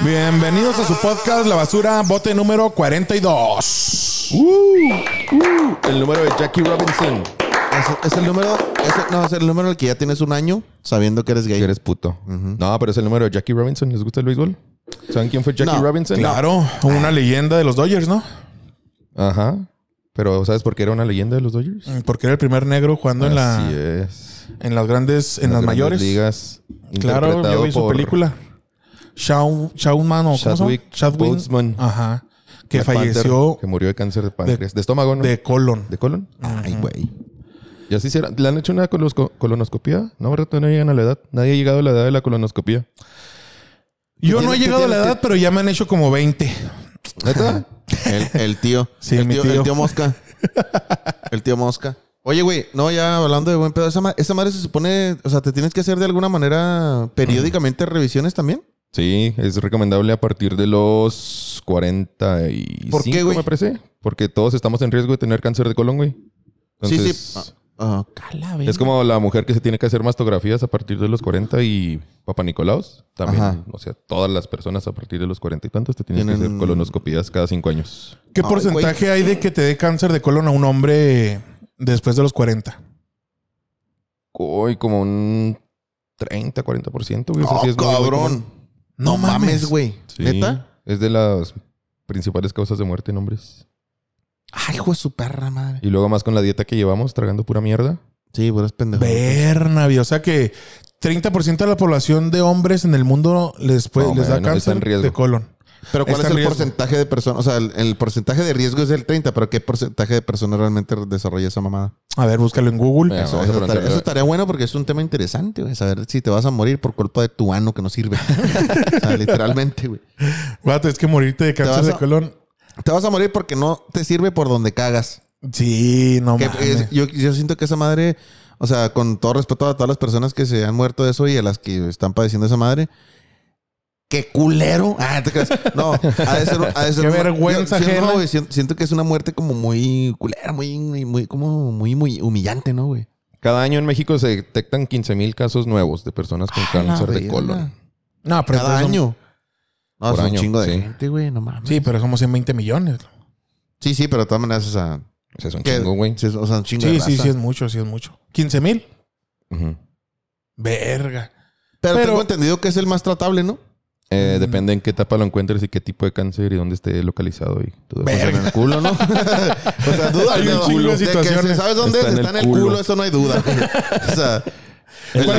Bienvenidos a su podcast La Basura, bote número 42. El número de Jackie Robinson. Es, es el número. es el- no, es el número al que ya tienes un año sabiendo que eres gay. Que eres puto. No, pero es el número de Jackie Robinson. ¿Les gusta el béisbol? ¿Saben quién fue Jackie No, Robinson? Claro, una leyenda de los Dodgers, ¿no? Ajá. Pero ¿sabes por qué era una leyenda de los Dodgers? Porque era el primer negro jugando en, la, Así es. en las grandes, en las Las grandes mayores. Ligas. Claro, yo interpretado vi su por película. Shaun, Shaun Man o ¿cómo se llama? Chadwick Chadwick Boseman. Ajá. Que Black Panther, falleció que murió de cáncer de páncreas. De, estómago, ¿no? de colon. ¿De colon. Ay, güey. Y así hicieron. ¿Le han hecho una colosco- colonoscopía? No, ¿verdad? Todavía No llegan a la edad. Nadie ha llegado a la edad de la colonoscopía. Yo no tiene- he qué llegado a la tiene- edad, pero ya me han hecho como 20. ¿Neta? El, el tío. Sí, el mi tío. El tío Mosca. El tío Mosca. Oye, güey, no, ya hablando de buen pedo, esa, ma- esa madre se supone, o sea, te tienes que hacer de alguna manera periódicamente revisiones también. Sí, es recomendable a partir de los 45, ¿Por qué, güey? me parece. Porque todos estamos en riesgo de tener cáncer de colon, güey. sí, Entonces, sí. Ah, ah, cala, Es como la mujer que se tiene que hacer mastografías a partir de los 40 y Papá Nicolaos también. Ajá. O sea, todas las personas a partir de los 40 y tantos te tienen que hacer Tienen- colonoscopías cada cinco años. ¿Qué Ay, porcentaje hay de que te dé cáncer de colon a un hombre después de los 40? Uy, como un 30, 40%. Güey. O sea, Oh, sí es muy, muy cabrón. común. No mames. mames, güey. Sí. ¿Neta? Es de las principales causas de muerte en hombres. Ay, hijo de su perra madre. Y luego más con la dieta que llevamos, tragando pura mierda. Sí, pero es pendejo. Bernavi, o sea que 30% de la población de hombres en el mundo les, puede- No, les da man, está cáncer en riesgo. de colon. Pero ¿cuál Está es en el riesgo. porcentaje de personas? O sea, el, el porcentaje de riesgo es el 30, pero ¿qué porcentaje de personas realmente desarrolla esa mamada? A ver, búscalo en Google. Mira, Eso, vamos a eso preguntarle- estaría, eso estaría bueno porque es un tema interesante, güey. Saber si te vas a morir por culpa de tu ano que no sirve. O sea, literalmente, güey. Vato, es que morirte de cáncer vas de a- colon. Te vas a morir porque no te sirve por donde cagas. Sí, no Que mames. es- yo, yo siento que esa madre, o sea, con todo respeto a todas las personas que se han muerto de eso y a las que están padeciendo esa madre. ¡Qué culero! Ah, te creas. No, ha de ser. Ha de ser Qué una- vergüenza yo- sí, no, ajena. güey, siento, siento que es una muerte como muy culera, muy, muy, como muy, muy humillante, ¿no, güey? Cada año en México se detectan 15 mil casos nuevos de personas con A la cáncer de verga. colon. no, pero pues, Cada entonces son- año. No, Por es un año, chingo de sí. gente, güey, no mames. Sí, pero somos 120 millones. Sí, sí, pero de todas maneras, o sea, O sea, es un que- chingo, güey. sí, o sea, un chingo de Sí, sí, raza. sí, es mucho, sí es mucho. 15 mil. Ujú. Verga. Pero, Pero- tengo entendido que es el más tratable, ¿no? Mm. Eh, Depende en qué etapa lo encuentres y qué tipo de cáncer y dónde esté localizado y todo eso. Pues en el culo, ¿no? o sea, duda Hay un no. chingo de que si situaciones. ¿Sabes dónde Está está? en Está en el culo. eso no hay duda. o sea, ¿Cuál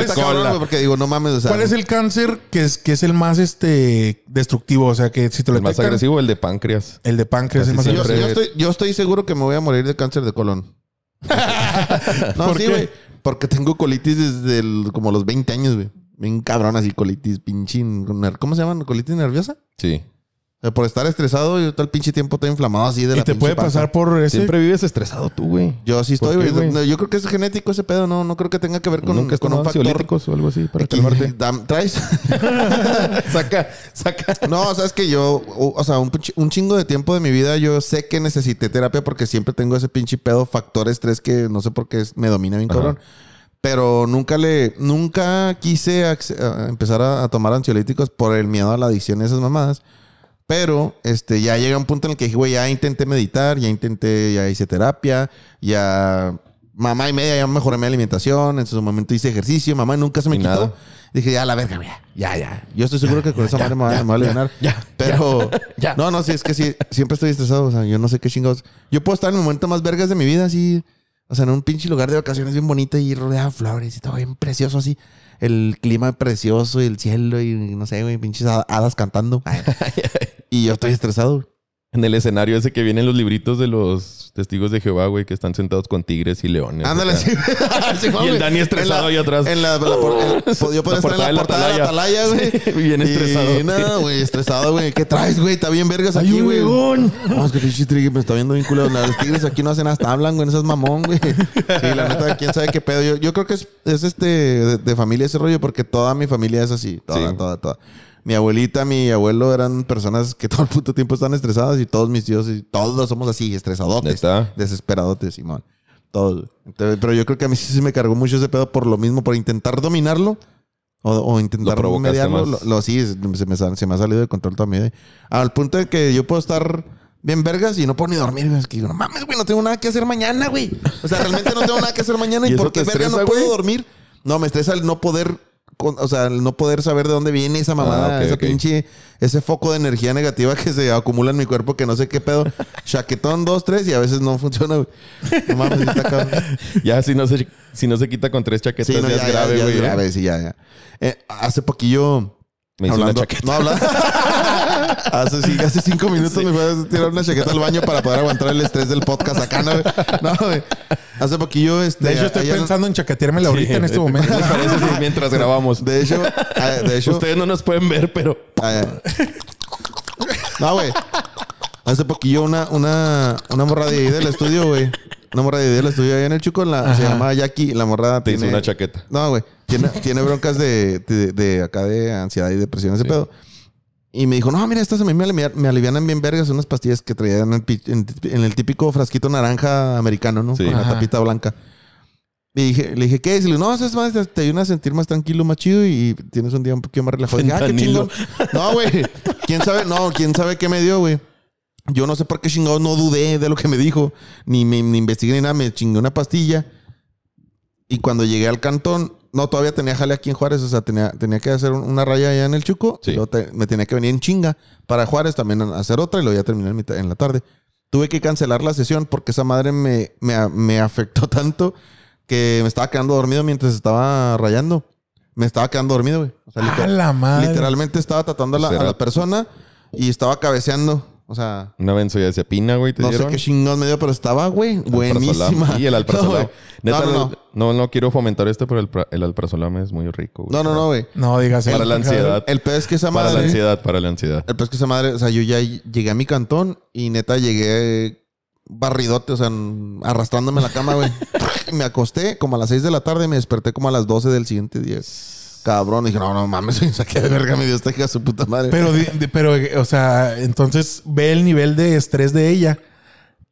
está es- cabrón, cola? güey, porque digo, no mames, o sea, ¿Cuál es el cáncer que es, que es el más este destructivo? O sea, que si te lo El más detectan, agresivo, el de páncreas. El de páncreas es el más Casi yo, agresivo. siempre. yo estoy, yo estoy seguro que me voy a morir de cáncer de colon. no, ¿Por sí, qué? güey. Porque tengo colitis desde el- como los 20 años, güey. Bien cabrón así, colitis pinchín. ¿Cómo se llama? ¿Colitis nerviosa? Sí. O sea, Eh, por estar estresado, yo todo el pinche tiempo estoy inflamado así de la Y te pinche puede panza. pasar por ese. Siempre vives estresado tú, güey. Yo sí ¿Por estoy, qué, güey. güey? No, Yo creo que es genético ese pedo, no, no creo que tenga que ver con, Nunca has con tomado un factor. ansiolíticos o algo así para Aquí, calmarte. dam- ¿Traes? saca, saca. No, sabes que yo, o, o sea, un, pinche- un chingo de tiempo de mi vida, yo sé que necesité terapia porque siempre tengo ese pinche pedo factor estrés que no sé por qué es- me domina bien Ajá. cabrón. Pero nunca le, nunca quise acce- a- empezar a, a tomar ansiolíticos por el miedo a la adicción y esas mamadas. Pero este, ya llega un punto en el que dije, güey, ya intenté meditar, ya intenté, ya hice terapia, ya mamá y media, ya mejoré mi alimentación, en su momento hice ejercicio, mamá nunca se me Y quitó. nada. Dije, ya la verga, ya, ya, ya. Yo estoy seguro que con esa madre me va- me va a aliviar. Pero, no, no, sí, es que sí, siempre estoy estresado, o sea, yo no sé qué chingados. Yo puedo estar en el momento más vergas de mi vida, así, o sea, en un pinche lugar de vacaciones bien bonito y rodeado de flores y todo bien precioso, así. El clima precioso y el cielo y no sé, güey, pinches ha- hadas cantando. Y yo estoy estresado. En el escenario ese que vienen los libritos de los testigos de Jehová, güey, que están sentados con tigres y leones. Ándale, acá. sí. Sí, Y el güey. Dani estresado En la- ahí atrás. En la, la por- el- po- yo podría La estar en la portada de la atalaya, güey. Sí, bien Y estresado. nada, güey, estresado, güey. ¿Qué traes, güey? Está bien vergas aquí, güey. No, es que pinche tigre me está viendo bien culero. Los tigres aquí no hacen hasta hablan, güey. No seas mamón, güey. Sí, la neta, quién sabe qué pedo. Yo, yo creo que es, es este de, de familia ese rollo porque toda mi familia es así. Toda, Sí. toda, toda. Mi abuelita, mi abuelo eran personas que todo el puto tiempo están estresadas y todos mis tíos y todos somos así, estresadotes. ¿Neta? Desesperadotes, Simón. Todos. güey. Entonces, pero yo creo que a mí sí, sí me cargó mucho ese pedo por lo mismo, por intentar dominarlo O, o intentar Lo provocaste mediarlo. más. Lo, lo- sí, es- se me, sa- se me ha salido de control toda mi vida. Al punto de que yo puedo estar bien vergas y no puedo ni dormir. güey. Es que digo, no mames, güey, no tengo nada que hacer mañana, güey. O sea, realmente no tengo nada que hacer mañana. ¿Y ¿Y, eso por qué te verga no estresa, puedo güey? dormir? No, me estresa el no poder... con- o sea, el no poder saber de dónde viene esa mamada, Ah, ok, esa ok. pinche... Ese foco de energía negativa que se acumula en mi cuerpo que no sé qué pedo. Chaquetón, dos, tres y a veces no funciona, güey. No mames, está cabrón. Ya, si no se, si no se quita con tres chaquetas, Sí, no, ya, ya, es grave, güey. ¿no? grave, sí, ya, ya. Eh, hace poquillo. Me hizo una hablando- chaqueta. No, habla- hace, sí, hace cinco minutos me fui a tirar una chaqueta al baño para poder aguantar el estrés del podcast acá, ¿no? güey? No, güey. Hace poquillo, este. De hecho, estoy ayer- pensando en chaqueteármela ahorita en este momento. ¿Qué les parece si mientras grabamos? De hecho, eh, de hecho. Ustedes no nos pueden ver, pero eh, no, güey. Hace poquillo una, una, una morra de ahí del estudio, güey. Una morra de ahí del estudio allá en el Chuco, la- se llama Jackie. La morra te hizo tiene- una chaqueta. No, güey. Tiene, tiene broncas de, de, de acá de ansiedad y depresión, ese pedo. Y me dijo, no, mira, estas a mí me, alivian- me alivianan bien vergas unas pastillas que traían en el, pi- en- en el típico frasquito naranja americano, ¿no? Sí. Con la Ajá. tapita blanca. Y dije, le dije, ¿qué es? Y le digo, no, esas más te, te ayudan a sentir más tranquilo, más chido y tienes un día un poquito más relajado. Y dije, ah, qué Fentanilo. chingón. No, güey. ¿Quién sabe? No, ¿quién sabe qué me dio, güey? Yo no sé por qué chingados no dudé de lo que me dijo. Ni me ni investigué ni nada. Me chingué una pastilla. Y cuando llegué al cantón, no, todavía tenía jale aquí en Juárez. O sea, tenía, tenía que hacer un- una raya allá en el Chuco. Sí. y luego te- me tenía que venir en chinga para Juárez también a hacer otra. Y lo ya terminé en, mitad- en la tarde. Tuve que cancelar la sesión porque esa madre me, me, a- me afectó tanto que me estaba quedando dormido mientras estaba rayando. Me estaba quedando dormido, güey. O sea, A literal- la madre. Literalmente estaba tratando a la, a la persona y estaba cabeceando. O sea, Una benzodiazepina, güey, te no sé dieron. qué chingón me dio, pero estaba, güey, buenísima. Alprazolam. Y el alprazolam. No, Neta, güey. no, no, no, no. quiero fomentar esto, pero el, pra- el alprazolam es muy rico, güey. no, no, no, no, güey. No, digas Para la ansiedad. El pedo es que esa Para la madre. ansiedad, para la ansiedad. El pedo es que esa madre. O sea, yo ya llegué a mi cantón y neta llegué barridote, o sea, en- arrastrándome en la cama, güey. me acosté como a las 6 de la tarde y me desperté como a las 12 del siguiente día. Cabrón, dije, no, no mames, o sea, qué verga me dio esta hija de su puta madre. Pero, di- de- pero, eh, o sea, entonces ve el nivel de estrés de ella.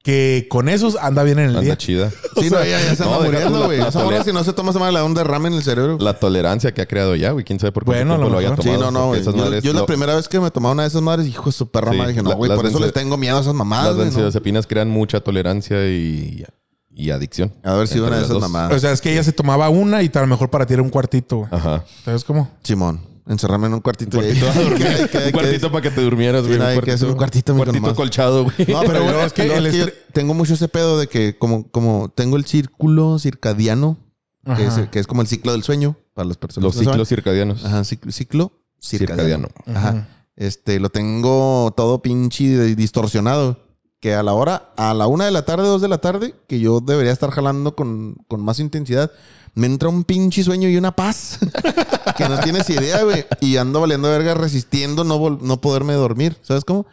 Que con esos anda bien en el Anda día. chida. Sí, no, O sea, ya, ya se anda no, deja tú muriendo, la- güey. la Esa morra, tolera- si no se toma esa madre, le da un derrame en el cerebro. La tolerancia que ha creado ya, güey. Quién sabe por qué Bueno, a tiempo lo lo haya mejor. tomado. sí, no, no, porque güey. esas Yo, madres yo lo- la primera vez que me tomaba una de esas madres, hijo de su perra Sí, madre, dije, no, la- güey, las por eso benzodi- les tengo miedo a esas mamadas, Las güey. no. benzodiazepinas crean mucha tolerancia y, y adicción. A ver si Entre una de las esas dos. mamadas. O sea, es que ella se tomaba una y tal, a lo mejor para ti era un cuartito, güey. Ajá. ¿Sabes cómo? Simón, encerrarme en un cuartito. y ahí- ¿Qué- qué- qué- un cuartito para que te durmieras, güey. Sí, nadie quiere hacer un cuartito, mi cuartito mamá. colchado, güey. No, pero Pero yo- es que yo- el es que yo estre- tengo mucho ese pedo de que como, como tengo el círculo circadiano, que es, Ajá. que es como el ciclo del sueño para las personas. Los que no saben. ciclos circadianos. Ajá, cic- ciclo circadiano. Circadiano. Ajá. Este, lo tengo todo pinche de- distorsionado. Que a la hora, a la una de la tarde, dos de la tarde, que yo debería estar jalando con, con más intensidad, me entra un pinche sueño y una paz. que no tienes idea, güey. Y ando valiendo verga resistiendo no, vol- no poderme dormir. ¿Sabes cómo?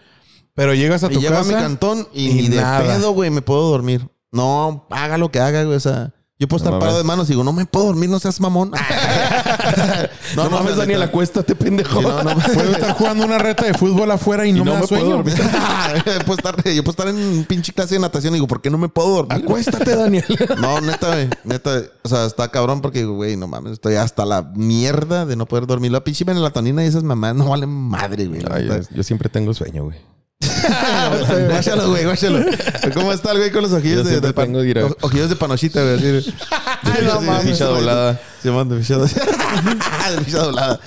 Pero llegas a Y tu llego a mi casa. cantón y, y ni de nada. pedo, güey, me puedo dormir. No, haga lo que haga, güey. O sea, yo puedo No estar mames. parado de manos y digo, no me puedo dormir, no seas mamón. No, o mames, sea, Daniel, neta. acuéstate, pendejo. Sí, no, no. Puedo estar jugando una reta de fútbol afuera y no, me da sueño. Pues, puedo estar, yo puedo estar en pinche clase de natación y digo, ¿por qué no me puedo dormir? Acuéstate, Daniel. No, neta, güey. Neta, o sea, está cabrón porque digo, güey, no mames, estoy hasta la mierda de no poder dormir. La pinche melatonina y esas mamás no valen madre, güey. la Ay, neta. yo, yo siempre tengo sueño, güey. Guáchalo, güey, guáchalo. ¿Cómo está el güey con los Yo ojillos de, siempre de pan- tengo ira. o- ojillos de panochita, güey? así? Ay, no Sí, mames. de ficha doblada. Se manda ficha doblada. De ficha doblada.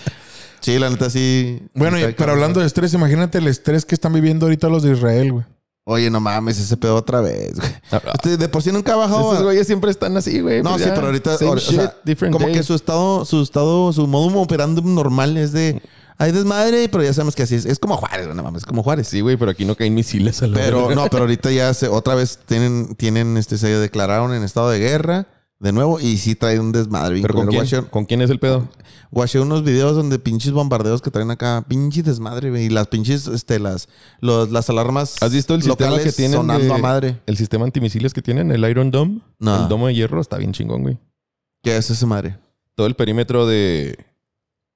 Sí, la neta sí. Bueno, y- Está pero cabrón. hablando de estrés, imagínate el estrés que están viviendo ahorita los de Israel, güey. Oye, no mames, ese pedo otra vez, güey. Ah, ah. Este, de por sí nunca ha bajado. Estos güeyes siempre están así, güey. ah. No, pues sí, ya. pero ahorita. Same o- o sea, shit, different como day. que su estado, su estado, su modum operandum normal es de. Hay desmadre, pero ya sabemos que así es. Es como Juárez, güey, no mames, es como Juárez. Sí, güey, pero aquí no caen misiles a la Pero verga. no, pero ahorita ya se, otra vez tienen, tienen este, se declararon en estado de guerra de nuevo y sí traen un desmadre. bien ¿Pero con culero. quién? Guaché- ¿Con quién es el pedo? guaché unos videos donde pinches bombardeos que traen acá, pinche desmadre, güey, y las pinches, este, las, los- las alarmas. ¿Has visto el sistema locales que tienen? sonando de- a madre? El sistema antimisiles que tienen, el Iron Dome. No. El domo de hierro está bien chingón, güey. ¿Qué es esa madre? Todo el perímetro de,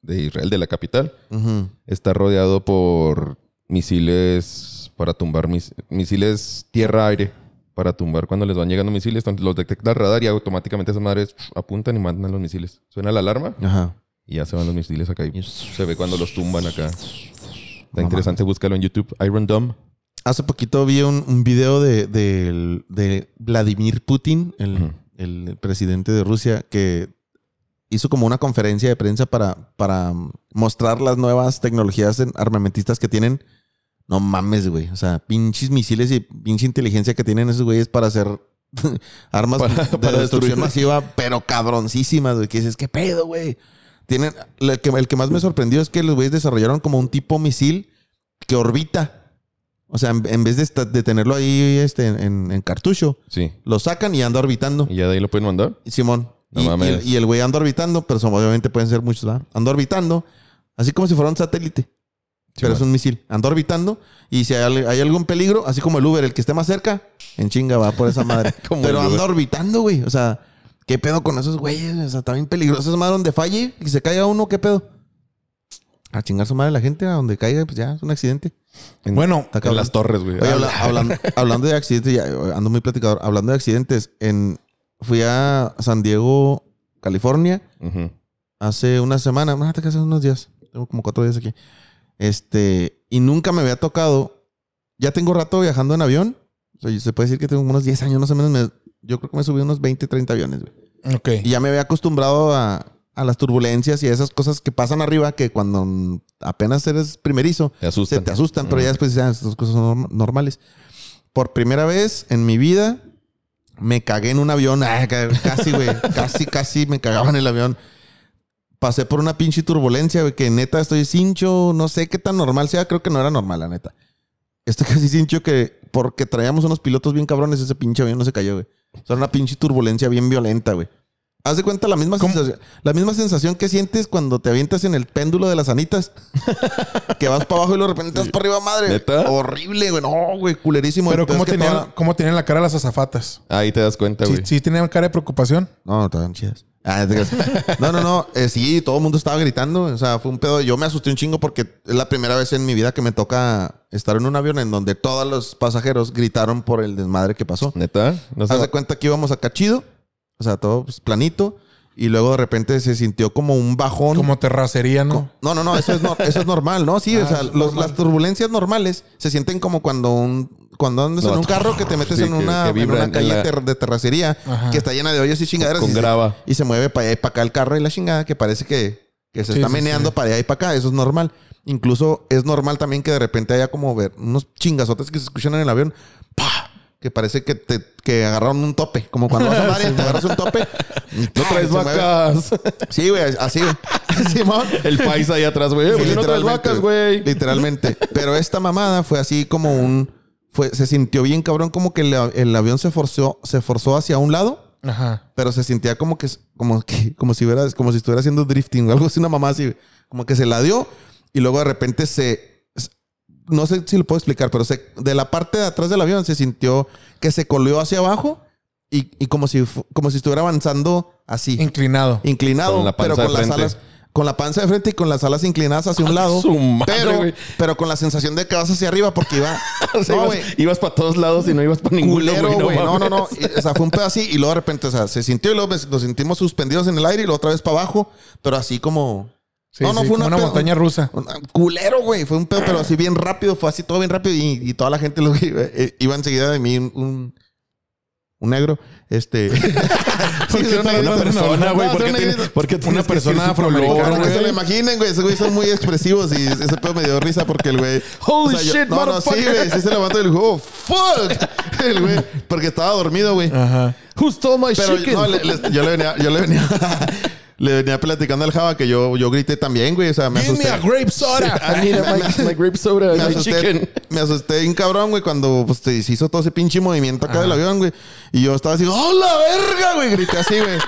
de Israel, de la capital, Ujú. está rodeado por misiles para tumbar mis- misiles tierra-aire. Para tumbar cuando les van llegando misiles, entonces los detecta el radar y automáticamente esas madres pf, apuntan y mandan los misiles. Suena la alarma Ajá. Y ya se van los misiles acá. Y se ve cuando los tumban acá. Está interesante, búscalo en YouTube. Iron Dome. Hace poquito vi un, un video de, del- de Vladimir Putin, el, Ujú. el presidente de Rusia, que hizo como una conferencia de prensa para, para mm, mostrar las nuevas tecnologías en- armamentistas que tienen. No mames, güey. O sea, pinches misiles y pinche inteligencia que tienen esos güeyes para hacer armas Para- de para destrucción destruir. masiva, pero cabroncísimas, güey. Que dices, ¿qué pedo, güey? Tienen, el que, el que más me sorprendió es que los güeyes desarrollaron como un tipo misil que orbita. O sea, en, en vez de, esta- de tenerlo ahí este, en, en cartucho, Sí. lo sacan y anda orbitando. Y ya de ahí lo pueden mandar. Simón. No y, y mames. el- y el güey anda orbitando, pero son- obviamente pueden ser muchos, ¿verdad? Anda orbitando, así como si fuera un satélite, pero es un misil. Anda orbitando y si hay, al- hay algún peligro, así como el Uber, el que esté más cerca, en chinga va por esa madre. Como pero el anda Uber. orbitando, güey. O sea, ¿qué pedo con esos güeyes? O sea, está bien peligroso esa madre donde falle y se caiga uno, ¿qué pedo? A chingar su madre la gente, a donde caiga, pues ya, es un accidente. Bueno, Está En cabrón. las torres, güey. Oye, habla- hablan- hablando de accidentes, ya eh, ando muy platicador. Hablando de accidentes, en, fui a San Diego, California, Ujú. hace una semana, no, te hace unos días. Tengo como cuatro días aquí. Este, y nunca me había tocado. Ya tengo rato viajando en avión. O sea, se puede decir que tengo como unos 10 años más o menos. me- yo creo que me subí unos 20, 30 aviones, güey. ok. Y ya me había acostumbrado a, a las turbulencias y a esas cosas que pasan arriba que cuando mm, apenas eres primerizo, Te asustan. se te asustan, pero ya después ya estas cosas son norm- normales. Por primera vez en mi vida me cagué en un avión. Ah, ca- casi, güey. casi, casi me cagaba en el avión. Pasé por una pinche turbulencia, güey, que neta estoy cincho. No sé qué tan normal sea. Creo que no era normal, la neta. Estoy casi cincho que porque traíamos unos pilotos bien cabrones, ese pinche avión no se cayó, güey. O sea, una pinche turbulencia bien violenta, güey. Haz de cuenta la misma, ¿Cómo? sensación, la misma sensación que sientes cuando te avientas en el péndulo de las anitas. que vas para abajo y lo de repente estás para arriba, madre. ¿Neta? Horrible, güey. No, güey, culerísimo. Pero El peor ¿cómo es que tenían, toda la- ¿cómo tenían la cara las azafatas? Ahí te das cuenta, Sí, güey. sí tenían cara de preocupación. No, no estaban chidas. Ah, no te creas. No, no, no. Eh, sí, todo el mundo estaba gritando. O sea, fue un pedo. Yo me asusté un chingo porque es la primera vez en mi vida que me toca estar en un avión en donde todos los pasajeros gritaron por el desmadre que pasó. Neta. No sé. Haz de cuenta que íbamos acá chido. O sea, todo pues, planito. Y luego de repente se sintió como un bajón. Como terracería, ¿no? No, no, no, eso es, nor- eso es normal, ¿no? Sí, Ah, o sea, eso es los- normal. las turbulencias normales se sienten como cuando un cuando andas No, en un carro que te metes sí, en, que- una, que en vibra una en calle la- ter- de terracería Ajá. que está llena de hoyos y chingaderas. Con y se- grava. Y se mueve para allá y para acá el carro y la chingada que parece que, que se Sí, está sí, meneando sí. para allá y para acá. Eso es normal. Incluso es normal también que de repente haya como ver unos chingazotes que se escuchan en el avión. ¡Pah! Que parece que te que agarraron un tope. Como cuando vas a nadie, te agarras un tope. y No ¡pah! traes se mueve. vacas. Sí, güey, así, güey. Simón. El país ahí atrás, güey. Sí, ¿Por qué no traes literalmente, vacas, güey? Literalmente. Pero esta mamada fue así como un. Fue, se sintió bien cabrón, como que el, el avión se forzó, se forzó hacia un lado, Ajá. pero se sentía como que, como que, como si hubiera, como si estuviera haciendo drifting o algo así, una mamá así, como que se la dio y luego de repente se. No sé si lo puedo explicar, pero se, de la parte de atrás del avión se sintió que se colió hacia abajo y, y como si fu- como si estuviera avanzando así Inclinado. inclinado, Con la panza pero con de las frente. alas con la panza de frente y con las alas inclinadas hacia un lado, su madre, pero güey. pero con la sensación de que vas hacia arriba porque iba O sea, no, ibas, güey, ibas para todos lados y no ibas para ningún culero, lado, güey. No, no, mames. no. Y, O sea, fue un pedo así y luego de repente, o sea, se sintió y luego ves- nos sentimos suspendidos en el aire y luego otra vez para abajo, pero así como Sí, sí, como una pedo- montaña rusa. una- culero, güey. Fue un pedo, pero así bien rápido. Fue así todo bien rápido. Y, y toda la gente lo que iba, eh, iba enseguida de mí un, un, un negro. Este. Sí, qué era una negrito, persona, güey? no, ¿Por era qué un tiene- negrito. ¿Por qué tienes que persona decir afroamericana, Para supermercado, que se lo güey? imaginen, güey. Esos güeyes son muy expresivos y ese pedo me dio risa porque el güey. Holy yo- shit, no, no, sí, motherfucker. güey. Sí se levantó y le dijo, oh, fuck. El güey, porque estaba dormido, güey. Ajá. Who stole my Pero chicken? no, le- le- yo le venía, yo le venía, le venía platicando al Java que yo, yo grité también, güey. O sea, me asusté. grape soda. I need a- my, my grape soda, me my asusté, chicken. me asusté bien cabrón, güey, cuando pues, te- se hizo todo ese pinche movimiento acá del avión, güey. Y yo estaba así, ¡oh, la verga, güey! Grité así, güey.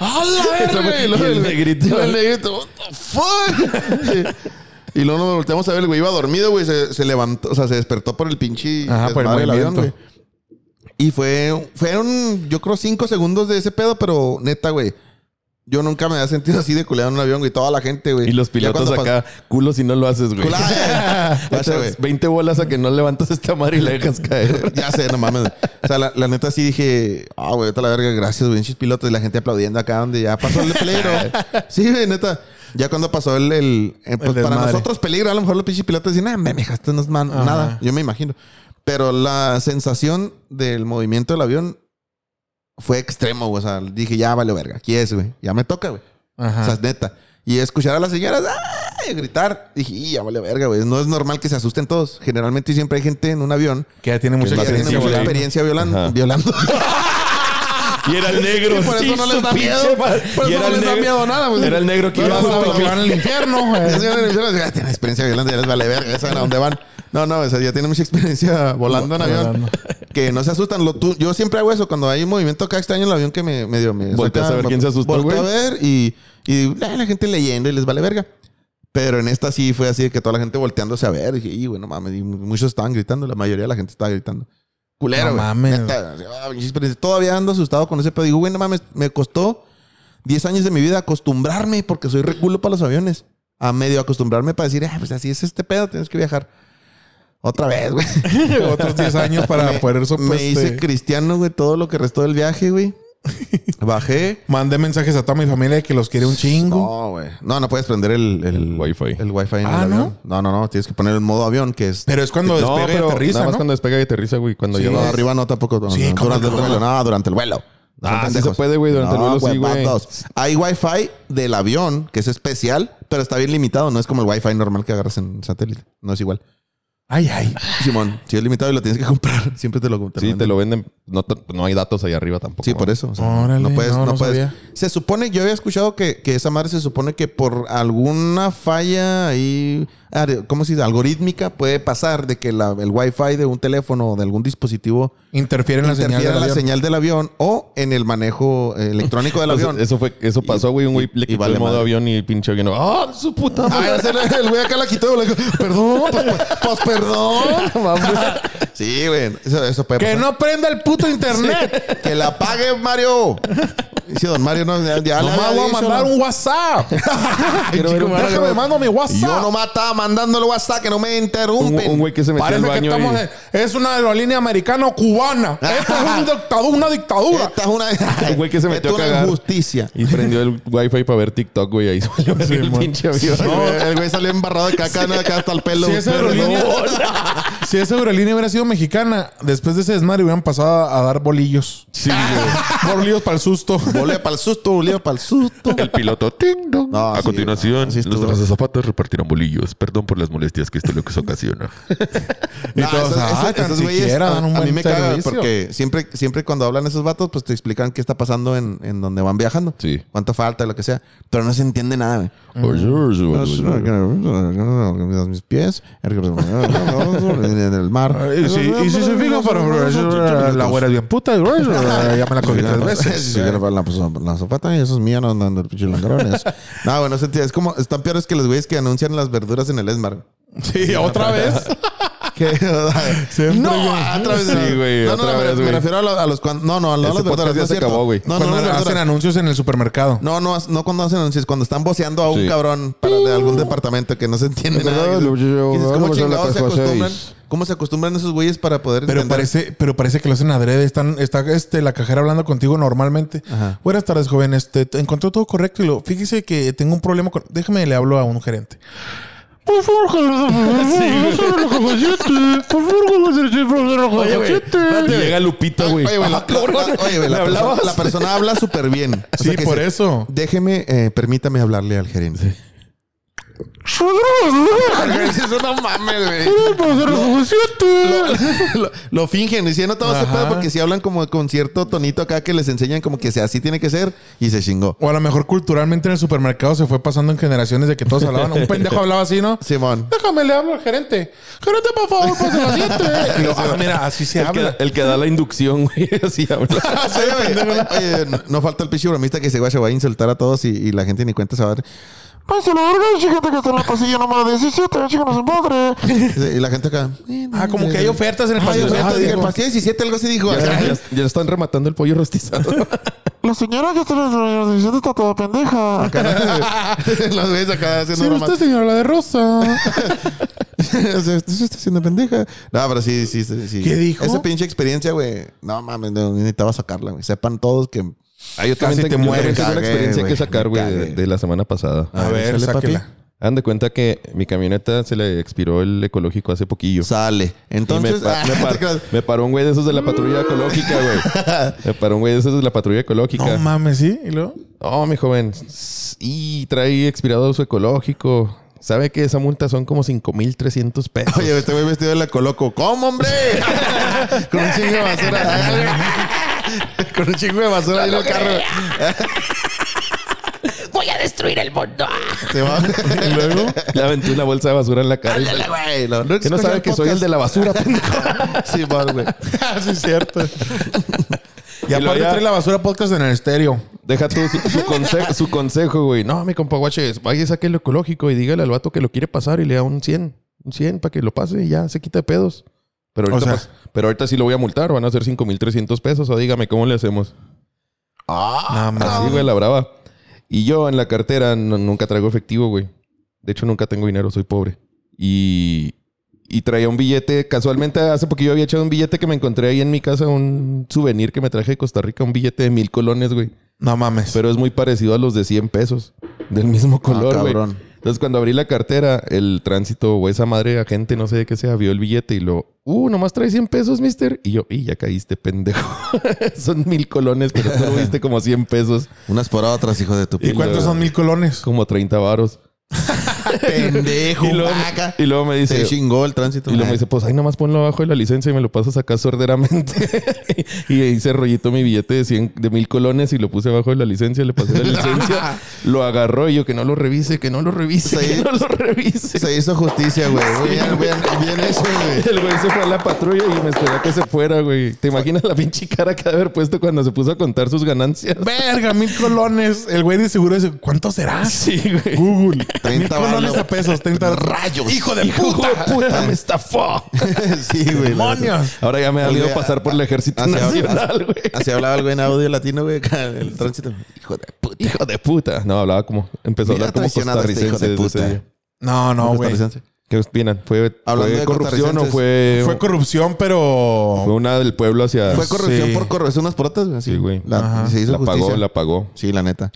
¡Oh, la verga! güey! Y el luego negrito. luego el negrito, ¡what the fuck! y luego nos volteamos a ver, el güey iba dormido, güey. Se, se levantó, o sea, se despertó por el pinche Ajá, por el desmadre del movimiento. Y fue, fueron, yo creo, cinco segundos de ese pedo, pero neta, güey. Yo nunca me había sentido así de culeado en un avión, güey. Toda la gente, güey. Y los Ya pilotos cuando pas- acá, culo si no lo haces, güey. Culada. Ya sé, güey. Echas 20 bolas a que no levantas esta madre y la dejas caer. Ya sé, no mames. O sea, la, la neta sí dije, ah, güey, vete a la verga, gracias, güey, pinches pilotos. Y la gente aplaudiendo acá donde ya pasó el peligro. sí, güey, neta. Ya cuando pasó el. el- eh, pues, para desmadre. nosotros peligro, a lo mejor los pinches pilotos dicen, ah, me dejaste no es man- Ajá. nada. Yo me imagino. Pero la sensación del movimiento del avión fue extremo, güey. O sea, dije, ya vale verga, aquí es, güey. Ya me toca, güey. Ajá. O sea, es neta. Y escuchar a las señoras ¡ay! gritar, dije, "Y, ya vale verga, güey. No es normal que se asusten todos. Generalmente siempre hay gente en un avión que ya tiene que mucha ya tiene experiencia. mucha volando. experiencia Ajá. violan- violando. Y era el negro. Y por eso sí, no les da su miedo. pinche madre. Por Y eso era no el les da negro- miedo nada, güey. Era el negro que No, iba a no, la no, Que familia. van al infierno. Ya güey. tienen "Ah, experiencia violando, ya les vale verga, ya saben a dónde van. No, no, o sea, ya tienen mucha experiencia volando en avión. Volando. Que no se asustan. Lo, tú- yo siempre hago eso cuando hay un movimiento acá extraño en el avión que me, me dio. Me Volteas saca- a ver quién se asustó, volteo güey. a ver y, y "Ah, la, la gente leyendo y les vale verga. Pero en esta sí fue así de que toda la gente volteándose a ver. Y dije, y bueno, mames, y muchos estaban gritando, la mayoría de la gente estaba gritando. Culero, No güey. mames. Neta, ah, pinche experiencia. Todavía ando asustado con ese pedo. Digo, güey, no mames, me costó 10 años de mi vida acostumbrarme porque soy reculo para los aviones. A medio acostumbrarme para decir, ah, pues así es este pedo, tienes que viajar. Otra vez, güey. Otros 10 años para poder so- Me pues, hice eh, cristiano, güey, todo lo que restó del viaje, güey. Bajé. Mandé mensajes a toda mi familia de que los quiere un chingo. No, güey. No, no puedes prender el, el Wi-Fi. El wifi en Ah, el ¿no? avión. ¿no? no, no, Tienes que poner el modo avión, que es. Pero es cuando No, despega pero y aterriza, nada más ¿no? cuando despega y aterriza, güey. Cuando Sí, ya no, vas- arriba no tampoco. no, Sí, no, ¿cómo durante el no? vuelo. No, durante el vuelo. Son Ah, sí pendejos. se puede, güey, durante el vuelo sí, güey. vatos. Hay wifi del avión, que es especial, pero está bien limitado. No es como el wifi normal que agarras en satélite. No es igual. Ay, ay. Simón, si es limitado y lo tienes que comprar, siempre te lo compras. Sí, te lo venden. No, te- no hay datos ahí arriba tampoco. Sí, ¿no? por eso. o sea, Órale, no puedes, no, no, no puedes. sabía. Se supone, yo había escuchado que, que esa madre se supone que por alguna falla ahí, are- ¿cómo se dice? Algorítmica puede pasar de que la- el wifi de un teléfono o de algún dispositivo Interfiere en la señal. interfiera del la avión. señal del avión o en el manejo eh, electrónico del O sea, avión. eso fue, eso pasó, güey. Un güey y- le y quitó vale el modo madre. avión y el pinche avión. ¡Ah, su puta madre! Ay, ese- el güey acá la quitó. le dijo, perdón, pues, pues, pues, perdón. sí, güey. Eso, eso puede Que pasar. no prenda el puto internet. Que la pague Mario. Dice don Mario, no, ya, ya le Nomás había voy a dicho, mandar ¿no? un WhatsApp. Quiero ver un- Déjame mando mi WhatsApp. Yo nomás estaba mandando el WhatsApp, que no me Un interrumpen. un güey que se metió al Parece que baño estamos y... en- es una aerolínea americana cubana. Esta es un dictadu- una dictadura. Esta es una, Un güey que se metió Esto es a una cagar. injusticia. Y prendió el wifi para ver TikTok, güey. Ahí salió Sí, el mon. pinche avión. El güey- el güey salió embarrado de caca, ¿no? acá hasta el pelo. Si esa, Perdón. aerolínea, si esa aerolínea hubiera sido mexicana, después de ese desmadre hubieran pasado a dar bolillos. Sí, güey. bolillos para el susto. Boleo para el susto, boleo para el susto. El piloto ting dong. No, a sí, continuación, no, sí estuvo. los brazos zapatos repartieron bolillos. Perdón por las molestias que esto les ocasiona. Y No, todos, esos- ah, esos- tan esos güeyes, siquiera a, dan un a mí buen me cagan servicio. porque siempre, siempre cuando hablan esos vatos, pues te explican qué está pasando en, en donde van viajando. Sí. Cuánto falta, lo que sea. Pero no se entiende nada, güey. Pues, Pues, Mis pies. pues, En el mar. Ah, Y si, y si se fijan, pero la güera es bien puta. y Ya me la cogí tres veces. Sí, que la, la, pues, la zapata y esos míos no andan del pinche langarones. no, bueno, se entiende. es como, están peores que los güeyes que anuncian las verduras en el Esmar. Sí, otra vez. Que, Siempre no, yo- otra vez. Sí, güey, No, no, otra no, me- vez, me, güey. refiero a, lo- a los cuan- No, no, no, a Ese las podcast verduras. ya no es se cierto. acabó, güey. No, no, Cuando las hacen verduras. anuncios en el supermercado. No, no, no cuando hacen anuncios, cuando están voceando a un Sí. cabrón para de algún departamento que no se entiende nada. verdad, Que lo- yo- yo- dices, ¿Cómo vamos a la chingados se Pascua acostumbran? seis. ¿Cómo se acostumbran esos güeyes para poder Pero entender? parece, pero parece que lo hacen adrede. Están, está este, la cajera hablando contigo normalmente. Ajá. Buenas tardes, joven. Este, te- encontró todo correcto y lo, fíjese que tengo un problema con. Déjame le hablo a un gerente. Por favor, Oye, güey. espérate, Llega Lupita, güey. Oye, güey, la, la- la- oye, güey, la ¿Le persona, hablabas? la persona habla súper bien. O Sí, sea que por se- eso. Déjeme, eh, permítame hablarle al gerente. es una mames, güey. Lo, lo- lo fingen, y si no todo ese Ajá. pedo porque si hablan como con cierto tonito acá que les enseñan como que sea, así tiene que ser y se chingó. O a lo mejor culturalmente en el supermercado se fue pasando en generaciones de que todos hablaban. Un pendejo hablaba así, ¿no? Simón. Déjame le hablo al gerente. Gerente, por favor, pase la siguiente. Y lo- ah, mira, así se El habla. que, el que da la inducción, güey. Así habla. Sí, güey. Oye, oye, no, no falta el pinche bromista que se va, se va a insultar a todos y, y la gente ni cuenta se va a dar. Pásalo, verga, chiquete que está en la pasilla número 17, chico, no se padre. Y la gente acá. Ah, como que hay ofertas en el Ay, pasillo. o sea, Ah, dije, digo, pasé 17, algo así dijo. Ya, ya están rematando el pollo rostizado. La señora que está en la 17 está toda pendeja. Los ves acá haciendo Sí, bromas. usted, señora, la de rosa. O sea, Tú se estás haciendo pendeja. No, pero sí, sí, sí. sí. ¿Qué dijo? Esa pinche experiencia, güey. No mames, no, necesitaba sacarla, güey. Sepan todos que Ah, yo Casi también te tengo, yo mueres. también Me tengo una cagué, experiencia güey. que sacar, Me güey, de, cagué. de la semana pasada. A ver, sale, papi. sáquela. Hagan de cuenta que mi camioneta se le expiró el ecológico hace poquillo. Sale. Entonces, Y me, pa- ah, me par- te creas. me paró un güey de esos de la patrulla ecológica, güey. Me paró un güey de esos de la patrulla ecológica. No mames, ¿sí? ¿Y luego? Oh, mi joven. S- Y trae expirado su ecológico. ¿Sabe que esa multa son como 5,300 pesos? Oye, este güey vestido de la coloco. ¿Cómo, hombre? Con un chingo de basura. Con un chingo de basura ahí en el carro. Voy a destruir el mundo. Se va. Y luego le aventé una bolsa de basura en la cara. Ándale, güey. No, Que no sabe que soy el de la basura, pendejo. Sí, va, güey. sí, es cierto. y luego aparte ya- trae la basura podcast en el estéreo. Deja tú su, su conse- su consejo, güey. No, mi compa guache, vaya y saque lo ecológico y dígale al vato que lo quiere pasar y le da un 100. Un 100 para que lo pase y ya se quita de pedos. Pero O ahorita, sea- pues, pero ahorita sí lo voy a multar. Van a ser 5,300 pesos. O dígame, ¿cómo le hacemos? Nada más. Así, güey, la brava. Y yo en la cartera no- nunca traigo efectivo, güey. De hecho, nunca tengo dinero, soy pobre. Y, y traía un billete, casualmente hace porque yo había echado un billete que me encontré ahí en mi casa, un souvenir que me traje de Costa Rica, un billete de mil colones, güey. No mames. Pero es muy parecido a los de 100 pesos, del mismo color, güey. Ah, cabrón. Entonces, cuando abrí la cartera, el tránsito o esa madre agente, no sé de qué sea, vio el billete y lo, uh, nomás trae 100 pesos, mister. Y yo, y ya caíste, pendejo. Son mil colones, pero tú lo viste como 100 pesos. Unas por otras, hijo de tu ¿Y p- cuántos son mil colones? como 30 varos. pendejo. Y luego, vaca. y luego me Se dice... chingó el tránsito. Ah, Y luego me dice, pues ahí nomás ponlo abajo de la licencia y me lo pasas acá sorderamente. y ahí se rollito mi billete de 100, de mil colones y lo puse abajo de la licencia, le pasé la licencia, lo agarró y yo que no lo revise, que no lo revise, Sí. que no lo revise. Se hizo justicia, güey. Muy bien, bien, bien eso, güey. El güey se fue a la patrulla y me esperó a que se fuera, güey. ¿Te imaginas la pinche cara que ha de haber puesto cuando se puso a contar sus ganancias? Verga, mil colones. El güey de seguro dice, ¿cuánto será? Sí, güey. Google. 30 mil colones balos. a pesos, 30 Rayos. Hijo de Hijo puta. de puta, me estafó. sí, güey. la neta. Ah, Demonios. Ahora ya me ha Oye, miedo pasar por el ejército hacia- nacional, güey. Así ah, hablaba el güey en audio latino, güey. acá en El tránsito. Hijo de puta. Hijo de puta. No, hablaba como. Empezó a Mira, hablar como traicionado este costarricense hijo de desde ese puta. día. No, no, güey. Costarricense. ¿Qué opinan? ¿Fue, Hablando fue de corrupción o costarricenses, fue. Fue Fue, corrupción, pero... una del pueblo hacia. Fue corrupción Sí. por corrupción unas por otras, güey. Sí, Sí, güey. La- Se hizo la justicia. pagó, la pagó. Sí, la neta.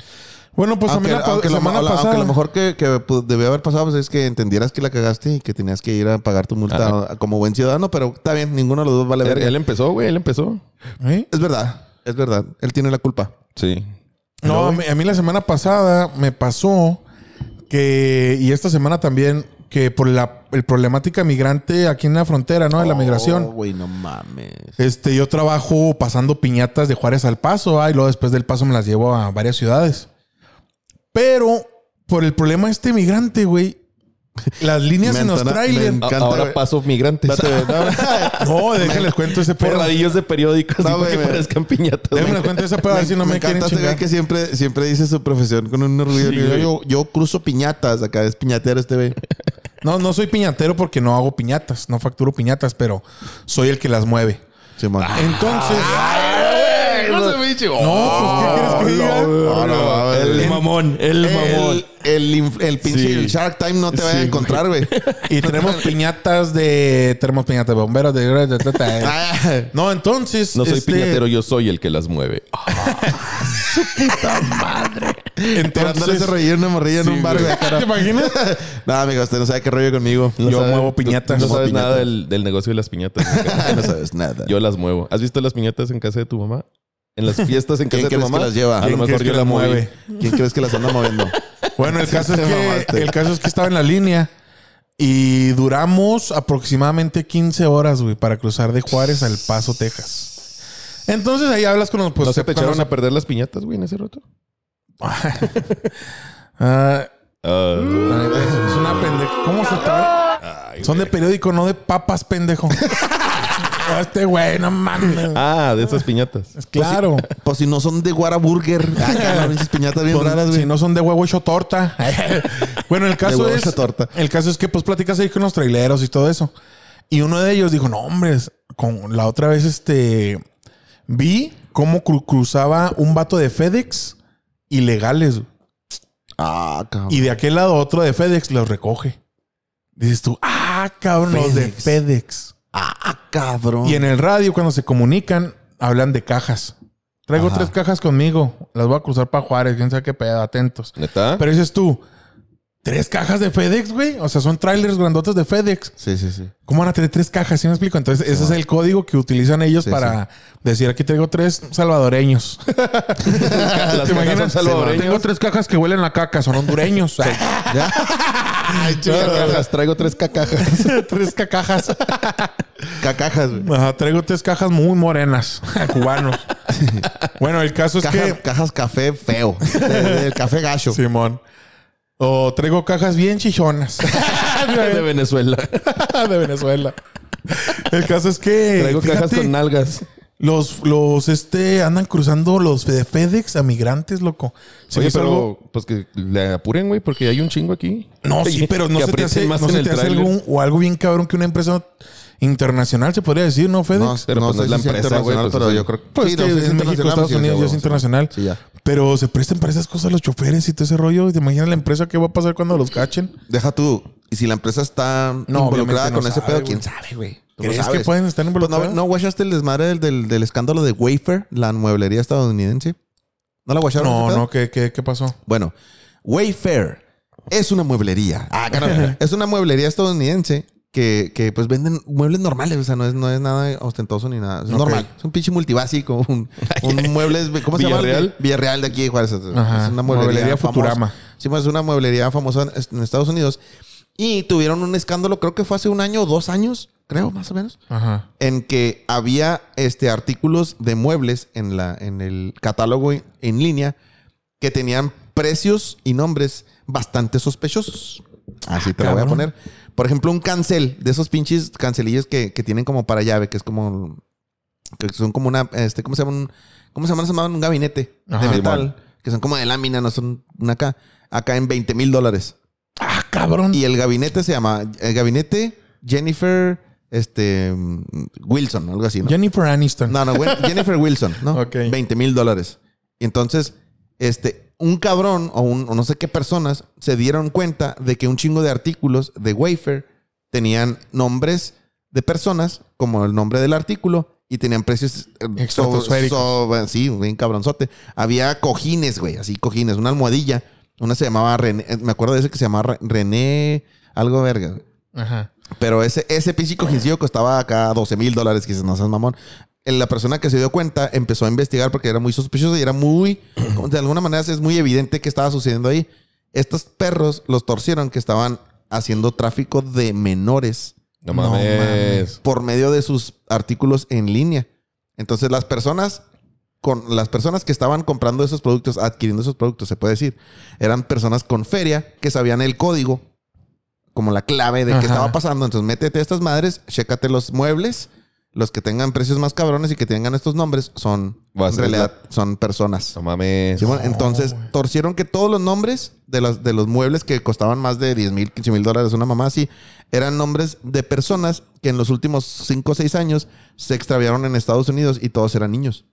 Bueno, pues aunque, a mí la pa- aunque lo, semana aunque pasada... lo mejor que, que pues, debió haber pasado pues, es que entendieras que la cagaste y que tenías que ir a pagar tu multa como buen ciudadano, pero está bien, ninguno de los dos vale Él, verga. él empezó, güey. Él empezó. ¿Eh? Es verdad, es verdad. Él tiene la culpa. Sí. No, a mí, a mí la semana pasada me pasó que, y esta semana también, que por la el problemática migrante aquí en la frontera, ¿no? De Ah, la Oh, migración. güey, no mames. Este, yo trabajo pasando piñatas de Juárez al Paso, ah, y luego después del Paso me las llevo a varias ciudades. Pero por el problema este migrante, güey, las líneas en los Mentona- trailers. Me A- encanta, Ahora güey. paso migrantes. No, déjenles cuento ese pedo. Porradillos de periódicos. No, así para güey, que me- parezcan piñatas. Déjenles cuento ese pedo, a ver si no me, me quieren encanta este güey chingar. que siempre, siempre dice su profesión con un orgullo. Sí, yo, güey. yo- yo cruzo piñatas, acá es piñatero este güey. No, no soy piñatero porque no hago piñatas, no facturo piñatas, pero soy el que las mueve. Simón. Ah, Entonces. No, pues, ¿qué quieres que diga? No, no, a ver, El güey. mamón. El mamón. El, el, inf- el pinche Sí. el Shark Time no te va a encontrar, güey. Y tenemos piñatas de. Tenemos piñatas de bomberos, de. de- de- de- Ah, No, entonces. No soy este, piñatero, yo soy el que las mueve. Ah, Tirándole ese Entonces. rollo en una morrilla en un bar, güey. ¿Te imaginas? No, amigo, usted no sabe qué rollo conmigo. Yo sabes- muevo piñatas. No Muevo sabes nada piñatas. del, del negocio de las piñatas. no sabes nada. Yo las muevo. ¿Has visto las piñatas en casa de tu mamá? En las fiestas en ¿Quién casa de tu crees que mamá. las lleva? A lo ¿Quién mejor crees que yo la las mueve. mueve? ¿Quién crees que las anda moviendo? Bueno, el caso, es Te mamaste. que, el caso es que estaba en la línea y duramos aproximadamente 15 horas, güey, para cruzar de Juárez al Paso, Texas. Entonces ahí hablas con los... Pues, ¿No se te con echaron los- a perder las piñatas, güey, en ese rato? Ah, Ah, es una pendeja. ¿Cómo se traen? Son de periódico, no de papas, pendejo. este güey, no mames. Ah, de esas piñatas. Claro. Pues si no son de Guaraburger. Ah, cabrón, pinches piñatas bien Son- raras, Pues si güey. no son de huevo hecho torta. bueno, el De caso huevo es. hecho torta. El caso es que pues platicas ahí con los traileros y todo eso. Y uno de ellos dijo: No, hombres, con la otra vez este vi cómo cru- cruzaba un vato de FedEx ilegales. Ah, cabrón. Y de aquel lado otro de FedEx los recoge. Dices tú, ah, cabrón, los de FedEx. FedEx. Ah, cabrón. Y en el radio, cuando se comunican, hablan de cajas. Traigo Ajá. tres cajas conmigo. Las voy a cruzar para Juárez. Quién sabe qué pedo. Atentos. ¿Neta? Pero dices tú, ¿tres cajas de FedEx, güey? O sea, son trailers grandotes de FedEx. Sí, sí, sí. ¿Cómo van a tener tres cajas? ¿Sí me explico? Entonces, ese es el código que utilizan ellos Sí, para decir, aquí traigo tres salvadoreños. Las ¿Te cajas son imaginas? salvadoreñas. Tengo tres cajas que huelen a caca, son hondureños. Cajas, Traigo tres cacajas. tres cacajas. Cacajas, güey. Ajá, traigo tres cajas muy morenas, cubanos. bueno, el caso es Cajas, Pues que... cajas café feo. De- Del café gacho. Simón. O traigo cajas bien chichonas Ah, De Venezuela. de Venezuela. El caso es que... Traigo cajas fíjate, con nalgas. Los, los, este, andan cruzando los de FedEx a migrantes, loco. Se me Oye, hizo pero algo- pues que le apuren, güey, porque hay un chingo aquí. No, sí, Que- pero no que se te aprieten hace, más no en se el te hace tráiler. algún- o algo bien cabrón que una empresa internacional se podría decir, ¿no, FedEx? No, Pero no pues no sé es la si sea empresa, güey, internacional, pues, pero es- yo creo que... Pues sí, que no, sí en México, internacional, Estados sí, Unidos sí, ya es sí. internacional. Sí, ya. Pero se prestan para esas cosas los choferes y todo ese rollo. ¿Te imaginas la empresa qué va a pasar cuando los cachen? Deja tú. Y si la empresa está involucrada obviamente no con ese sabe, pedo, güey. ¿quién sabe, güey? Tú no ¿Crees sabes. que pueden estar Pues involucrados? no, no guachaste el desmadre del, del, del escándalo de Wafer, la mueblería estadounidense. ¿No la guacharon? ese no, pedo? no, ¿qué, qué, qué pasó? Bueno, Wayfair es una mueblería. Ah, caramba. es una mueblería estadounidense que, que, pues venden muebles normales. O sea, no es, no es nada ostentoso ni nada. Es normal. Es un pinche multibásico. Un, un mueble. ¿Cómo se llama? Villarreal. Villarreal de aquí de Juárez. Es Ajá. una mueblería. Mueblería famosa. Futurama. Sí, pues, es una mueblería famosa en Estados Unidos. Y tuvieron un escándalo, creo que fue hace un año o dos años, creo, más o menos Ajá. en que había este artículos de muebles en la en el catálogo en en línea que tenían precios y nombres bastante sospechosos. Así te lo voy a Ah, cabrón. poner. Por ejemplo, un cancel de esos pinches cancelillos que, que tienen como para llave, que es como que son como una este ¿cómo se llama? Un- ¿Cómo se llama? Se llaman un gabinete Ajá. de metal que son como de lámina, no son una acá acá en 20 mil dólares. Ah, cabrón. Y el gabinete se llama el gabinete Jennifer este mm, Wilson, algo así, ¿no? Jennifer Aniston. No, no, güey, Jennifer Wilson, ¿no? Ok. 20 mil dólares. Y Entonces, este, un cabrón o, un, o no sé qué personas se dieron cuenta de que un chingo de artículos de Wafer tenían nombres de personas, como el nombre del artículo, y tenían precios eh, so- Estratosféricos. so- sí, bien cabronzote. Había cojines, güey, así cojines, una almohadilla. Una se llamaba René, eh, me acuerdo de ese que se llamaba Re- René, algo verga. güey. Ajá. Pero ese, ese pinche cojincillo costaba acá 12 mil dólares, que dices, no seas mamón. Eh, La persona que se dio cuenta empezó a investigar porque era muy sospechoso y era muy, como de alguna manera es muy evidente que estaba sucediendo ahí. Estos perros los torcieron que estaban haciendo tráfico de menores No mames. por medio de sus artículos en línea. Entonces las personas con las personas que estaban comprando esos productos, adquiriendo esos productos, se puede decir, eran personas con feria que sabían el código como la clave de qué Ajá. estaba pasando. Entonces métete a estas madres, chécate los muebles, los que tengan precios más cabrones y que tengan estos nombres son Va a en ser realidad son personas. No mames. Simón, entonces torcieron que todos los nombres de, las, de los muebles que costaban más de 10 mil, 15 mil dólares, una mamá así, eran nombres de personas que en los últimos 5 o 6 años se extraviaron en Estados Unidos y todos eran niños.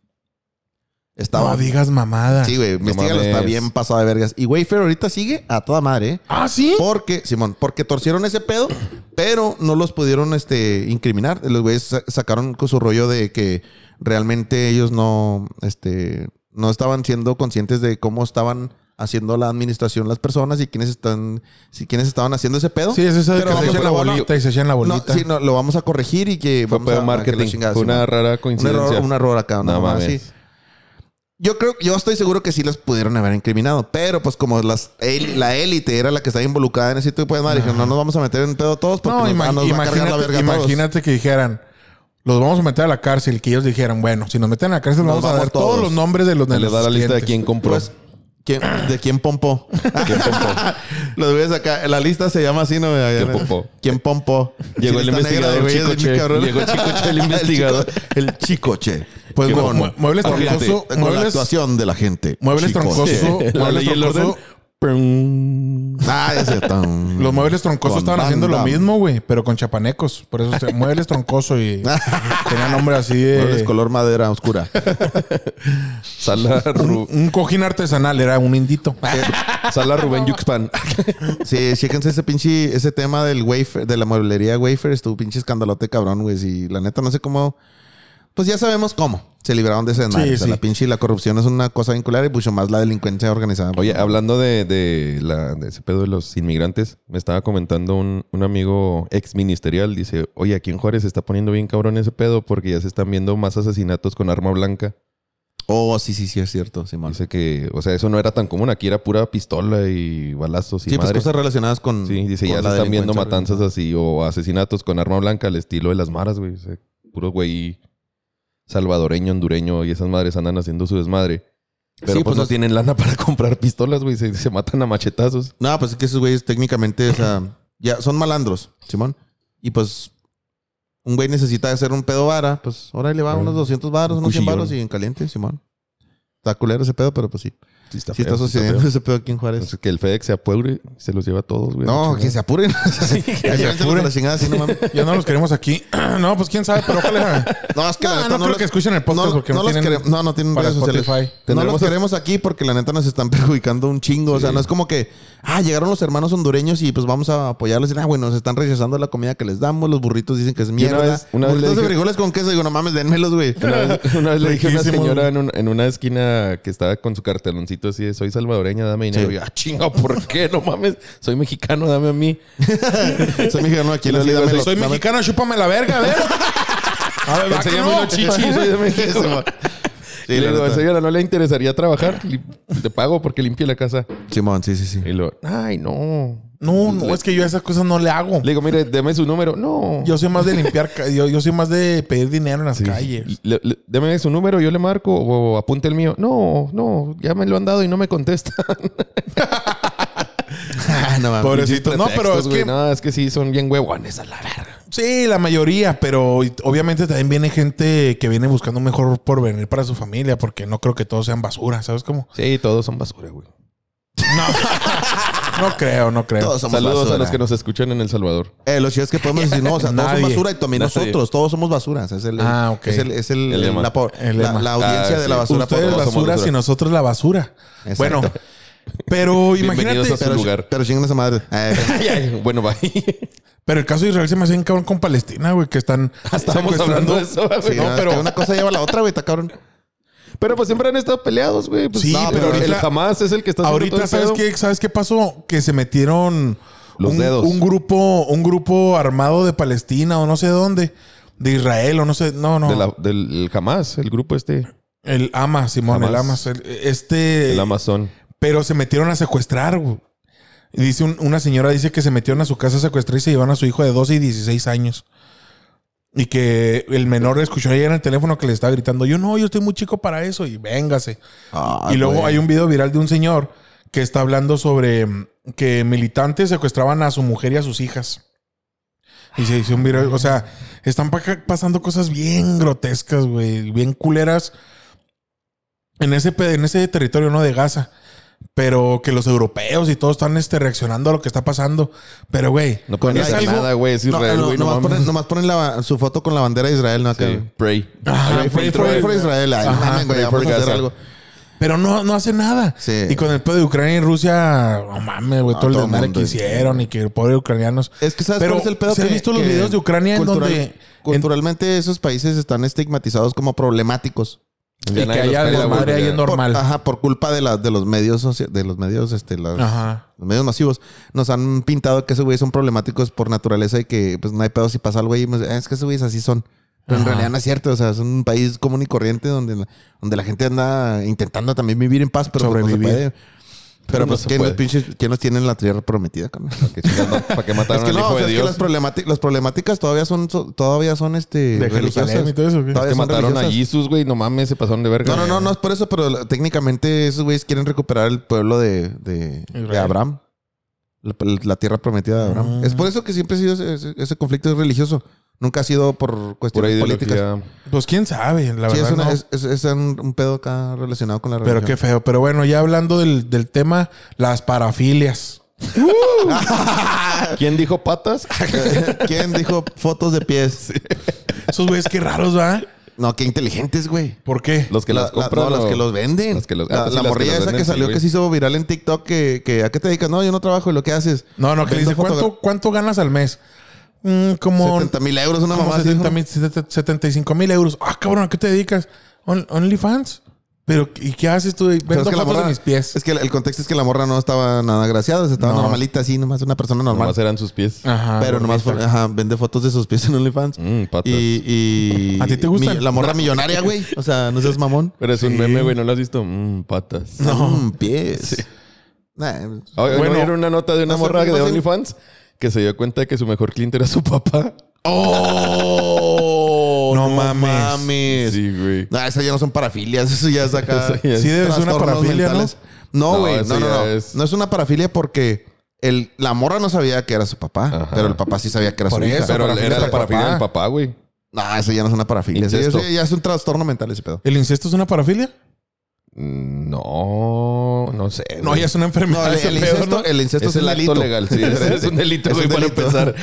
Estaba. No digas mamada. sí, güey, investigalo, está mames. bien pasado de vergas. Y Wayfair ahorita sigue a toda madre, ¿eh? Ah, sí. Porque, Simón, porque torcieron ese pedo, pero no los pudieron este, incriminar. Los güeyes sa- sacaron con su rollo de que realmente ellos no, este, no estaban siendo conscientes de cómo estaban haciendo la administración las personas y quiénes están, si quiénes estaban haciendo ese pedo. Sí, es eso de Pero que se vamos- echan la lo vamos- bolita y se echan la No, bolita. sí, no, lo vamos a corregir y que Fue vamos pedo a- a que marketing. la chingada, Fue una Simón. rara un coincidencia. error, un error acá, una No mamada mames. así. Yo creo, yo estoy seguro que sí los pudieron haber incriminado, pero pues como las el- la élite era la que estaba involucrada en ese tipo de madre, dijeron, no nos vamos a meter en pedo todos porque No, nos, ima- ah, nos va a cargar la imagínate, verga a todos. imagínate que dijeran, los vamos a meter a la cárcel, que ellos dijeran, bueno, si nos meten a la cárcel, Nos vamos, a vamos dar todos. todos. los nombres de los de Le los da la lista de clientes. quién compró. Pues, ¿quién- ¿De quién pompó? ¿Quién compró? los ves acá, la lista se llama así, ¿no? ¿Quién pompó? ¿Quién pompó? Llegó el Lista negra de investigador güeyes de mi Chicoche. cabrón. Llegó Chicoche el investigador. El Chicoche. Pues Qué mue- bueno. mue- muebles Con gente, troncoso, Con la muebles, actuación de la gente. muebles Chicoche. troncoso, La muebles ley y el orden. troncoso. Prum. Ah, ese tan- Los muebles troncosos Con estaban Van haciendo lo Damme. mismo, güey, pero con chapanecos. Por eso se- muebles troncoso y tenía nombre así de. Muebles color madera oscura. Sala, Ru- un cojín artesanal, era un indito. Sala Rubén Yuxpan. Sí, chéquense ese pinche, ese tema del wafer, de la mueblería wafer, estuvo pinche escandalote cabrón, güey. Y la neta, no sé cómo. Pues ya sabemos cómo. se libraron de ese desmadre. Sí, o sea, sí. la pinche y la corrupción es una cosa vincular y mucho más la delincuencia organizada. Oye, hablando de, de la, de ese pedo de los inmigrantes, me estaba comentando un, un amigo ex ministerial. Dice: Oye, aquí en Juárez se está poniendo bien cabrón ese pedo porque ya se están viendo más asesinatos con arma blanca. Oh, sí, sí, sí, es cierto, Simón. Dice que, o sea, eso no era tan común. Aquí era pura pistola y balazos y Sí, pues madre. cosas relacionadas con. Sí, dice: con Ya se la están viendo delincuencia matanzas así o asesinatos con arma blanca al estilo de las maras, güey. O sea, puro güey salvadoreño, hondureño y esas madres andan haciendo su desmadre. Sí, Pero pues, pues, no los- tienen lana para comprar pistolas, güey. Se, se matan a machetazos. No, pues es que esos güeyes técnicamente, o sea, ya son malandros, Simón. Y pues, un güey necesita hacer un pedo vara, pues ahora le va unos 200 varos, Un unos 100 cuchillón. varos y en caliente, Simón. Está culero ese pedo, pero pues sí. Sí, está sí feo, está sí sucediendo feo. ese pedo aquí en Juárez. Entonces, que el FedEx se apure, se los lleva a todos, güey. No, que se apuren. que se apuren. La chingada, sí, no, mames. Ya no los queremos aquí. no, pues quién sabe, pero ojalá. no, es que la No, neta no creo los- que escuchen el podcast no, porque no no los tienen queremos- no, no tienen para redes sociales. Spotify. No Tendremos los que- queremos aquí porque la neta nos están perjudicando un chingo. O sea, no es como que, ah, llegaron los hermanos hondureños y pues vamos a apoyarlos. Y, ah, bueno, se están rechazando la comida que les damos. Los burritos dicen que es mierda. vez- una vez le burritos de dije- frijoles con queso. Digo, no mames, dénmelos, güey. Una vez, una vez le dije a una Riquísimo, señora güey. en, un- en una esquina que estaba con su carteloncito así de soy salvadoreña, dame dinero. Sí. Y yo, ah, chinga, ¿por qué? No mames, soy mexicano, dame a mí. Soy mexicano aquí. No, No, le digo, Soy dame- mexicano, chúpame la verga, a ver. A ver, va que Enséñame no. los chichis, soy de México. Simón. y Sí, le la digo, neta. señora, ¿no le interesaría trabajar? Li- Te pago porque limpie la casa. Simón, sí, sí, sí. Y lo, ay, no. No, no, es que yo esas cosas no le hago. Le digo, mire, deme su número. No. Yo soy más de limpiar, ca- yo, yo soy más de pedir dinero en las calles. Le- le- deme su número, yo le marco o apunte el mío. No, no, ya me lo han dado y no me contesta. Ah, no mames. Pobrecito. No, pero es Textos, güey. que No, es que sí, son bien huevones a la verga. sí, la mayoría, pero obviamente también viene gente que viene buscando un mejor por venir para su familia, porque no creo que todos sean basura, ¿sabes cómo? Sí, todos son basura, güey. No creo, no creo. Todos somos Saludos a los basura. que nos escuchan en El Salvador. Eh, los chicos que podemos decir, no, o sea, todos Nadie. somos basura y también Nadie. nosotros, todos somos basura. O sea, es el, Ah, ok. Es el, es el- El lema. la, po- El la- lema. la audiencia Ah, de sí. la basura. Ustedes por- basura, todos somos basura. y nosotros la basura. Exacto. Bueno, pero Bienvenidos imagínate. a su pero- lugar. Pero chingan esa madre. Eh, Ay, ay, bueno, bye. Pero el caso de Israel se me hace bien cabrón con Palestina, güey, que están Estamos hablando de eso, güey. sí, no, es que una cosa lleva a la otra, güey, está cabrón. Pero pues siempre han estado peleados, güey. Pues, Sí, no, pero el ahorita- jamás es el que está haciendo todo Ahorita, el ¿sabes pedo. qué, ¿sabes qué pasó? Que se metieron Los un, dedos. un grupo, un grupo armado de Palestina o no sé dónde, de Israel o no sé, no, no. De la- del el jamás, el grupo este, El AMA, Simón, el AMA. Hamas. este, el Amazon. pero se metieron a secuestrar, güey. Y Dice un- una señora dice que se metieron a su casa a secuestrar y se llevaron a su hijo de 12 y 16 años. Y que el menor escuchó ahí en el teléfono que le estaba gritando, yo no, yo estoy muy chico para eso y véngase. Ah, y luego hay un video viral de un señor que está hablando sobre mm, que militantes secuestraban a su mujer y a sus hijas. Y se hizo un viral. O sea, están pa- pasando cosas bien grotescas, güey, bien culeras en ese, pe- en ese territorio, ¿no? De Gaza. Pero que los europeos y todos están este, reaccionando a lo que está pasando. Pero, güey, No pueden Es hacer algo- nada, güey. Es No, Israel, no, güey. No, nomás, mames. ponen, nomás ponen la- su foto con la bandera de Israel, ¿no? Acá. Sí, Pray. Ah, Pray for pray Israel. for- Pray for Israel. Ay, Ajá, mamen, güey, pray for vamos a hacer Gaza. algo. pero no, no hace nada. Sí. Y con el pedo de Ucrania y Rusia, no mames, güey, No, todo el todo desmadre mundo. que hicieron y que pobre ucranianos. Es que sabes Pero, cuál es el pedo ¿se han que- visto los que videos de Ucrania en donde- culturalmente esos países están estigmatizados como problemáticos. Ya y que nadie los haya pela, güey, desmadre ahí ya. es normal. Por, ajá, por culpa de, la, de los medios socia- de los medios, este, las- Ajá. los medios masivos, nos han pintado que esos güeyes son problemáticos por naturaleza y que pues no hay pedo si pasa algo ahí. pues, "Ah, es que esos güeyes así son. Pero en Ajá. realidad no es cierto, o sea, es un país común y corriente donde la, donde la gente anda intentando también vivir en paz, pero pues, Sobrevivir. no se puede. Pero no pues, se ¿quién, puede. Los pinches, quién los tiene en la tierra prometida, carnal? Que chingas, ¿no? ¿Para que mataron Es que al no, hijo o sea, de es que las, Dios? problemati- las problemáticas todavía son, so- todavía son este, De religiosas. Jerusalén y todo eso, ¿qué? Todavía Que son mataron a religiosas. Jesús, güey. No mames, se pasaron de verga. No, no, no, no es por eso, pero la- técnicamente esos güeyes quieren recuperar el pueblo de, de, de Israel. Abraham. La, la tierra prometida de Abraham. Ah. Es por eso que siempre ha sido ese, ese- ese conflicto religioso. Nunca ha sido por Pura cuestiones políticas. ideología. Pues quién sabe, la Sí, verdad. es, una- no. es- es- es un, un pedo acá relacionado con la religión. Pero qué feo. Pero bueno, ya hablando del, del tema, las parafilias. ¿Quién dijo patas? ¿Quién dijo fotos de pies? Esos güeyes, qué raros, ¿va? No, qué inteligentes, güey. ¿Por qué? Los que La- las la- compran. no, o- las que los venden. las que los- ah, la pues sí, la las que morrilla los esa venden, que sí, salió güey. que se hizo viral en TikTok que, que a qué te dedicas. No, yo no trabajo y lo que haces. No, no, que le dice, ¿cuánto, ¿cuánto ganas al mes? Mm, como 70 mil euros una como mamá. así, 70 ¿no? mil, 70, 75 mil euros. Ah, cabrón, ¿a qué te dedicas? On- OnlyFans. Pero, ¿y qué haces tú? Pero Vendo es que la fotos de morra- mis pies. Es que el- el contexto es que la morra no estaba nada agraciada, estaba No. normalita así, nomás una persona normal. Nomás eran sus pies. Ajá. pero nomás bonita. fue- ajá, vende fotos de sus pies en OnlyFans. Mm, patas. y, y- ¿A ti te gustan? mill- La morra millonaria, güey. O sea, no seas mamón. Pero es un meme, güey. ¿No lo has visto? Mm, patas. Ah, No, pies. Nah, Bueno. Hoy, bueno, era una nota de una No sé, morra no de sé. OnlyFans que se dio cuenta de que su mejor cliente era su papá. ¡Oh! No mames. Sí, güey. No, esas ya no son parafilias, eso ya es acá. Eso ya es- Sí debe ser una trastornos parafilia, ¿no? mentales. No, No, güey, no, eso no, no, ya no. es- Es... una parafilia porque el, la morra no sabía que era su papá, pero el papá sí sabía que era Por su hija. eso, Pero parafilia era del la parafilia papá. del papá, güey. No, eso ya no es una parafilia. Eso, Incesto. eso ya es un trastorno mental ese pedo. ¿El incesto es una parafilia? Mm, No, no sé. No, güey. ya es una No, enfermedad. el, ese el pedo, incesto, ¿no? el incesto es, es el un acto delito. legal, sí, es- es un delito, Es güey, un para delito. empezar.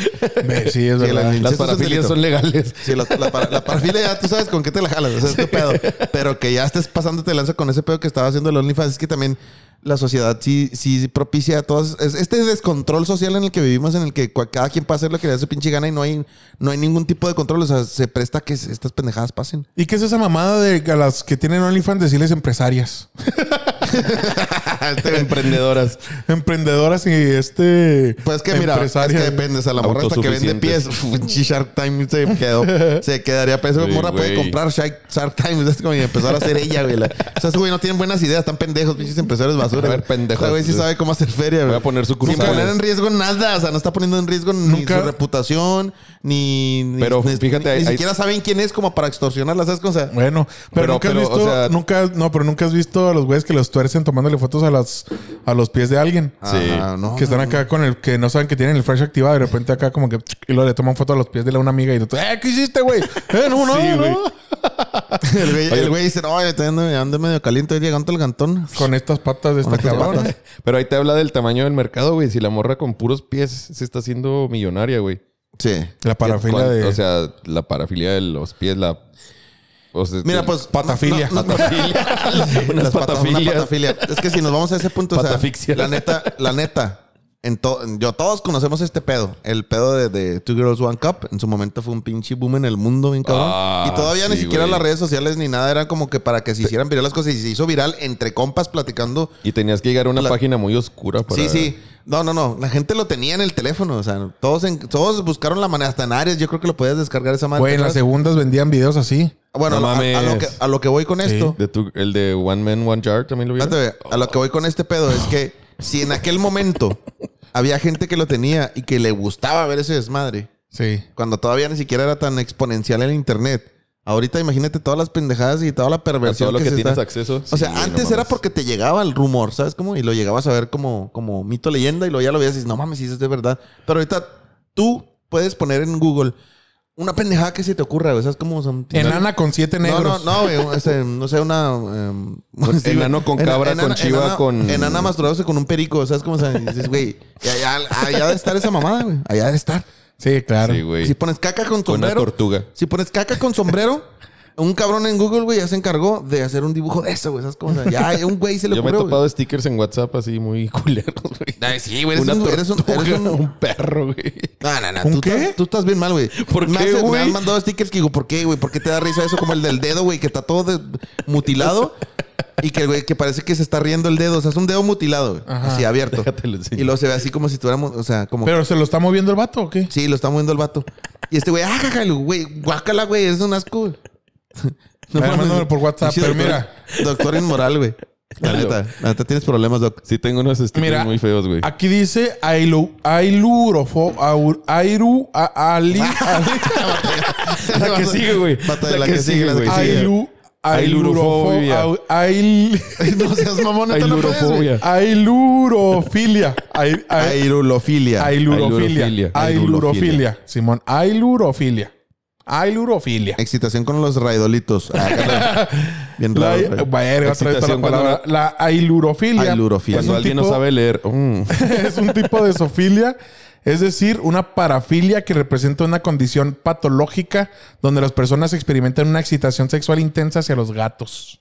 Ve, Sí, es Sí, verdad. el- Las Eso es un parafilias delito. son legales. Sí, la, la para- la parafilia ya tú sabes con qué te la jalas, o sea, es tu pedo. Pero que ya estés pasándote de lanza con ese pedo que estaba haciendo el OnlyFans, es que también la sociedad sí, sí propicia todas es- este descontrol social en el que vivimos, en el que cua- cada quien puede hacer lo que le da su pinche gana y no hay, no hay ningún tipo de control. O sea, se presta que s- estas pendejadas pasen. ¿Y qué es esa mamada de a las que tienen OnlyFans decirles empresarias? Emprendedoras. Emprendedoras y este. Pues que mira, es que empresarias. depende. O sea, la morra esta que vende pies, Autosuficientes. uf, pinche Shark Time se quedó, se quedaría peso. Sí, morra puede güey. comprar Shark, Shark Time, es como y empezar a hacer ella, güey. La- O sea, esos güey no tienen buenas ideas, están pendejos, pinches empresarios basura. A ver, güey. pendejos. O sea, güey sí sabe cómo hacer feria, güey. Voy a poner Sin sucursales. poner en riesgo nada, o sea, no está poniendo en riesgo Nunca- ni su reputación, ni. ni- Pero ni, fíjate, ni, hay- ni hay- siquiera saben quién es como para extorsionarla, ¿sabes? O sea, Bueno, pero, Pero- nunca has pero, visto, o sea- nunca, no, pero nunca has visto a los güeyes que los tuercen tomándole fotos a las, a los pies de alguien. Sí. ah, no, que están no, acá con el que no saben que tienen el flash activado y de repente acá como que y luego le toman foto a los pies de la una amiga y tú, eh, ¿qué hiciste, güey? Eh, no, no, Sí, güey. no. El güey, el güey dice, no, yo estoy ando, ando medio caliente, estoy llegando al cantón. Con estas patas de esta Con estas cabrona. patas. Pero ahí te habla del tamaño del mercado, güey. Si la morra con puros pies se está haciendo millonaria, güey. Sí. La parafilia ¿Cuál- de O sea, la parafilia de los pies, la... o sea, Mira, de- pues. Patafilia. no- no- Unas Las patas- una patafilias. patafilia. Es que si nos vamos a ese punto, o sea, Patafixia. la neta, la neta, en to- yo todos conocemos este pedo, el pedo de, de Two Girls One Cup. En su momento fue un pinche boom en el mundo, bien cabrón. Ah, y todavía ni sí, siquiera güey. las redes sociales ni nada era como que para que se hicieran viral las cosas y se hizo viral entre compas platicando. Y tenías que llegar a una La- página muy oscura para... Sí, sí. No, no, no. La gente lo tenía en el teléfono. O sea, todos, en- todos buscaron la manera. Hasta en Ares, yo creo que lo podías descargar esa madre. Güey, en ¿Te las acuerdas? segundas vendían videos así. Bueno, No a- a, lo mames. que, a lo que voy con esto. De tu- el de One Man, One Jar también lo vi. Espérate, güey. a lo que voy con este pedo es que si en aquel momento había gente que lo tenía y que le gustaba ver ese desmadre, Sí. cuando todavía ni siquiera era tan exponencial el internet. Ahorita imagínate todas las pendejadas y toda la perversión todo lo que, se tienes está- acceso. O sea, antes era porque te llegaba el rumor, ¿sabes cómo? Y lo llegabas a ver como, como mito leyenda y luego ya lo veías y dices, no mames, si eso es de verdad. Pero ahorita tú puedes poner en Google una pendejada que se te ocurra, güey. ¿Sabes cómo? Son- Enana con siete no, negros. No, no, güey. un- este, no sé, una. em, sí, enano con güey. cabra, con chiva, enana- con- Enana masturbándose con un perico, ¿sabes cómo se dices, güey? y Allá, allá debe estar esa mamada, güey. Allá debe estar. Sí, claro. Sí, güey. Si pones caca con Con una sombrero. tortuga. si pones caca con sombrero. Un cabrón en Google, güey, ya se encargó de hacer un dibujo de eso, güey. ¿Sabes cómo? se- Ya, un güey se le Yo me he ocurrió, güey. topado stickers en WhatsApp así muy culeros, güey. Ay, sí, güey. Eres Una un, eres un, tortuga, eres un- un perro, güey. No, no, no. ¿Un tú, qué? Estás, tú estás bien mal, güey. ¿Por Me qué, hace- Me güey? han mandado stickers que digo, ¿por qué, güey? ¿Por qué te da risa eso? Como el del dedo, güey, que está todo de- mutilado. Y que, güey, que parece que se está riendo el dedo. O sea, es un dedo mutilado, güey. Ajá. Así abierto. Déjatelo, sí. Y luego se ve así como si tuviéramos, o sea, como... Pero se lo está moviendo el vato o qué? Sí, lo está moviendo el vato. Y este güey, ah, jaja, güey, guácala, güey, es un asco. güey. A ver, mames. mándamelo por WhatsApp, Pinche pero doctor- Doctor inmoral, güey. La neta, la neta tienes problemas, doc. Sí tengo unos stickers Mira, muy feos, güey. Aquí dice ailu, ailurofo, aur- airu, a- ali, La que sigue, güey. Bata de la que sigue, la que sigue. ailu, ailurofo, Ailurofobia. au- ail, No seas mamón, neta, no puedes, güey. Ailurofobia. ailurofilia, ai- ai- Airulofilia. ailurofilia, Ailurofilia. ailurofilia, Simón, ailurofilia, ailurofilia. Excitación con los raidolitos. Ah, claro. Bien La, raro. güey. verga, otra vez toda la Excitación cuando palabra. La ailurofilia. Ailurofilia. es Cuando un alguien tipo- no sabe leer. mm. es un tipo de zoofilia, es decir, una parafilia que representa una condición patológica donde las personas experimentan una excitación sexual intensa hacia los gatos.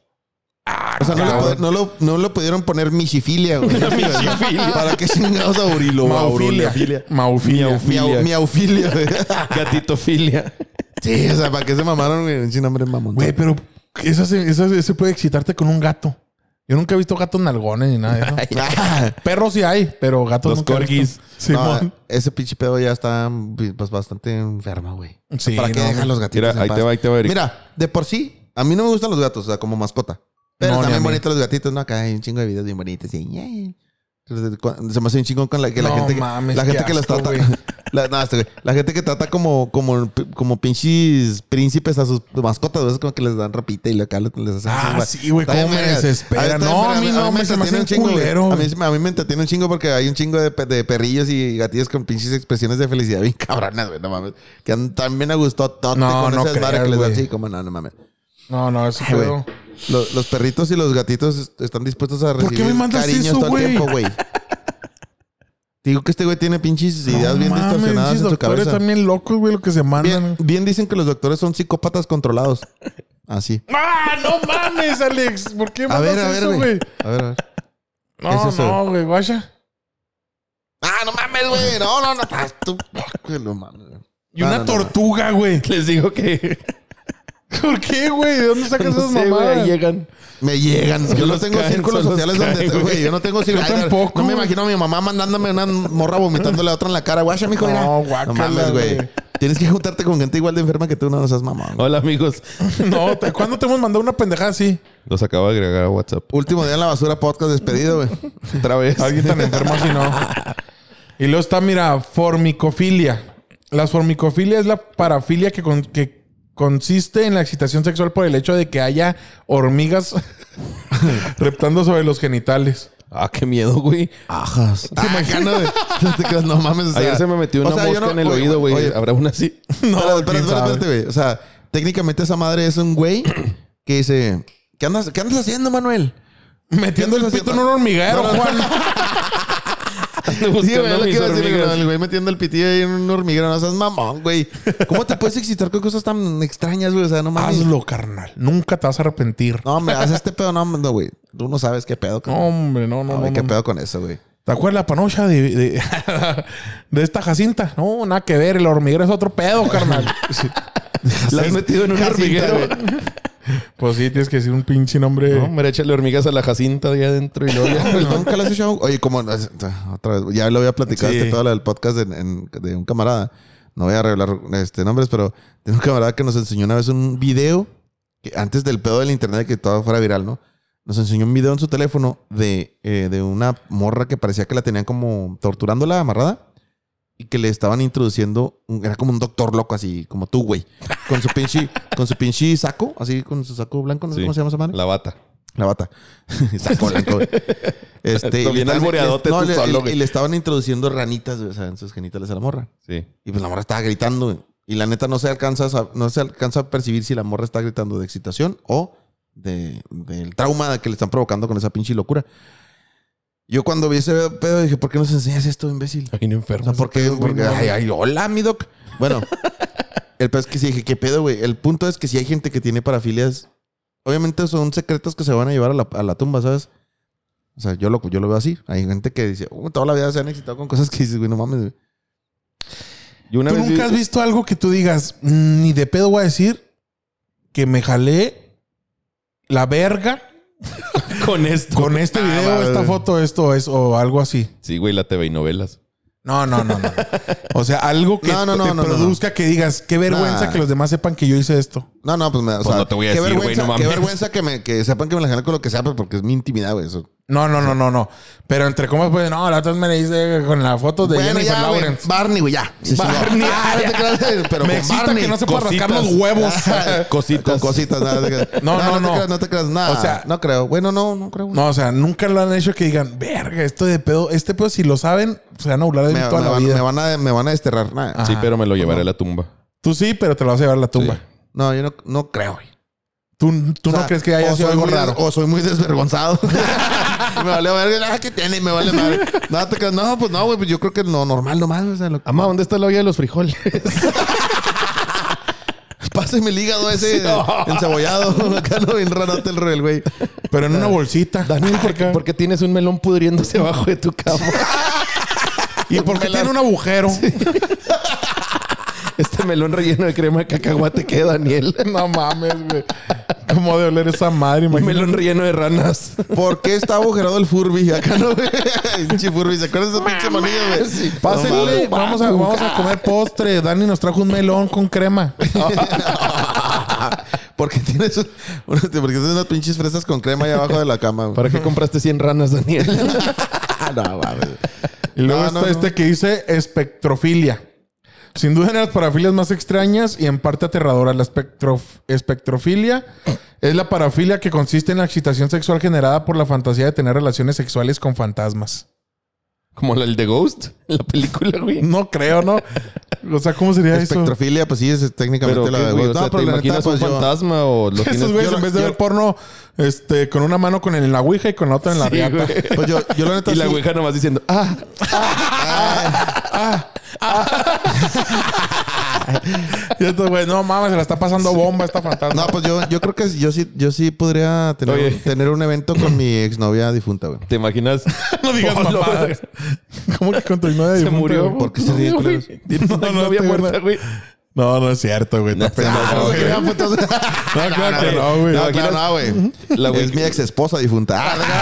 O sea, no, le Cabrón. pod- no lo, no lo pudieron poner michifilia, güey. michifilia. ¿Para qué chingados aurilo? Maufilia. aurofilia? Maufilia. Miau- Miaufilia, güey. Gatitofilia. Sí, o sea, ¿para qué se mamaron, güey? Un nombre mamón. Güey, pero Eso, se- eso, se- se puede excitarte con un gato. Yo nunca he visto gatos nalgones ni nada de eso. Perros sí hay, pero gatos Los nunca he visto. corgis. Simón. Ah, No, ese pinche pedo ya está pues, bastante enfermo, güey. O sea, Sí, ¿Para qué no, dejan los gatitos? Mira, en ahí te paz? va, ahí te va, Eric. Mira, de por sí, a mí no me gustan los gatos, o sea, como mascota. Pero No, ni a también mí. bonitos los gatitos, ¿no? Acá hay un chingo de videos bien bonitos. Y, "Yay". Entonces, cu- Se me hace un chingón con la que la No gente que, mames, la qué gente que los asco, trata. güey. La, no, este güey, la gente que trata como, como, como pinches príncipes a sus mascotas, ¿ves? Como que les dan ropita y lo acá les hacen. Ah, güey. sí, güey, Está cómo bien me verga. desespera. Está bien No, a verga. mí no, me se entretiene me hace un un chingo, güey. culero. A mí, a mí me entretiene un chingo porque hay un chingo de, pe- de perrillos y gatillos con pinches expresiones de felicidad bien cabronas, güey, no mames. Que andan también a gusto tote No, con no esas madres creas, que les dan güey. así, como no, no mames. No, no, eso Ay, güey. pedo. Los, los perritos y los gatitos est- están dispuestos a recibir qué me mandas cariños eso, todo güey? el tiempo, güey. Te Digo que este güey tiene pinches No ideas bien mames, distorsionadas pinches en su doctores cabeza. también locos, güey, lo que se mandan. Bien, bien dicen que los doctores son psicópatas controlados. Así. ¡Ah, no mames, Alex! ¿Por qué A mandas ver, a ver, eso, güey. güey? A ver, a ver. No, ¿Qué es eso? no, güey, guacha. Ah, no mames, güey. No, no, no. estás tú. Güey, no mames. Y No, una no, no. tortuga, güey. Les digo que ¿Por qué, güey? ¿De dónde sacas esas mamadas? llegan. Me llegan. Yo Solo no tengo caen, círculos solo sociales caen, donde. güey. Güey, yo no tengo círculos. Yo Ay, tampoco, No me güey. imagino a mi mamá mandándome una morra vomitándole a otra en la cara. Guacha, mijo, mira. No, guácala, No mames, güey. güey. Tienes que juntarte con gente igual de enferma que tú, no nos has mamado. güey. Hola, amigos. No, te- ¿cuándo te hemos mandado una pendejada así? Los acabo de agregar a WhatsApp. Último día en la basura podcast despedido, güey. Otra vez. Alguien tan enfermo así no. Y luego está, mira, formicofilia. La formicofilia es la parafilia que, con- que consiste en la excitación sexual por el hecho de que haya hormigas reptando sobre los genitales. Ah, qué miedo, güey. Ajas. ¿Te imaginas, güey? No te creas, no mames. o sea- Ayer se me metió o una sea, yo mosca no- en el oye, oído, güey. Ah, oye, Habrá una así. Espérate, No, quién espérate, espérate, sabe. espérate, güey. O sea, técnicamente esa madre es un güey que dice: ¿Qué andas, ¿qué andas haciendo, Manuel? Metiendo el pito en un hormiguero, Juan. Ando Sí, güey, es buscando lo que Pues mis iba a decir, hormigas. güey, el güey metiendo el pitillo ahí en un hormiguero, no seas mamón, güey. ¿Cómo te puedes excitar con cosas tan extrañas, güey? O sea, no mames. Hazlo, carnal. Nunca te vas a arrepentir. No, me haces este pedo, no, no, güey. Tú no sabes qué pedo. No, cabrón. hombre, no, no, Ay, no, qué no. pedo con eso, güey. ¿Te acuerdas la panocha de, de, de esta Jacinta? No, nada que ver. El hormiguero es otro pedo, carnal. Sí. La has metido en un Jacinta, hormiguero. güey. Pues sí, tienes que decir un pinche nombre. No, hombre, échale hormigas a la Jacinta de ahí adentro y luego ya. Pues nunca le has hecho. Oye, como otra vez, ya lo había platicado Sí. este todo el podcast en- en- de un camarada. No voy a revelar este, nombres, pero de un camarada que nos enseñó una vez un video que antes del pedo del internet que todo fuera viral, ¿no? Nos enseñó un video en su teléfono de, eh, de una morra que parecía que la tenían como torturándola, amarrada, y que le estaban introduciendo, un- era como un doctor loco, así como tú, güey, con su pinche, con su pinche saco, así con su saco blanco, no sé Sí. cómo se llama esa madre. La bata. La bata. Saco blanco. güey. Este, Lo y le bien estaban- alboreadote tú le- solo, y, güey. y le estaban introduciendo ranitas, güey, o sea, en sus genitales a la morra. Sí. Y pues la morra estaba gritando, güey. Y la neta no se alcanza a, sab- no se alcanza a percibir si la morra está gritando de excitación o de, del trauma que le están provocando con esa pinche locura. Yo cuando vi ese pedo dije, ¿por qué nos enseñas esto, imbécil? Bien O pues, enfermo. sea, ¿por qué? Porque, ay, ay, hola, mi doc. Bueno, el pedo es que sí dije, ¿qué pedo, güey? El punto es que si hay gente que tiene parafilias, obviamente son secretos que se van a llevar a la, a la tumba, ¿sabes? O sea, yo lo, yo lo veo así. Hay gente que dice, "Uh, toda la vida se han excitado con cosas que dices, güey, no mames, güey. Y una ¿Tú vez. nunca has vi- visto algo que tú digas, "Mm, ni de pedo voy a decir que me jalé la verga con esto. con Ah, este video, esta foto, esto es o algo así? Sí, güey, la TV y novelas. No, no, no, no. O sea, algo que No, no, no, te no, no, no. produzca que digas, qué vergüenza Nah. que los demás sepan que yo hice esto. No, no, pues, me, o Pues sea, no te voy a qué decir, güey, vergüenza, no qué mames. vergüenza que, me, que sepan que me la jalé con lo que sea, pues, porque es mi intimidad, güey. Eso. No, no, no, no, no. Pero entre comas, pues, no, la otra vez me le hice con la foto de Bueno, Jennifer ya, güey. Lawrence. Barney, güey, ya. Barney. Ah, no te creas, pero Me con excita Barney. que no se pueda rascar cositas. los huevos. Con cositas, nada. te creas. No, No no, te no. creas, no te creas nada. O sea- no creo. Bueno, no, no creo. No, o sea, nunca lo han hecho que digan, verga, esto de pedo, este pedo, si lo saben, se van a burlar de mí me, toda me la van, vida. me van a, me van a desterrar. Nah. Ah. Sí, pero me lo llevaré a la tumba. Tú sí, pero te lo vas a llevar a la tumba. No, yo no, no creo, güey. Tú, tú O sea, no crees que o haya sido soy algo muy des- raro. O soy muy desvergonzado. me vale verga. Ah, ¿qué tiene? Me vale madre. No, te creas. No, pues no, güey. Pues yo creo que lo normal nomás. O sea, lo... Mamá, ¿dónde está la olla de los frijoles? Pásame el hígado ese encebollado. Acá no bien rarante el rey, güey. Pero en una bolsita. Daniel, ¿por qué, por qué tienes un melón pudriéndose abajo de tu cama? ¿Y por qué tiene un agujero? Este melón relleno de crema de cacahuate que Daniel. No mames, güey. ¿Cómo de oler esa madre? Un Imagínate. melón relleno de ranas. ¿Por qué está agujerado el Furby? Acá no, güey. Pinche Furby, ¿se acuerdan de esa pinche manilla, güey? Pásenle, No mames. vamos, a, vamos a comer postre. Dani nos trajo un melón con crema. ¿Por qué tienes, un- porque tienes unas pinches fresas con crema ahí abajo de la cama, güey? ¿Para qué compraste 100 ranas, Daniel? Ah, no, mames. Y luego No, está Ah, no, no. este que dice espectrofilia. Sin duda, una de las parafilas más extrañas y en parte aterradoras. La espectrof- espectrofilia es la parafilia que consiste en la excitación sexual generada por la fantasía de tener relaciones sexuales con fantasmas. Como el de Ghost, la película, güey. No creo, ¿no? O sea, ¿cómo sería eso? Espectrofilia, pues sí, es técnicamente Pero, la ¿qué, de güey? Ghost. o sea, No, pero ¿te la neta, imaginas un pues, yo- fantasma o lo tienes... Estos güeyes, yo en la- vez de yo- ver porno, este, con una mano con en la ouija y con la otra en la Sí, riata. güey. Pues yo, yo la neta Y la sí- ouija nomás diciendo, ah, Y estos güeyes, no mames, se la está pasando bomba esta fantasma. No, pues yo, yo creo que yo sí, yo sí podría Oye. tener, un- tener un evento con mi exnovia difunta, güey. ¿te imaginas? No digas Oh, la mamadas. verga. ¿Cómo que con tu novia Se difunta, murió. güey? ¿Por qué se ríen, No, güey. culeros? Tiene una No, no, novia estoy muerta, viendo. güey. No, no es cierto, güey. Está pendejo, No, güey. claro, no, No, claro que no, güey. No, No, claro, no, güey. La Es ouija- mi ex esposa difunta. Ah, no, no, no,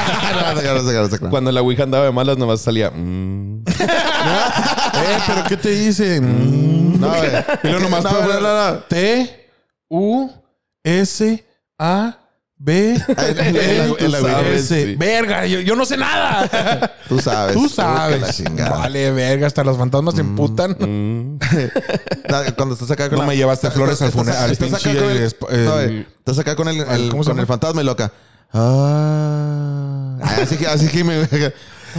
no, no, no, no, no. Cuando la Ouija andaba de malas, nomás salía... mm. Eh, pero ¿qué te Mm. dicen? No, güey. Y luego nomás No, para- no, no, no. T U S A B la- en la E, S. sí. Verga, yo, yo no sé nada. Tú sabes. Tú que la sabes. chingada. Mm, Vale, verga, hasta los fantasmas se emputan. mm", Da- Cuando estás acá con No la- me llevaste estás- flores al estás- funeral, al estás acá pinche con el- esp- el- no, güey. Estás acá con el, el- ¿cómo se con llama? el fantasma y loca. Ah. Ay, Así que, así que me.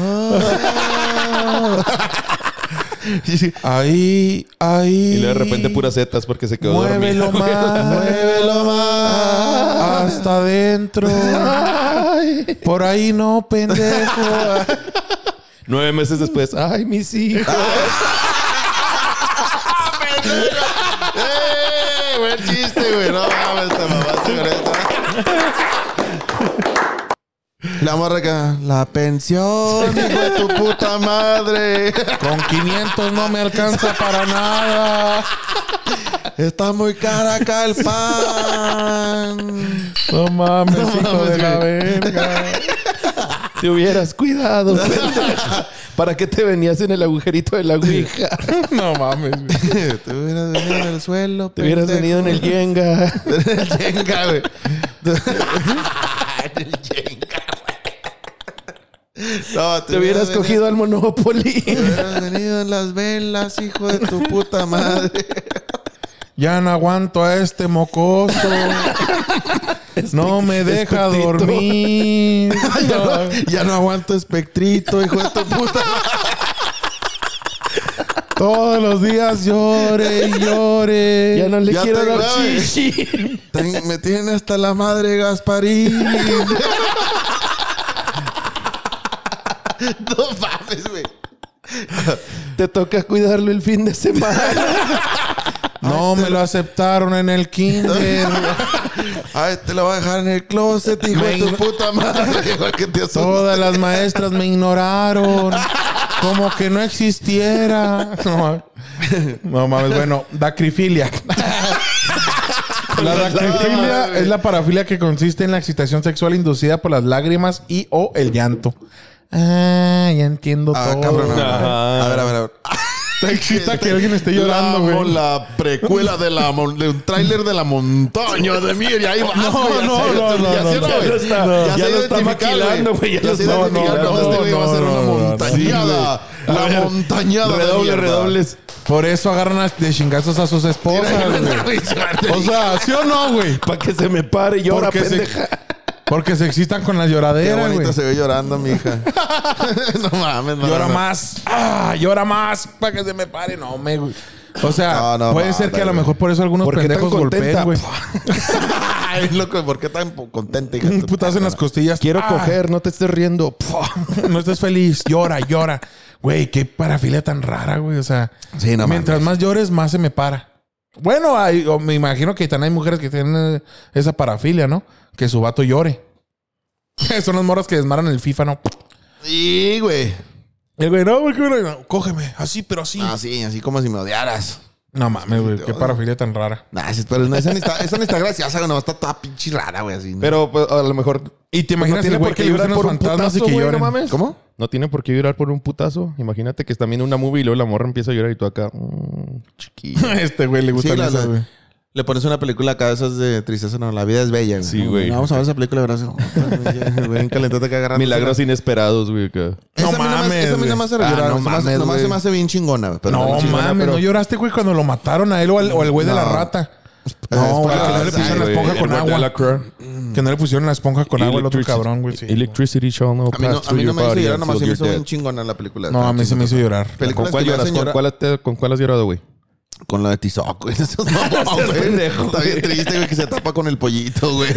Ah. Sí, sí. Ahí, ahí. Y luego de repente puras setas porque se quedó Muévelo dormida. güey. más, muévelo más. Hasta adentro. Por ahí no, pendejo. Nueve meses después, ay, mis hijos. ¡Eh! Buen chiste, güey. No mames, te mamaste con esto. La morra acá. La pensión, hijo de tu puta madre. Con 500 no me alcanza para nada. Está muy cara acá el pan. No mames, hijo de la verga. Te hubieras cuidado. pendeja. ¿Para qué te venías en el agujerito de la Ouija? No mames. güey. Te hubieras venido en el suelo. Te hubieras pendejo. venido en el Yenga. En el yenga, güey. No, Te hubieras venido- cogido al Te Monopoly. hubieras venido en las velas, hijo de tu puta madre. Ya no aguanto a este mocoso. No me deja espectrito. dormir. ya, no, ya no aguanto espectrito, hijo de tu puta. Todos los días llore y llore. Ya no le Ya quiero te dar grabé. chichi. Ten- me tienen hasta la madre, Gasparín. no mames, güey. Te toca cuidarlo el fin de semana. No me lo aceptaron en el kinder. Ay, te lo voy a dejar en el closet, Ah, este hijo Me de tu igno- puta madre. Igual que te asustas. Todas las maestras me ignoraron. Como que no existiera. No, no mames, bueno, dacrifilia. La dacrifilia es la parafilia que consiste en la excitación sexual inducida por las lágrimas y o el llanto. Ah, ya entiendo Ah, todo. cabrón. A ver, a ver, a ver. Te excita que alguien esté llorando, La- güey. La precuela de, la mon- de un tráiler de la montaña de mí. Y ahí vas, No, güey, no, ya sé, no, no, ya sé, no, no, güey. ya lo está- Ya ya se lo está identificar, maquilando, güey. güey, ya Ya lo se está identificar maquilando. cómo este güey va a ser No, una no, no, montañada. A La ver, montañada. de Redobles, mierda. redobles. Por eso agarran a- de chingazos a sus esposas, güey. este. O sea, ¿sí o no, güey? Para que se me pare y llora, Porque se, pendeja. porque se excitan con las Qué lloraderas, bonito güey. se ve llorando, mija. no mames, no. Llora no. más. Ah, llora más para que se me pare. No, me... güey. O sea, No, no, puede no, ser que a lo güey. mejor por eso algunos ¿Por qué tan pendejos golpeen, contenta? güey. Ay, loco, ¿por qué tan po- contenta, hija? de Un tu putazo en las costillas. Quiero Ah, coger, no te estés riendo. No estás feliz. Llora, llora. Güey, qué parafilia tan rara, güey. O sea, Sí, no mientras más llores, más se me para. Bueno, hay- o me imagino que también hay mujeres que tienen eh, esa parafilia, ¿no? Que su vato llore. Son las morras que desmaran el FIFA, ¿no? Sí, güey. Ah, Y el güey, no, güey, qué bueno. Cógeme, así, pero así. Así, así como si me odiaras. No mames, güey. Qué parafilia tan rara. Nah, sí, pero no, esa ni está, esa ni está graciosa, güey. No, está toda pinche rara, güey. Así, ¿no? Pero pues, a lo mejor. Y te No imaginas tiene el güey por qué que le llorar gustan los por un fantasmas putazo, y que güey, no lloran. mames. ¿Cómo? No tiene por qué llorar por un putazo. Imagínate que están viendo una movie y luego la morra empieza a llorar y tú acá. mm, chiquillo. este güey le Sí, gustan la- esas, la- güey. le pones una película acá de esas de tristeza, no, la vida es bella. Sí, güey. Vamos a ver esa película, verás. Ven calentate que agarrar. Milagros inesperados, güey. acá. No No mames. mames, Esa a mí güey. nada más se Ah, llorar. no nomás, mames, nomás güey. se me hace bien chingona, güey, pero No bien chingona, mames, pero- no lloraste, güey, cuando lo mataron a él o al, o al güey de la No. rata. Eh, No, güey, spoilers. que no le pusieron Ay, la güey, esponja el con güey de agua. Mm. la Crown. Que no le pusieron la esponja con agua al otro Electricity- cabrón, güey. sí. Electricity shall no A mí pass no, a through mí no your me hizo body llorar, nomás se until me you're hizo bien dead. chingona la película. No, a mí se me hizo llorar. Películas ¿Con cuál que me lloras? hacen ¿Con llorar. cuál, te- ¿Con cuál has llorado, güey? Con la de Tizoc, güey. Eso es mamón, güey. Está bien triste, güey, que se tapa con el pollito, güey.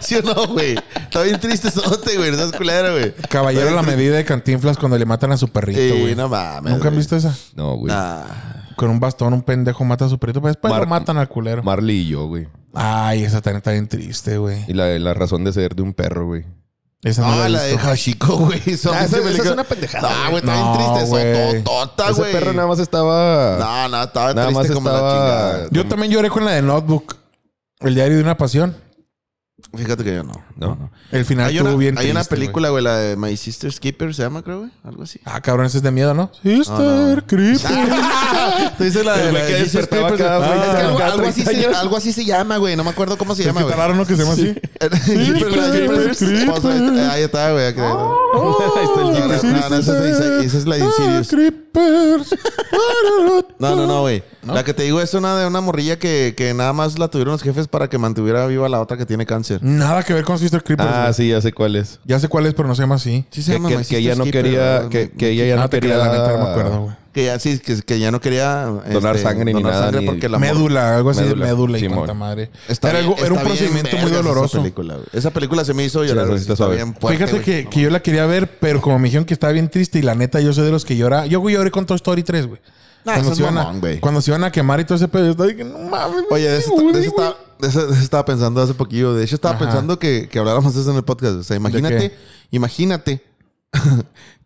¿Sí o no, güey? Está bien triste, sote, güey. No es culero, güey. Caballero a la medida de Cantinflas cuando le matan a su perrito, Sí, güey. no mames. ¿Nunca han visto esa? No, güey. Nah. Con un bastón, un pendejo mata a su perrito, pero después Mar- lo matan al culero. Marley y yo, güey. Ay, esa también está bien triste, güey. Y la, la razón de ser de un perro, güey. Esa no No, la he Ah, la de visto. Hashiko, güey. Son- Ah, esa- esa es una pendejada. No, güey, está No, bien triste. güey. Sototota, Ese Ah, güey. perro nada más estaba. No, no, estaba Nada triste más como estaba- la chingada. Yo también lloré con la de Notebook. El diario de una pasión. Fíjate que yo no. No. El final Hay estuvo una, bien hay una triste, güey. película, güey, la de My Sister's Keeper, se llama, creo, güey. Algo así. Ah, cabrón, ese es de miedo, ¿no? Sister Creeper. Tú dices la de güey la que de Sister's despertaba Keeper. cada Ah, es que algo- 30, algo así 30 se- años. Algo así se llama, güey. No me acuerdo cómo se Es llama, que güey. tan raro, ¿no? Que se llama así. Creepers, Creepers. Pues, ahí- Ahí está, güey. acá- Ahí está el No, no, libro. no, esa es la- esa es la de Ah, Insidious. Creepers. No, no, no, güey. La que te digo es una de una morrilla que, que nada más la tuvieron los jefes para que mantuviera viva la otra que tiene cáncer. Nada que ver con Sister Creeper. Ah, sí, ya sé cuál es. Ya sé cuál es, pero no se llama así. Sí Que, que- que ella no quería. Que, que ella ya Ah, no te quería. creas, la neta, no me acuerdo, güey. Que ya, sí, que, que ya no quería este, Donar sangre ni nada, ni- porque la morra- Médula, algo así Médula. de médula y Simón. cuanta madre. Está era bien- algo- era un está bien procedimiento muy vergas esa doloroso. película, güey. esa película se me hizo llorar. la güey. necesitas Está saber. bien fuerte, Fíjate güey. que, que yo la quería ver, pero como me dijeron que estaba bien triste y la neta yo soy de los que llora. Yo güey, lloré con Toy Story 3, güey. Nah, eso cuando, es se iban a- mamón, güey. cuando se iban a quemar y todo ese pedo, yo estaba dije, no mames. Oye, de eso, güey, de, eso güey. estaba, de eso- de eso estaba pensando hace poquillo. De hecho, estaba Ajá. pensando que, que habláramos de eso en el podcast. O sea, imagínate, qué? imagínate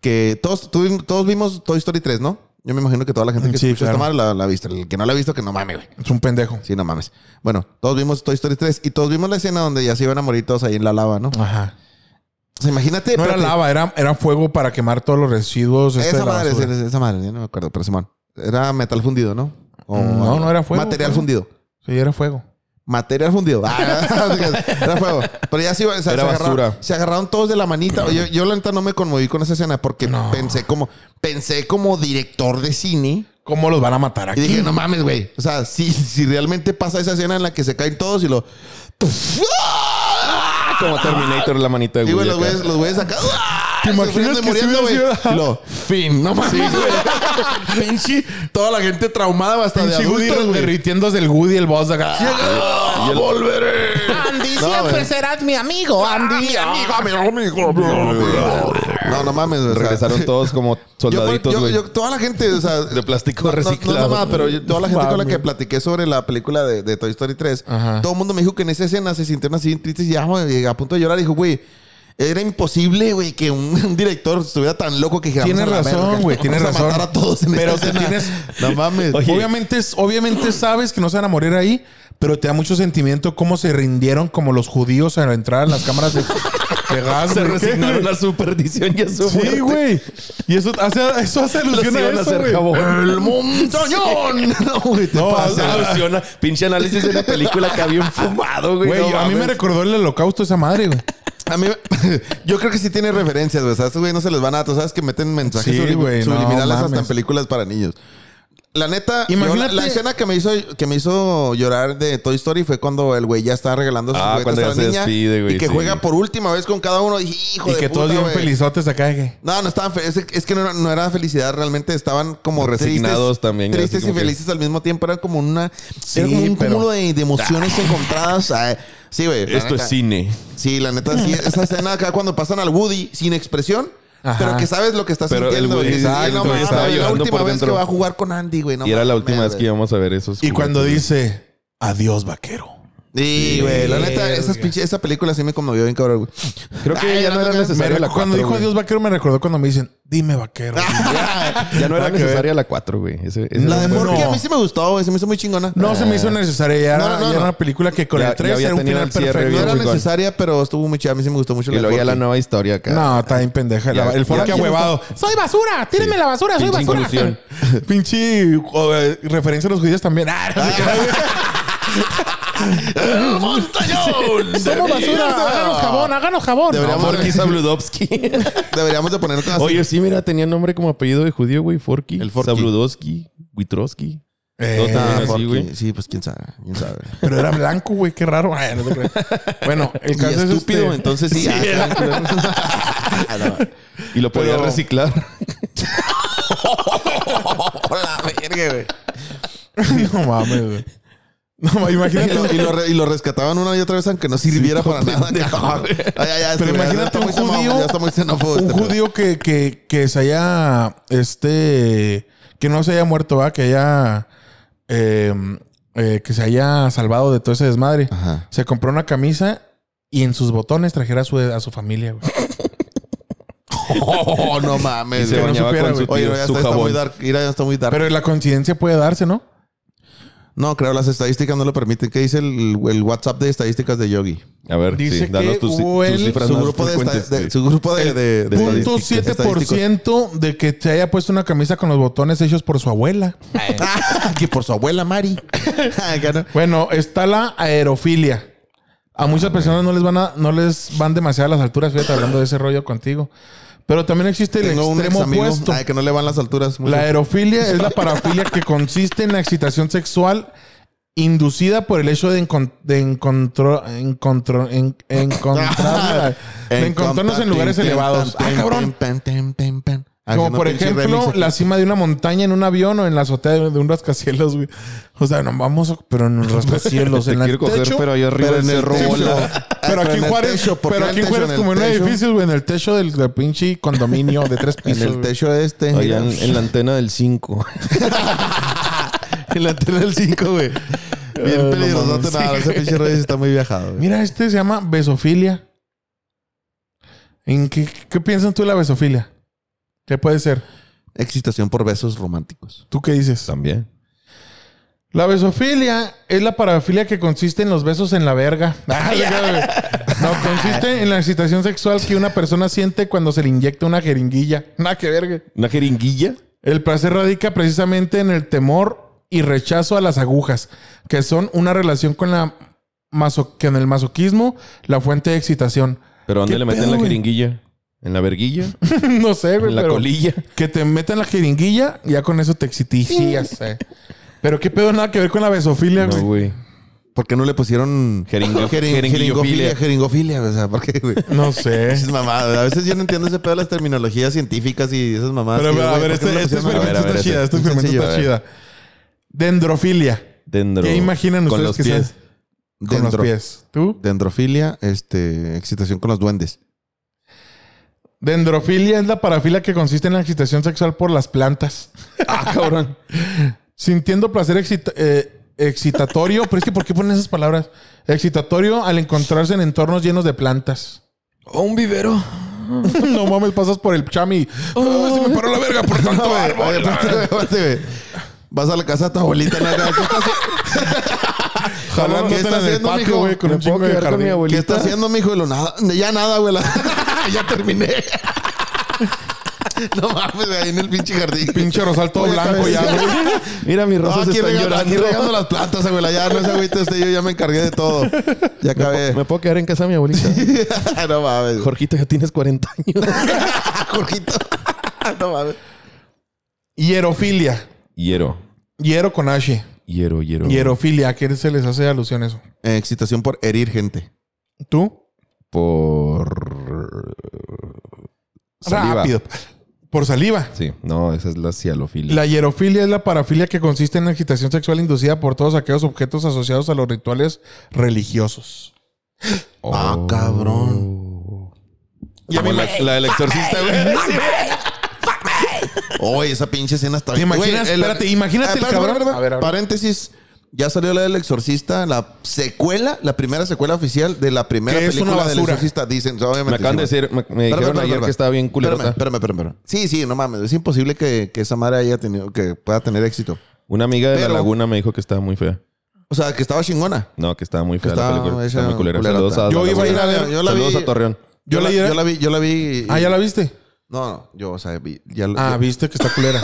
que todos, tuvi- todos vimos Toy Story 3, ¿no? Yo me imagino que toda la gente que Sí, escuchó esta madre claro. la, la ha visto. El que no la ha visto, que no mames, güey. Es un pendejo. Sí, no mames. Bueno, todos vimos Toy Story 3 y todos vimos la escena donde ya se iban a morir todos ahí en la lava, ¿no? Ajá. O sea, imagínate. No era espérate. lava, era, era fuego para quemar todos los residuos. esto Esa de la madre, basura. esa, esa madre, yo no me acuerdo, pero Simón. Era metal fundido, ¿no? O- No, no era fuego, Material fuego. fundido. Sí, era fuego. Material fundido. Ah, era fuego. Pero ya se iba, se, se Era agarraron, basura. se agarraron todos de la manita. Yo, yo la neta no me conmoví con esa escena porque pensé como pensé como director de cine ¿Cómo los van a matar y aquí? dije, no mames, güey. O sea, si, si realmente pasa esa escena en la que se caen todos y lo. Ah, Como Terminator, la manita de Y güey, los güey. acá. güeyes, los güeyes acá. ¡ah! ¿Te imaginas Sufriendo y que si hubiera güey. sido- Y lo, fin, no mames. güey. Pinche, toda la gente traumada güey, hasta de Pinche Woody adultos, güey. derritiéndose el Woody, el boss acá. ¡Ah, volveré! No, Andy, eh. Ah, siempre güey. serás mi amigo, Andy. amigo, No, no mames. o sea, Pues Regresaron todos como Yo, por- soldaditos, yo, güey. yo- toda la gente, o sea, De plástico no- no- reciclado. No, no, no, pero yo- toda la gente con la que platiqué sobre la película de, de Toy Story 3, Ajá. todo el mundo me dijo que en esa escena se sintieron así bien tristes y ah, güey, a punto de llorar. Dijo, güey, era imposible, güey, que un, un director estuviera tan loco que dijera, Tienes "Vamos a la razón, verga, güey, tienes vamos a razón". matar a todos en Pero esta te escena". tienes- No mames. Oye. Obviamente, es- obviamente sabes que no se van a morir ahí, pero te da mucho sentimiento cómo se rindieron como los judíos al entrar a las cámaras de, de gas. Se güey. resignaron a su perdición y a su Sí, muerte. güey. Y eso hace, eso hace alusión Los a iban eso, a hacer güey. jabón. ¡El montañón! No, güey, te No, pasas. alusión a- pinche análisis de una película que había enfumado, güey. Güey, No a mí me mames. recordó el holocausto esa madre, güey. A mí, yo creo que sí tiene referencias, güey. O sea, estos güey no se les van a... Tú sabes que meten mensajes Sí, sublim- güey, no subliminales hasta mames. en películas para niños. La neta, yo la, Imagínate- la escena que me hizo que me hizo llorar de Toy Story fue cuando el güey ya estaba regalando sus Ah, juguetes cuando a la ya se niña despide, güey, y que sí. juega por última vez con cada uno. Dije, Hijo Y de que todos puta, dieron güey. felizotes acá. de que- No, no estaban fe- es, es que no era, no era felicidad, realmente estaban como Resignados tristes, también, así Tristes y como que- felices al mismo tiempo. Era como una era como un pero- cúmulo de, de emociones encontradas. Ah, sí, güey. la Esto es neta. cine. Sí, la neta, sí. Esa escena acá cuando pasan al Woody sin expresión. Ajá. Pero que sabes lo que estás Pero el sintiendo. Woody güey. exacto, Sí, no güey, mames, estaba es la llorando última por vez dentro. que va a jugar con Andy, güey. no y era la mames, última vez que güey. íbamos a ver esos. Y cuando juguetes, dice, adiós, vaquero. Sí, güey. La neta, esas pinche- esa película sí me conmovió bien cabrón, güey. Creo que Ay, ya no, no era no, no. Me necesaria la recu- cuando 4. dijo Dios vaquero me recordó cuando me dicen, dime vaquero. Ah. Ya no Nada era que ver. necesaria la 4, güey. Ese- ese La de era un buen- Forky no. a mí sí me gustó, güey. Se me hizo muy chingona. No se me hizo necesaria. Ya No, era, no, ya no. era una película que con Ah. Ya- el 3 ya había era un tenido final el cierre perfecto. No bien era chingón. necesaria, pero estuvo muy chida. A mí sí me gustó mucho Y luego ya la Forky. nueva historia acá. No, está bien pendeja. La- Ya, el Forky ya- ahuevado. ¡Soy basura! ¡Tírenme la basura! ¡Soy Pinche basura! inclusión. Pinche o, eh, referencia a los judíos también. ¡Ah! no se crean. ¡Somos basura! ¡Háganos jabón! ¡Háganos jabón! Deberíamos- No, Forky Zabludovsky. Deberíamos de poner cosas así. Oye, sí, mira, tenía nombre como apellido de judío, güey. Forky. El Forky. Zabludovsky. Witrowski. Eh, Todos Ah, también así, Forky. güey. Sí, pues quién sabe. Quién sabe. pero era blanco, güey. Qué raro. Ay, no te creas. Bueno, el Y caso es estúpido, este- entonces sí. ah, no. Y lo podía Pero- reciclar. Hola, verga, güey. No mames, güey. No, ma- Y lo, imagínate. y lo re- y lo rescataban una y otra vez aunque no sirviera para nada. cabrón. Ay, ay, ay, este, Pero imagínate ya está un muy xenófobo, judío- Ya está muy xenófobo Un este pedo. judío que, que, que se haya. Este. Que no se haya muerto, ¿va? Que haya. eh, eh, que se haya salvado de todo ese desmadre. Ajá. Se compró una camisa y en sus botones trajera a su, a su familia, güey. Oh, no mames. se güey. bañaba supiera, con su güey. Oye, tío, ya su está, está muy jabón. dark. Mira, ya está muy dark. Pero la coincidencia puede darse, ¿no? no, creo las estadísticas no lo permiten. ¿Qué dice el, el WhatsApp de estadísticas de Yogi? A ver, Dice sí, danos que tus, hubo tus el- cifras Su más grupo de, frecuentes, esta- de- güey. su grupo de, de, de Punto estadísticos. 7% de que te haya puesto una camisa con los botones hechos por su abuela. Ah, que por su abuela Mari. Acá Ah, no. Bueno, está la aerofilia. A muchas personas no les van a, no les van demasiado a las alturas, fíjate, hablando de ese rollo contigo. Pero también existe el Tengo un ex extremo amigo opuesto. ay, que no le van las alturas. mucho. La aerofilia es la parafilia que consiste en la excitación sexual inducida por el hecho de, encon- de encontro- encontro- en- encontrar- de encontrarnos en lugares elevados. Ah, cabrón. Como por ejemplo, la cima de una montaña en un avión o en la azotea de de un rascacielos, güey. O sea, nos vamos, pero en un rascacielos, Te en el quiero coger, techo. pero allá arriba pero en del el cerro techo. bola. Pero aquí en el Juárez, techo, ¿por pero qué aquí el en techo? Juárez el como en un techo? edificio, güey, en el techo del, del pinche condominio de tres En pisos. el güey. techo este. Allá mira. en, en la antena del 5. En la antena del 5, güey. Bien peligroso. nada, ese pinche rollo sí está muy viajado, güey. Mira, este se llama besofilia. ¿En qué, qué piensas tú de la besofilia? ¿Qué puede ser? Excitación por besos románticos. ¿Tú qué dices? También. La besofilia es la parafilia que consiste en los besos en la verga. No, consiste en la excitación sexual que una persona siente cuando se le inyecta una jeringuilla. Nada que verga. ¿Una jeringuilla? El placer radica precisamente en el temor y rechazo a las agujas, que son una relación con la maso- que en el masoquismo, la fuente de excitación. ¿Pero dónde ¿Qué le meten pedo, la güey? jeringuilla? ¿En la verguilla? no sé, güey, ¿En la pero colilla? que te metan la jeringuilla, ya con eso te excitías. eh. Pero qué pedo nada que ver con la besofilia, No, güey. güey. ¿Por qué no le pusieron Jeringo- jerin- jeringofilia? jeringofilia. Jeringofilia, o sea, ¿por qué, güey? No sé. Esas mamadas. A veces yo no entiendo ese pedo de las terminologías científicas y esas mamadas. Pero, que, a güey, ¿por ver, qué este, no le este pusieron? experimento A ver, a está ver, chida. este- Este sencillo, experimento está a ver. chida. Dendrofilia. Dendro. ¿Qué imaginan Con ustedes los que pies. seas? Con los Dendro- pies. ¿Tú? Dendrofilia, este, excitación con los duendes. Dendrofilia es la parafilia que consiste en la excitación sexual por las plantas. Ah, cabrón. Sintiendo placer excita- eh, excitatorio. Pero es que, ¿por qué ponen esas palabras? Excitatorio al encontrarse en entornos llenos de plantas. O Oh, un vivero. no mames, pasas por el chami. Ah, Oh. se me paró la verga por tanto No, güey, árbol. oye, espérate, güey, espérate, güey. Vas a la casa de tu abuelita, ¿no? ¿Qué estás, Jalándote ¿Qué está en el haciendo, patio, mijo? güey, con ¿Me un chingo puedo de quedar con mi jardín. abuelita? qué está haciendo, mijo? Y lo nada- ya nada, güey. la- ya terminé. no mames, güey, ahí en el pinche jardín. Pinche rosal todo Oye, blanco cabeza. ya, güey. Mira, Ah, mis No, rosas aquí, están regando, aquí regando llorando. las plantas, abuela. Ya no se agüite usted, yo ya me encargué de todo. Ya acabé. ¿Me puedo quedar en casa de mi abuelita? no mames. Jorgito, ya tienes 40 años. Jorgito. no mames. Hierofilia. Hiero. Hiero con H. Hiero, hiero. Hierofilia. ¿A quién se les hace alusión eso? Eh, excitación por herir gente. ¿Tú? Por... Saliva. Rápido. Por saliva. Sí. No, esa es la cialofilia. La hierofilia es la parafilia que consiste en la excitación sexual inducida por todos aquellos objetos asociados a los rituales religiosos. Oh. Ah, cabrón. Ya me la, la del exorcista, güey. Oye, esa pinche escena está ¿Te imaginas? Güey, el- espérate, imagínate Ah, el espérate, cabrón. Ah, espérate, espérate. A ver, a ver. Paréntesis. Ya salió la del Exorcista, la secuela, la primera secuela oficial de la primera Que es una película del basura. Exorcista. Dicen, obviamente. Me acaban sí, de decir, me, me Espérame, dijeron espérame, ayer espérame. que estaba bien Espérame, culerota. espérame, espérame, espérame. Sí, sí, no mames. Es imposible que, que esa madre haya tenido, que pueda tener éxito. Una amiga de Pero- la laguna me dijo que estaba muy fea. O sea, que estaba chingona. No, que estaba muy fea Que la estaba película. esa Estaba muy culera. culerota. Saludos a Yo la iba a ir laguna. a ver- yo la Saludos vi- a Torreón. Yo, Yo la, leí- yo la vi, yo la vi. y- Ah, ¿ya la viste? No, no, yo, o sea, vi- ya la- Ah, yo- viste que está culera.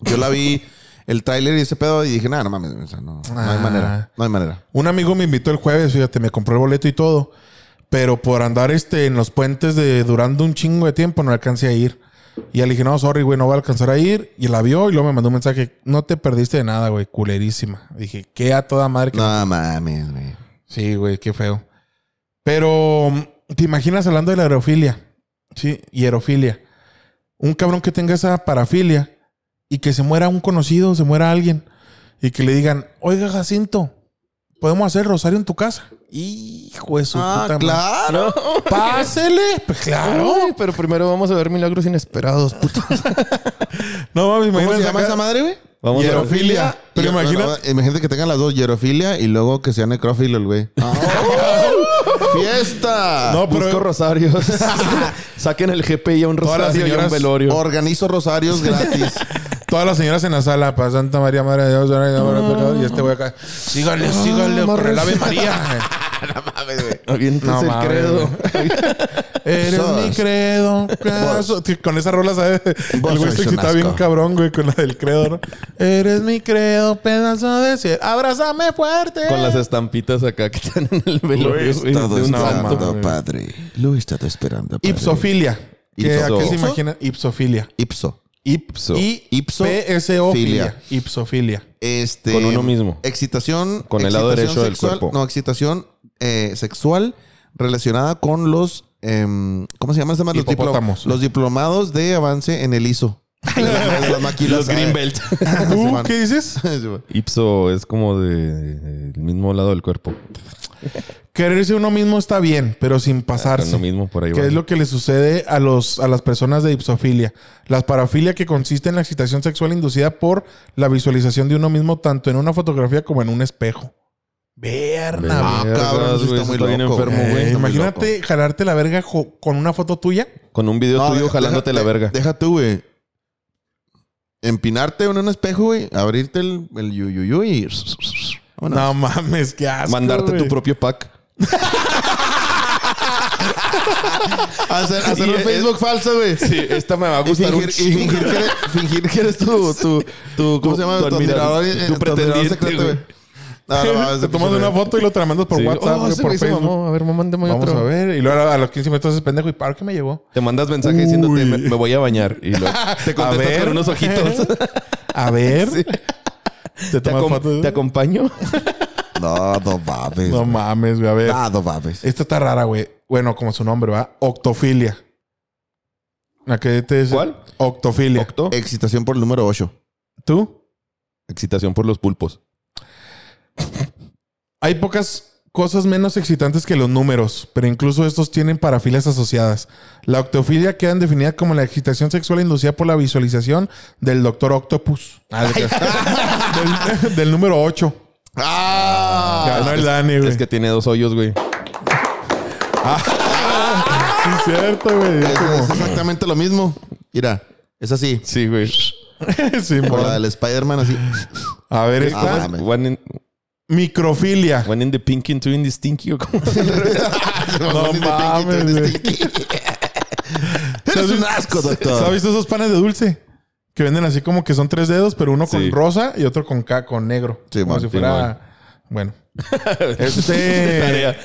yo, la vi el tráiler y ese pedo y dije, nada, no mames, o sea, no, no hay Ah. manera, no hay manera. Un amigo me invitó el jueves, fíjate, me compró el boleto y todo. Pero por andar este, en los puentes de durando un chingo de tiempo, no alcancé a ir. Y ya le dije, no, sorry, güey, no voy a alcanzar a ir. Y la vio y luego me mandó un mensaje, no te perdiste de nada, güey, culerísima. Dije, qué a toda madre que No mames, güey. Sí, güey, qué feo. Pero, ¿te imaginas hablando de la aerofilia? Sí, hierofilia. Un cabrón que tenga esa parafilia y que se muera un conocido, se muera alguien y que le digan, oiga, Jacinto, podemos hacer rosario en tu casa. Hijo de su Ah, puta madre. claro. Pásele, Pues, claro. Ay, pero primero vamos a ver milagros inesperados, puto. No mames, ¿Cómo se imagínate llama acá. esa madre, güey? Vamos a ver. Hierofilia. Pero Hiero- imagínate. no, no, imagínate que tengan las dos, hierofilia y luego que sea necrófilo el güey. ¡Oh! ¡Fiesta! No, pero- Busco rosarios. Saquen el GPI a un Todas las rosario y a un señoras- velorio. Organizo rosarios gratis. Todas las señoras en la sala, para Santa María, Madre de Dios, ahora y ahora, pecado, y este güey acá. Sígale, Ah, sígale, por el Ave María. Aviéntense No, el mames. credo. Eres Sos. mi credo. caso- que Con esa rola, ¿sabes? El Vos güey sois se un excitaba asco. bien cabrón, güey, con la del credo, ¿no? Eres mi credo, pedazo de cielo. Abrázame fuerte. Con las estampitas acá que están en el velorio. güey, de un santo. padre. Lo he estado esperando, padre. Ipsofilia. ¿Qué, Ipso. ¿A qué se ¿Ipso? imagina? Ipsofilia. Ipso. Ipso. Ipso. P-S-O-filia. Ipsofilia. Este, Con uno mismo. Excitación. Con el lado excitación derecho del sexual- cuerpo. No, excitación eh, sexual relacionada con los. em, ¿Cómo se llama ese Los, diplo- Hipopótamos. los diplomados de avance en el ISO. las, las maquilas. Los Greenbelt. ¿Tú Simón. qué dices? Ipso es como de- del mismo lado del cuerpo. Quererse uno mismo está bien, pero sin Con pasarse. lo mismo por ahí. que va. es lo que le sucede a, los, a las personas de ipsofilia. La parafilia que consiste en la excitación sexual inducida por la visualización de uno mismo tanto en una fotografía como en un espejo. Verna, Ah, cabrón, eso Vergas, güey, está muy eso bien loco, güey. enfermo, Eh, güey. está muy imagínate jalarte la verga jo- con una foto tuya. Con un video No, tuyo deja- jalándote la deja- verga. Deja tú, güey. Empinarte en un espejo, güey. Abrirte el, el yuyuyu y. Vámonos. No mames, qué asco. Mandarte güey. tu propio pack. Hacer, hacer Y un es- Facebook falso, güey. Sí, esta me va a Y gustar fingir, y fingir que eres, fingir que eres tu, tu, tu- ¿Cómo Tu- se llama? tu Tu admirador. admirador, eh, tu Tu admirador pretendiente, secreto, güey. güey. Ah, No, no, mames, Te tomas una foto y lo te la mandas por Sí. WhatsApp, Oh, güey, ese por güey se Facebook. mamó. A ver, mándame Vamos otro. a ver. Y luego a los 15 minutos es pendejo. ¿Y para qué me llegó? Te mandas mensaje Uy. diciéndote, me, me voy a bañar. Y lo, te A contestas ver. con unos ojitos. A ver. Te ¿Te, tomas acom- fotos. te acompaño? No, no babes. No mames, güey. A Ah, ver. No, no babes. Esta está rara, güey. Bueno, como su nombre, ¿va? Octofilia. ¿A qué te dice? ¿Cuál? Octofilia. Octo. Excitación por el número 8. ¿Tú? Excitación por los pulpos. Hay pocas cosas menos excitantes que los números, pero incluso estos tienen parafilias asociadas. La octofilia queda definida como la excitación sexual inducida por la visualización del doctor Octopus. Ah, de- del, del número 8. ¡Ah! Ganó el Dani, güey. Es que tiene dos hoyos, güey. Sí, es cierto, güey. Es, es exactamente lo mismo. Mira, es así. Sí, güey. Sí, Como mo- la del Spider-Man, así. A ver, Ah, esta. mames. One in, Microfilia. one in the pinky and two in the stinky. ¿o cómo? No mames, güey. Eres un asco, doctor. ¿Se ha visto esos panes de dulce? Que venden así como que son tres dedos, pero uno con Sí. rosa y otro con, ca- con negro. Sí, como man, si sí, fuera. bueno. De Este. tarea.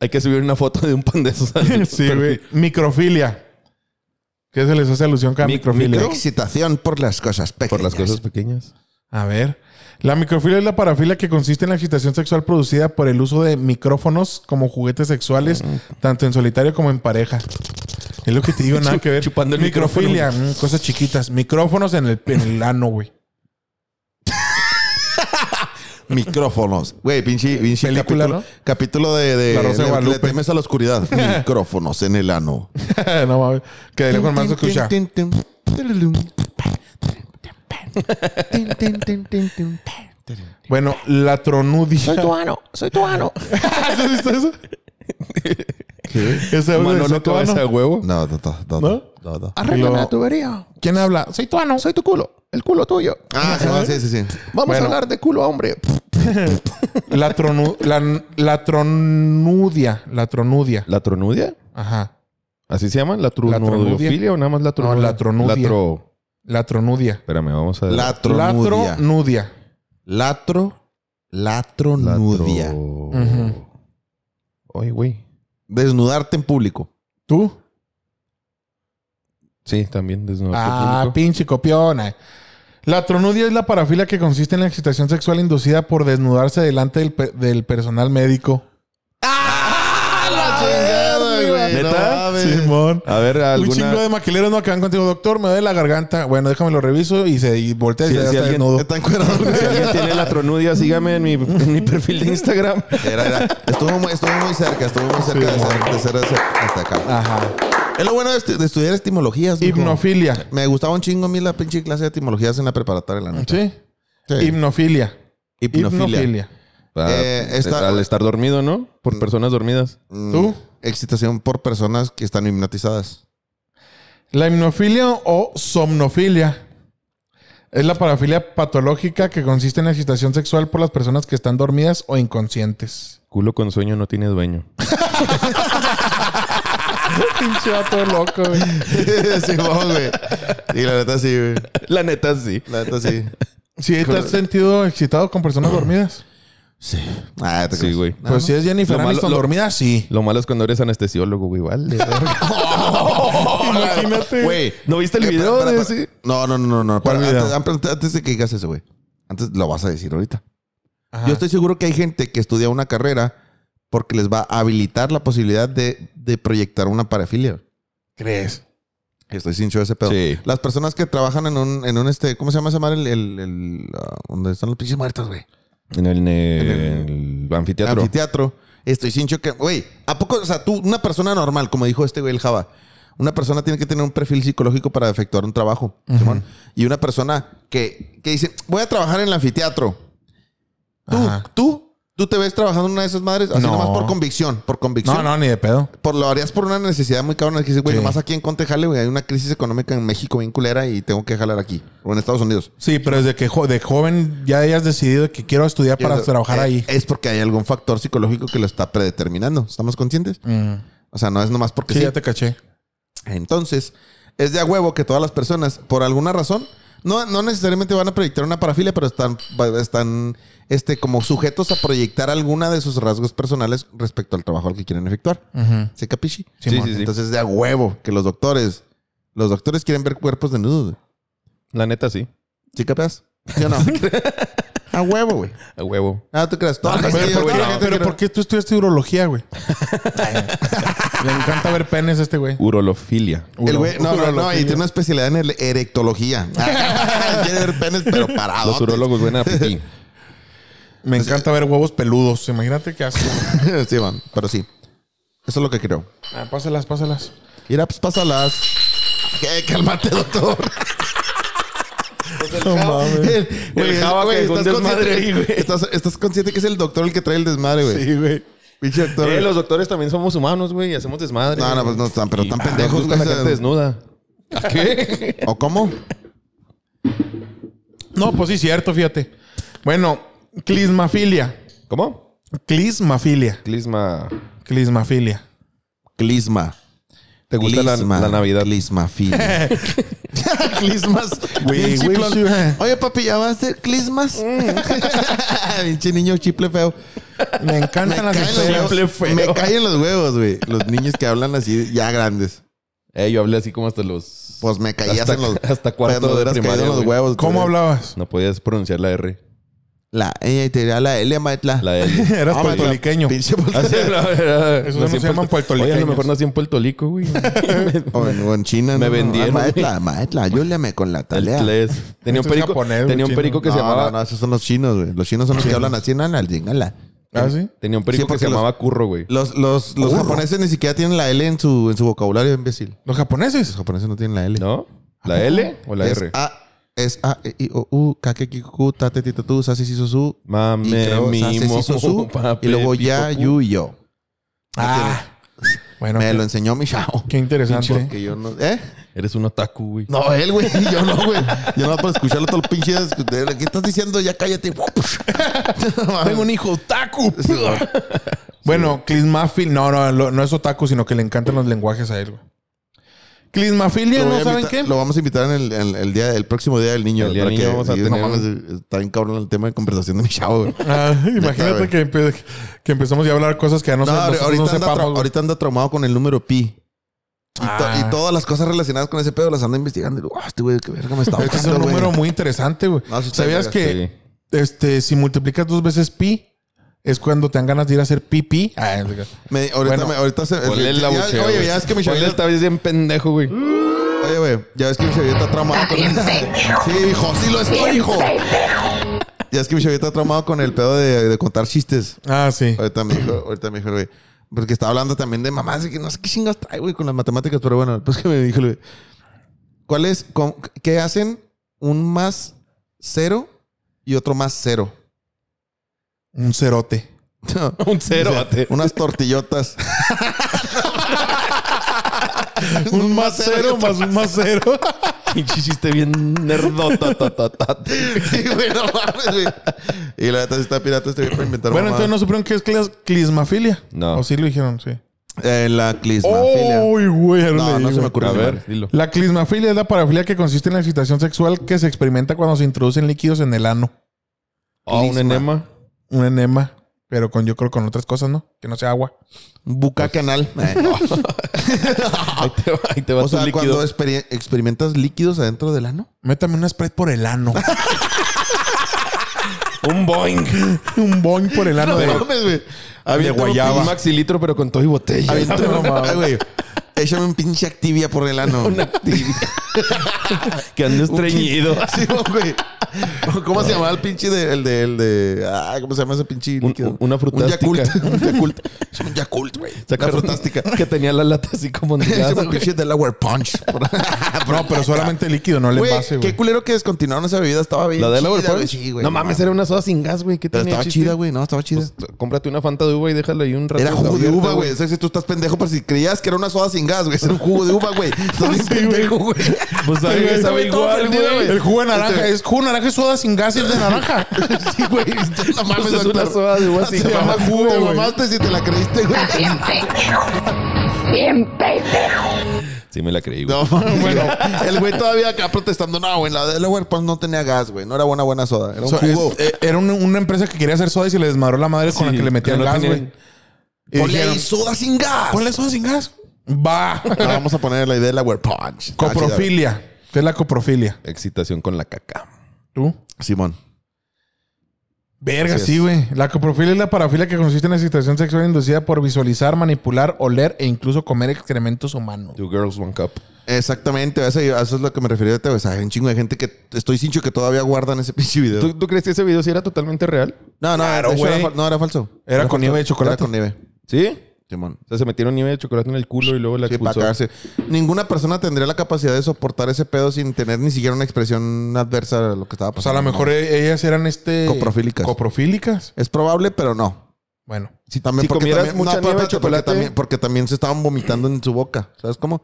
Hay que subir una foto de un pan de esos. al- sí, güey. Microfilia. ¿Qué se les hace alusión cada Mi- microfilia? micro- Excitación por las cosas pequeñas. Por las cosas pequeñas. A ver. La microfilia es la parafilia que consiste en la excitación sexual producida por el uso de micrófonos como juguetes sexuales, Mm. tanto en solitario como en pareja. Es lo que te digo, nada que ver. Chupando el microfilia, mm, cosas chiquitas. Micrófonos en el, en el ano, güey. Micrófonos. Güey, pinche, pinche Película, capítulo, ¿no? capítulo de, de, La Rosa de le- Guadalupe. le temes a la oscuridad. Micrófonos en el ano. no mames. Que de lejos más se escucha. Tin, tin, tin, tin. Bueno, la tronudia. Soy tu ano, soy tu ano. ¿Has visto eso? Ese audio de Manolo Soy tu ano. cabeza de huevo. No, no, no. No, no. no, no. Arréglame la tubería. ¿Quién habla? Soy tu ano. Soy tu culo. El culo tuyo. Ah, sí, sí, sí. sí. Vamos Bueno. a hablar de culo a hombre. La, tronu- la, la tronudia. La tronudia. ¿La tronudia? Ajá. ¿Así se llama? ¿La tronudia. tronudiofilia o nada más la tronudia? la tronudia. La tro- La tronudia. Espérame, vamos a ver. La Latronudia. tronudia. Latro. Latronudia. Ujú. Oye, güey. Desnudarte en público. ¿Tú? Sí, también desnudo. Ah, pinche copiona. La tronudia es la parafilia que consiste en la excitación sexual inducida por desnudarse delante del, pe- del personal médico. ¿Neta? Simón. A ver, Un chingo alguna... de maquileros no acaban contigo, doctor, me duele la garganta. Bueno, déjame lo reviso y se y voltea y Sí, se sí, está alguien- desnudo. Está encuerado. Si alguien tiene la tronudia, sígame en mi, en mi perfil de Instagram. Eh, Era, era. Estuvo, muy, estuvo muy cerca, estuvo muy cerca de, ser, de ser ese- hasta acá. Ajá. Es lo bueno de, estu- de estudiar etimologías. mijo. Hipnofilia. Me gustaba un chingo a mí la pinche clase de etimologías en la preparatoria, la neta. ¿Sí? Sí. Hipnofilia. Hipnofilia. Ah, Eh, está- Al estar dormido, ¿no? Por personas dormidas. Mm, ¿Tú? Excitación por personas que están hipnotizadas. La hipnofilia o somnofilia es la parafilia patológica que consiste en la excitación sexual por las personas que están dormidas o inconscientes. Culo con sueño no tiene dueño. Pinche vato loco, güey. sí, vamos, güey. Y la neta sí, güey. La neta, sí. La neta sí. ¿Sí te has sentido excitado con personas dormidas? Sí. Ah, te Sí, creas. güey. Nada Pues si más. es Jennifer Lo malo- Aniston lo- dormida, sí. Lo malo es cuando eres anestesiólogo, güey. Vale. Imagínate. Güey. ¿No viste el eh, video espera, de espera. ese? No, no, no, no. ¿Cuál Pero video? Antes, antes- antes de que digas eso, güey. Antes lo vas a decir ahorita. Ajá. Yo estoy seguro que hay gente que estudia una carrera porque les va a habilitar la posibilidad de, de proyectar una parafilia. ¿Crees? Estoy sin show ese pedo. Sí. Las personas que trabajan en un, en un este, ¿cómo se llama esa madre? El, el, el, ah, donde están los pinches muertos, güey. En el, En en el anfiteatro. Anfiteatro. Estoy sin show que, güey, ¿a poco, o sea, tú, una persona normal, como dijo este güey, el Java, una persona tiene que tener un perfil psicológico para efectuar un trabajo, Simón. Y una persona que, que dice, voy a trabajar en el anfiteatro. Tú, Ajá. tú, tú te ves trabajando en una de esas madres, así No. nomás por convicción, por convicción. No, no, ni de pedo. Por lo harías por una necesidad muy cabrona. Que dices, güey, Sí. nomás aquí en Conte jale, güey. Hay una crisis económica en México bien culera y tengo que jalar aquí. O en Estados Unidos. Sí, pero desde que jo- de joven ya hayas decidido que quiero estudiar para Yo- trabajar eh, ahí. Es porque hay algún factor psicológico que lo está predeterminando. ¿Estamos conscientes? Mm. O sea, no es nomás porque Sí, sí. ya te caché. Entonces, es de a huevo que todas las personas, por alguna razón, no, no necesariamente van a proyectar una parafilia, pero están, va- están este, como sujetos a proyectar alguna de sus rasgos personales respecto al trabajo al que quieren efectuar. Ujú. ¿Se capichi? Sí, Simón. sí, sí. Entonces, de a huevo que los doctores, los doctores quieren ver cuerpos desnudos, güey. La neta, sí. ¿Sí capeas? ¿Sí o no? a huevo, güey. A huevo. Ah, tú crees. Toda la gente- Pero, ¿por toda qué, la gente pero quiere- ¿por qué tú estudiaste urología, güey? Le encanta ver penes a este güey. Urolofilia. El güey, no, no, no, urología. y tiene una especialidad en el- erectología. Ah, Quiere ver penes, pero parado. Los urólogos buena a pipí. Me encanta ver huevos peludos. Imagínate qué hace. sí, man, pero sí. Eso es lo que creo. Ah, pásalas, pásalas. Mira, pues pásalas. Eh, cálmate, doctor. No mames. Pues El Java güey, que dejó un estás consciente- desmadre ahí, güey. Estás, estás consciente que es el doctor el que trae el desmadre, güey. Sí, güey. Pinche doctor. Eh, los doctores también somos humanos, güey. y Hacemos desmadre. No, no, pues no están, pero están pendejos. Buscan la güey, gente se- desnuda. ¿A qué? ¿O cómo? No, pues sí, cierto, fíjate. Bueno, clismafilia. ¿Cómo? Clismafilia. Clisma. Clismafilia. Clisma. ¿Te gusta la, la Navidad? Clismafil. clismas. Bien güey, chiflón. sí, güey. Oye, papi, ¿ya vas a hacer clismas? Pinche niño chiple feo. Me encantan las caen los esferas. huevos. Me caen los huevos, güey. Los niños que hablan así ya grandes. Eh, yo hablé así como hasta los... Pues me caías Hasta- en los... hasta cuarto cuando de hubieras primaria, caído en los güey. huevos. ¿Cómo güey. hablabas? No podías pronunciar la R. La ella y te dirá la L, maetla. La L. Eras Ah, maetla. puertorriqueño. Pinche Así puertorriqueño. era, era- Eso no nací se en llaman Puerto- Oye, a lo puertorriqueños. mejor nací en Puerto Rico, güey. O en, o en China. Me ¿no? vendieron, Ah, maetla, maetla, ayúdame con la El tarea. tles. Tenía un Esto es perico, japonés, tenía güey, un perico que no, se llamaba... No, no, esos son los chinos, güey. Los chinos son los que hablan así, nana, chingala. ¿Ah, sí? Tenía un Sí, perico que porque se los- llamaba Curro, güey. Los, los, Uh. los japoneses ni siquiera tienen la L en su, en su vocabulario, imbécil. ¿Los Los japoneses? japoneses no tienen la L. ¿No? ¿La L o la Es R? A, Es A, E, I, O, U, K, K, K, Q, Ta, Te, Ti, Ta, Tu, Sa, Si, Si, So, Su. Y Mame, creo, Sa, Si, mimo, Si, So, Su. pape, Y luego Ya, pipo, Yu, Yo. Ah, bueno. Me qué- lo enseñó mi chavo. Qué interesante. Porque yo no... ¿Eh? Eres un otaku, güey. No, él, güey. Yo no, güey. Yo no para escucharlo todo el pinche... de- ¿Qué estás diciendo? Ya cállate. Tengo un hijo otaku. Ah. bueno, Clismafil. No, no, lo- no es otaku, sino que le encantan los lenguajes a él, güey. Clismafilia, Lo voy ¿no a saben invitar- qué? Lo vamos a invitar en el, en el día, el próximo día del niño. El día del para niño vamos a sí, no tener mames, está bien cabrón el tema de conversación de mi chavo. güey. Ah, imagínate güey. que, empe- que empezamos ya a hablar cosas que a No, nosotros ahorita, no anda sepamos. tra- güey. ahorita anda traumado con el número pi. Y, to- Ah. y todas las cosas relacionadas con ese pedo las anda investigando. Y digo, "Ah, este güey, qué verga me está Es que es un buscando, güey". número muy interesante, güey. No, sí está vergas, ¿Sabías que Sí. este, si multiplicas dos veces pi, es cuando te dan ganas de ir a hacer pipí? Ah, es- Me- ahorita Bueno, me- ahorita se- Ponle la ya- buchea, Oye, güey. ya es que mi Ponle chavita- esta vez bien pendejo, güey. Oye, güey, ya ves que mi chavita está traumado con el... Sí, hijo, sí lo estoy, hijo. Ya es que mi chavita está traumado con el pedo de- de contar chistes. ah, sí. Ahorita me dijo, ahorita me dijo, el güey. Porque estaba hablando también de mamás y que no sé qué chingas trae, güey, con las matemáticas. Pero bueno, pues que me dijo, el güey. ¿Cuál es, cómo- qué hacen un más cero y otro más cero? Un cerote. Un cero. Dice, Eh, unas tortillotas. un más Cero más un más cero. Pinche chiste bien nerdota. Sí, güey, no mames, güey. Y la neta sí está pirata este güey para inventar Bueno, mamadas. entonces no supieron qué es clas- clismafilia. No. O sí lo dijeron, sí. Eh, la clismafilia. Uy, güey. ahora No, leí, no se me güey. ocurrió. A ver, dilo. La clismafilia es la parafilia que consiste en la excitación sexual que se experimenta cuando se introducen líquidos en el ano. Ah, un enema. Un enema, pero con yo creo con otras cosas, ¿no? Que no sea agua. Buca canal. Eh, no. Ahí te va, ahí te va O tu sea, líquido. cuando exper- experimentas líquidos adentro del ano. Métame una spray por el ano. Un Boeing. un boing por el ano. de- mames, güey. Avienta un Un maxilitro, pero con todo y botella. pin- avienta un- Ay, güey. Échame un pinche Activia por el ano. que andes estreñido. Sí, güey. ¿Cómo se llamaba el pinche de, el de, el de... Ah, ¿cómo se llama ese pinche Un- líquido? un- una frutástica. Un Yakult. un Yakult. Es un Yakult, güey. Una frutástica. Que tenía la lata así como ondulada, Échame un güey. pinche Delaware Punch. por- No, pero solamente líquido, no el Güey, envase, qué güey. culero que descontinuaron esa bebida. Estaba bien La de la chida, güey. Punch. Sí, güey. No mames, era una soda sin gas, güey. ¿Qué Pero tenía estaba chiste? chida, güey. No, estaba chida. Pues, compra-te una Fanta de uva y déjala ahí un rato. Era jugo de abierta, uva, güey. O sea, si tú estás pendejo, pero si creías que era una soda sin gas, güey. Era un jugo de uva, güey. Estás bien pendejo, güey. Pues sabe, güey, sabe todo igual, ofendido, güey. El jugo de naranja es jugo de naranja es soda sin gases de naranja. Este- Sí, güey. No mames, Pues es una doctor. soda de uva sin Te gas. mamaste, jugo, te güey. mamaste si te la creíste, güey. Bien pendejo. Bien pendejo. Sí me la creí, güey. No, mames, bueno, el güey todavía acá protestando. No, güey, la de Delaware Punch no tenía gas, güey. No era buena, buena soda. Era un So- jugo. es- eh, era una, una empresa que quería hacer soda y se le desmadró la madre con la que le metían no gas, tenía- güey. Y Ponle dijeron, ahí soda sin gas. ¿cuál es soda sin gas? Va. No, vamos a poner la de Delaware Punch. Ah, coprofilia. ¿Qué es la coprofilia? Excitación con la caca. ¿Tú? Simón. Verga, Así sí, es. güey. La coprofilia es la parafilia que consiste en excitación sexual inducida por visualizar, manipular, oler e incluso comer excrementos humanos. Two girls, one cup. Exactamente, a eso, a eso es lo que me refería. ahorita, güey. O sea, hay un chingo de gente que estoy cincho que todavía guardan ese pinche video. ¿Tú, tú crees que ese video sí era totalmente real? No, no, Claro, de hecho, güey. era fal- no, era falso. Era con falso. nieve de chocolate. Era con nieve. ¿Sí? Simón. O sea, se metieron nieve de chocolate en el culo y luego la Sí, para expulsó. cagarse. Ninguna persona tendría la capacidad de soportar ese pedo sin tener ni siquiera una expresión adversa a lo que estaba O sea, a pasando. lo mejor e- ellas eran este... Coprofílicas. Coprofílicas. Es probable, pero no. Bueno. Sí, también si comieras mucha pero nieve de espérate, porque chocolate- también- Porque también se estaban vomitando en su boca. ¿Sabes cómo?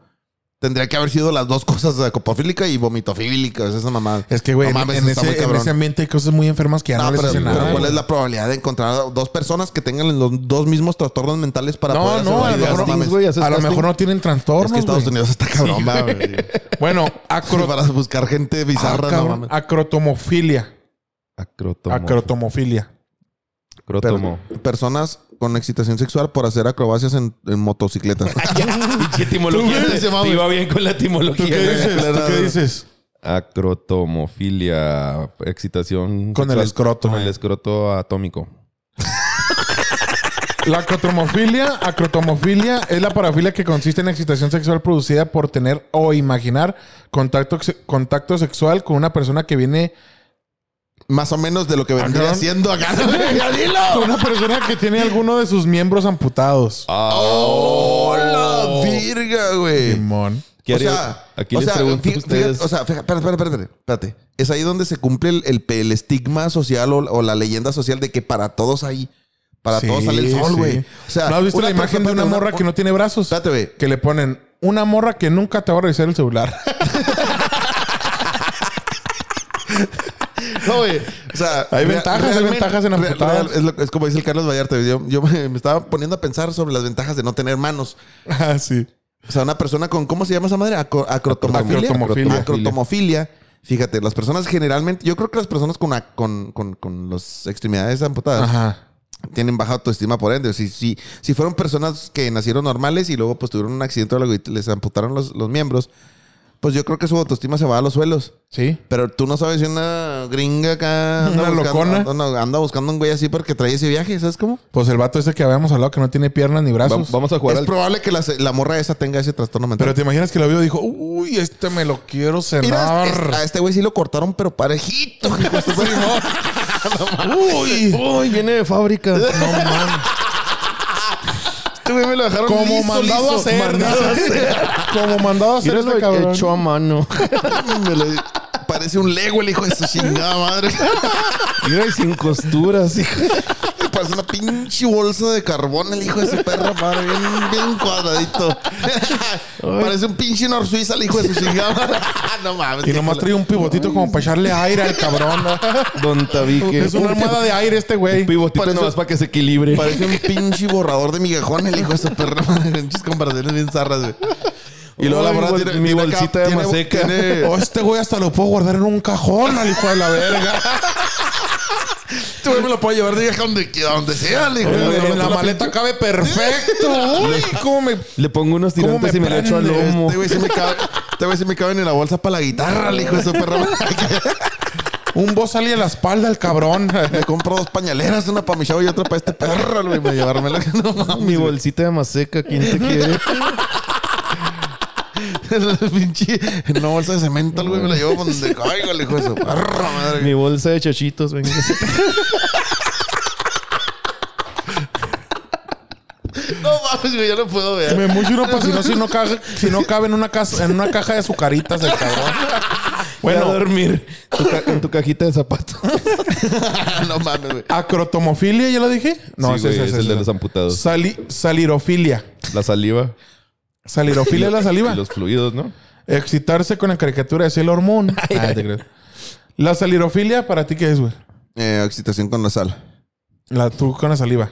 Tendría que haber sido las dos cosas, la copofílica y vomitofílica. Esa mamada. Es que, No güey, en, mames, en está muy ese, en cabrón. ese ambiente hay cosas muy enfermas que ya no, No, les pero, hacen pero nada. ¿cuál güey. es la probabilidad de encontrar dos personas que tengan los dos mismos trastornos mentales para No, poder hacer no, a lo varias? mejor, mames. güey, haces a lo casting. mejor no tienen Es trastornos. que Estados güey. Unidos está cabrón, va, güey. Bueno, acro- Sí, Para buscar gente ah, bizarra, no cabrón, mames. acrotomofilia. Acrotomo. Acrotomofilia. Per- Acrotomo. personas con excitación sexual por hacer acrobacias en, en motocicletas. Pinche etimología. ¿Tú qué te- dices, Te mames? iba bien con la etimología. ¿Qué güey. dices? ¿Tú qué dices? Acrotomofilia. Excitación. Con el escroto, Con el güey. escroto eh. atómico. La acrotomofilia, acrotomofilia es la parafilia que consiste en excitación sexual producida por tener o imaginar contacto, ex- contacto sexual con una persona que viene Más o menos de lo que vendría Cabrón. haciendo acá. ¡Ya dilo! Ah, con una persona que tiene alguno de sus miembros amputados. ¡Hola! ¡Hola, verga, güey. Simón. ¿Qué o haría- sea, aquí o les sea, pregunto fí- a ustedes. fíjate, o sea, fíjate, espérate, espérate, espérate, espérate. Es ahí donde se cumple el, el, el estigma social o, o la leyenda social de que para todos hay. Para Sí, todos sale el sol, sí. güey. O sea, ¿No has visto una la imagen persona- de una morra que no tiene brazos? Espérate, güey. Que le ponen una morra que nunca te va a revisar el celular. No, güey. O sea, Hay ventajas, hay realmente- ventajas en las re- real- putadas. es, lo- es como dice el Carlos Vallarta. Yo, yo me, me estaba poniendo a pensar sobre las ventajas de no tener manos. ah, sí. O sea, una persona con, ¿cómo se llama esa madre? Acro- acrotomofilia. Acrotomofilia. Acrotomofilia. Acrotomofilia. Fíjate, las personas generalmente, yo creo que las personas con, a- con, con, con las extremidades amputadas Ajá. tienen baja autoestima por ende. Si, si, si fueron personas que nacieron normales y luego pues tuvieron un accidente o algo y les amputaron los, los miembros, pues yo creo que su autoestima se va a los suelos. Sí. Pero tú no sabes si una gringa acá anda, Una buscando, locona. Anda, anda- anda buscando un güey así porque trae ese viaje, ¿sabes cómo? Pues el vato ese que habíamos hablado que no tiene piernas ni Va- brazos. vamos a jugar es al... probable que la, la morra esa tenga ese trastorno mental. Pero te imaginas que lo vio y dijo, uy, este me lo quiero Mira, es- es- a cenar. este güey sí lo cortaron, pero parejito. hijo de su madre. Uy, Uy, viene de fábrica. no mames. este güey me lo dejaron Como liso, mandado liso. a hacer. Mandado a hacer. Como mandado a hacer Míralo este cabrón. hecho a mano. Me lo- Parece un lego el hijo de su chingada madre. Mira, y sin costuras. hijo. Parece una pinche bolsa de carbón el hijo de su perra madre. Bien, bien cuadradito. Parece un pinche Nor Suiza el hijo de su chingada madre. no mames. Y nomás trae un pivotito como para echarle aire al cabrón. Don Tabique. Es una almohada de aire este güey. Un pivotito Parece- nomás para que se equilibre. Parece un pinche borrador de migajón el hijo de su perra madre. Pinches comparaciones bien zarras, güey. Y luego la Ay, morra bol- tiene mi tiene bolsita acá- de tiene- maseca. tiene- O este güey hasta lo puedo guardar en un cajón al hijo de la verga. Este güey me lo puedo llevar de viaje donde, quiera, donde sea, le digo. en la maleta cabe perfecto. Uy, cómo me... Le pongo unos ¿Cómo tirantes me y me lo echo al prende? lomo. Este güey sí me cabe. Este güey sí me caben en la bolsa para la guitarra, el hijo de su perra. Un voz salía a la espalda al cabrón. Me compro dos pañaleras, una para mi chavo y otra para este perro, güey, para llevármela. No mames. Mi bolsita de maseca, ¿quién te quiere? Pinche, en una bolsa de cemento, el güey, me la llevo donde caigo, el hijo de su perra, madre. Mi bolsa de chachitos, venga. No mames, güey, yo no puedo ver. Me mucho uno pa' si no, si no, caga- si no cabe en una, casa, en una caja de azucaritas el cabrón. Voy a Bueno, dormir Tu ca- en tu cajita de zapatos. Ah, no mames, güey. acrotomofilia, ya lo dije. No, Sí, ese güey, ese, es el ese, de ese. los amputados. Sali- salirofilia. La saliva. Salirofilia es la saliva. Y los fluidos, ¿no? Excitarse con la caricatura de Sailor Moon. Ah, te creo. La salirofilia, ¿para ti qué es, güey? Eh, excitación con la sal. La tú con la saliva.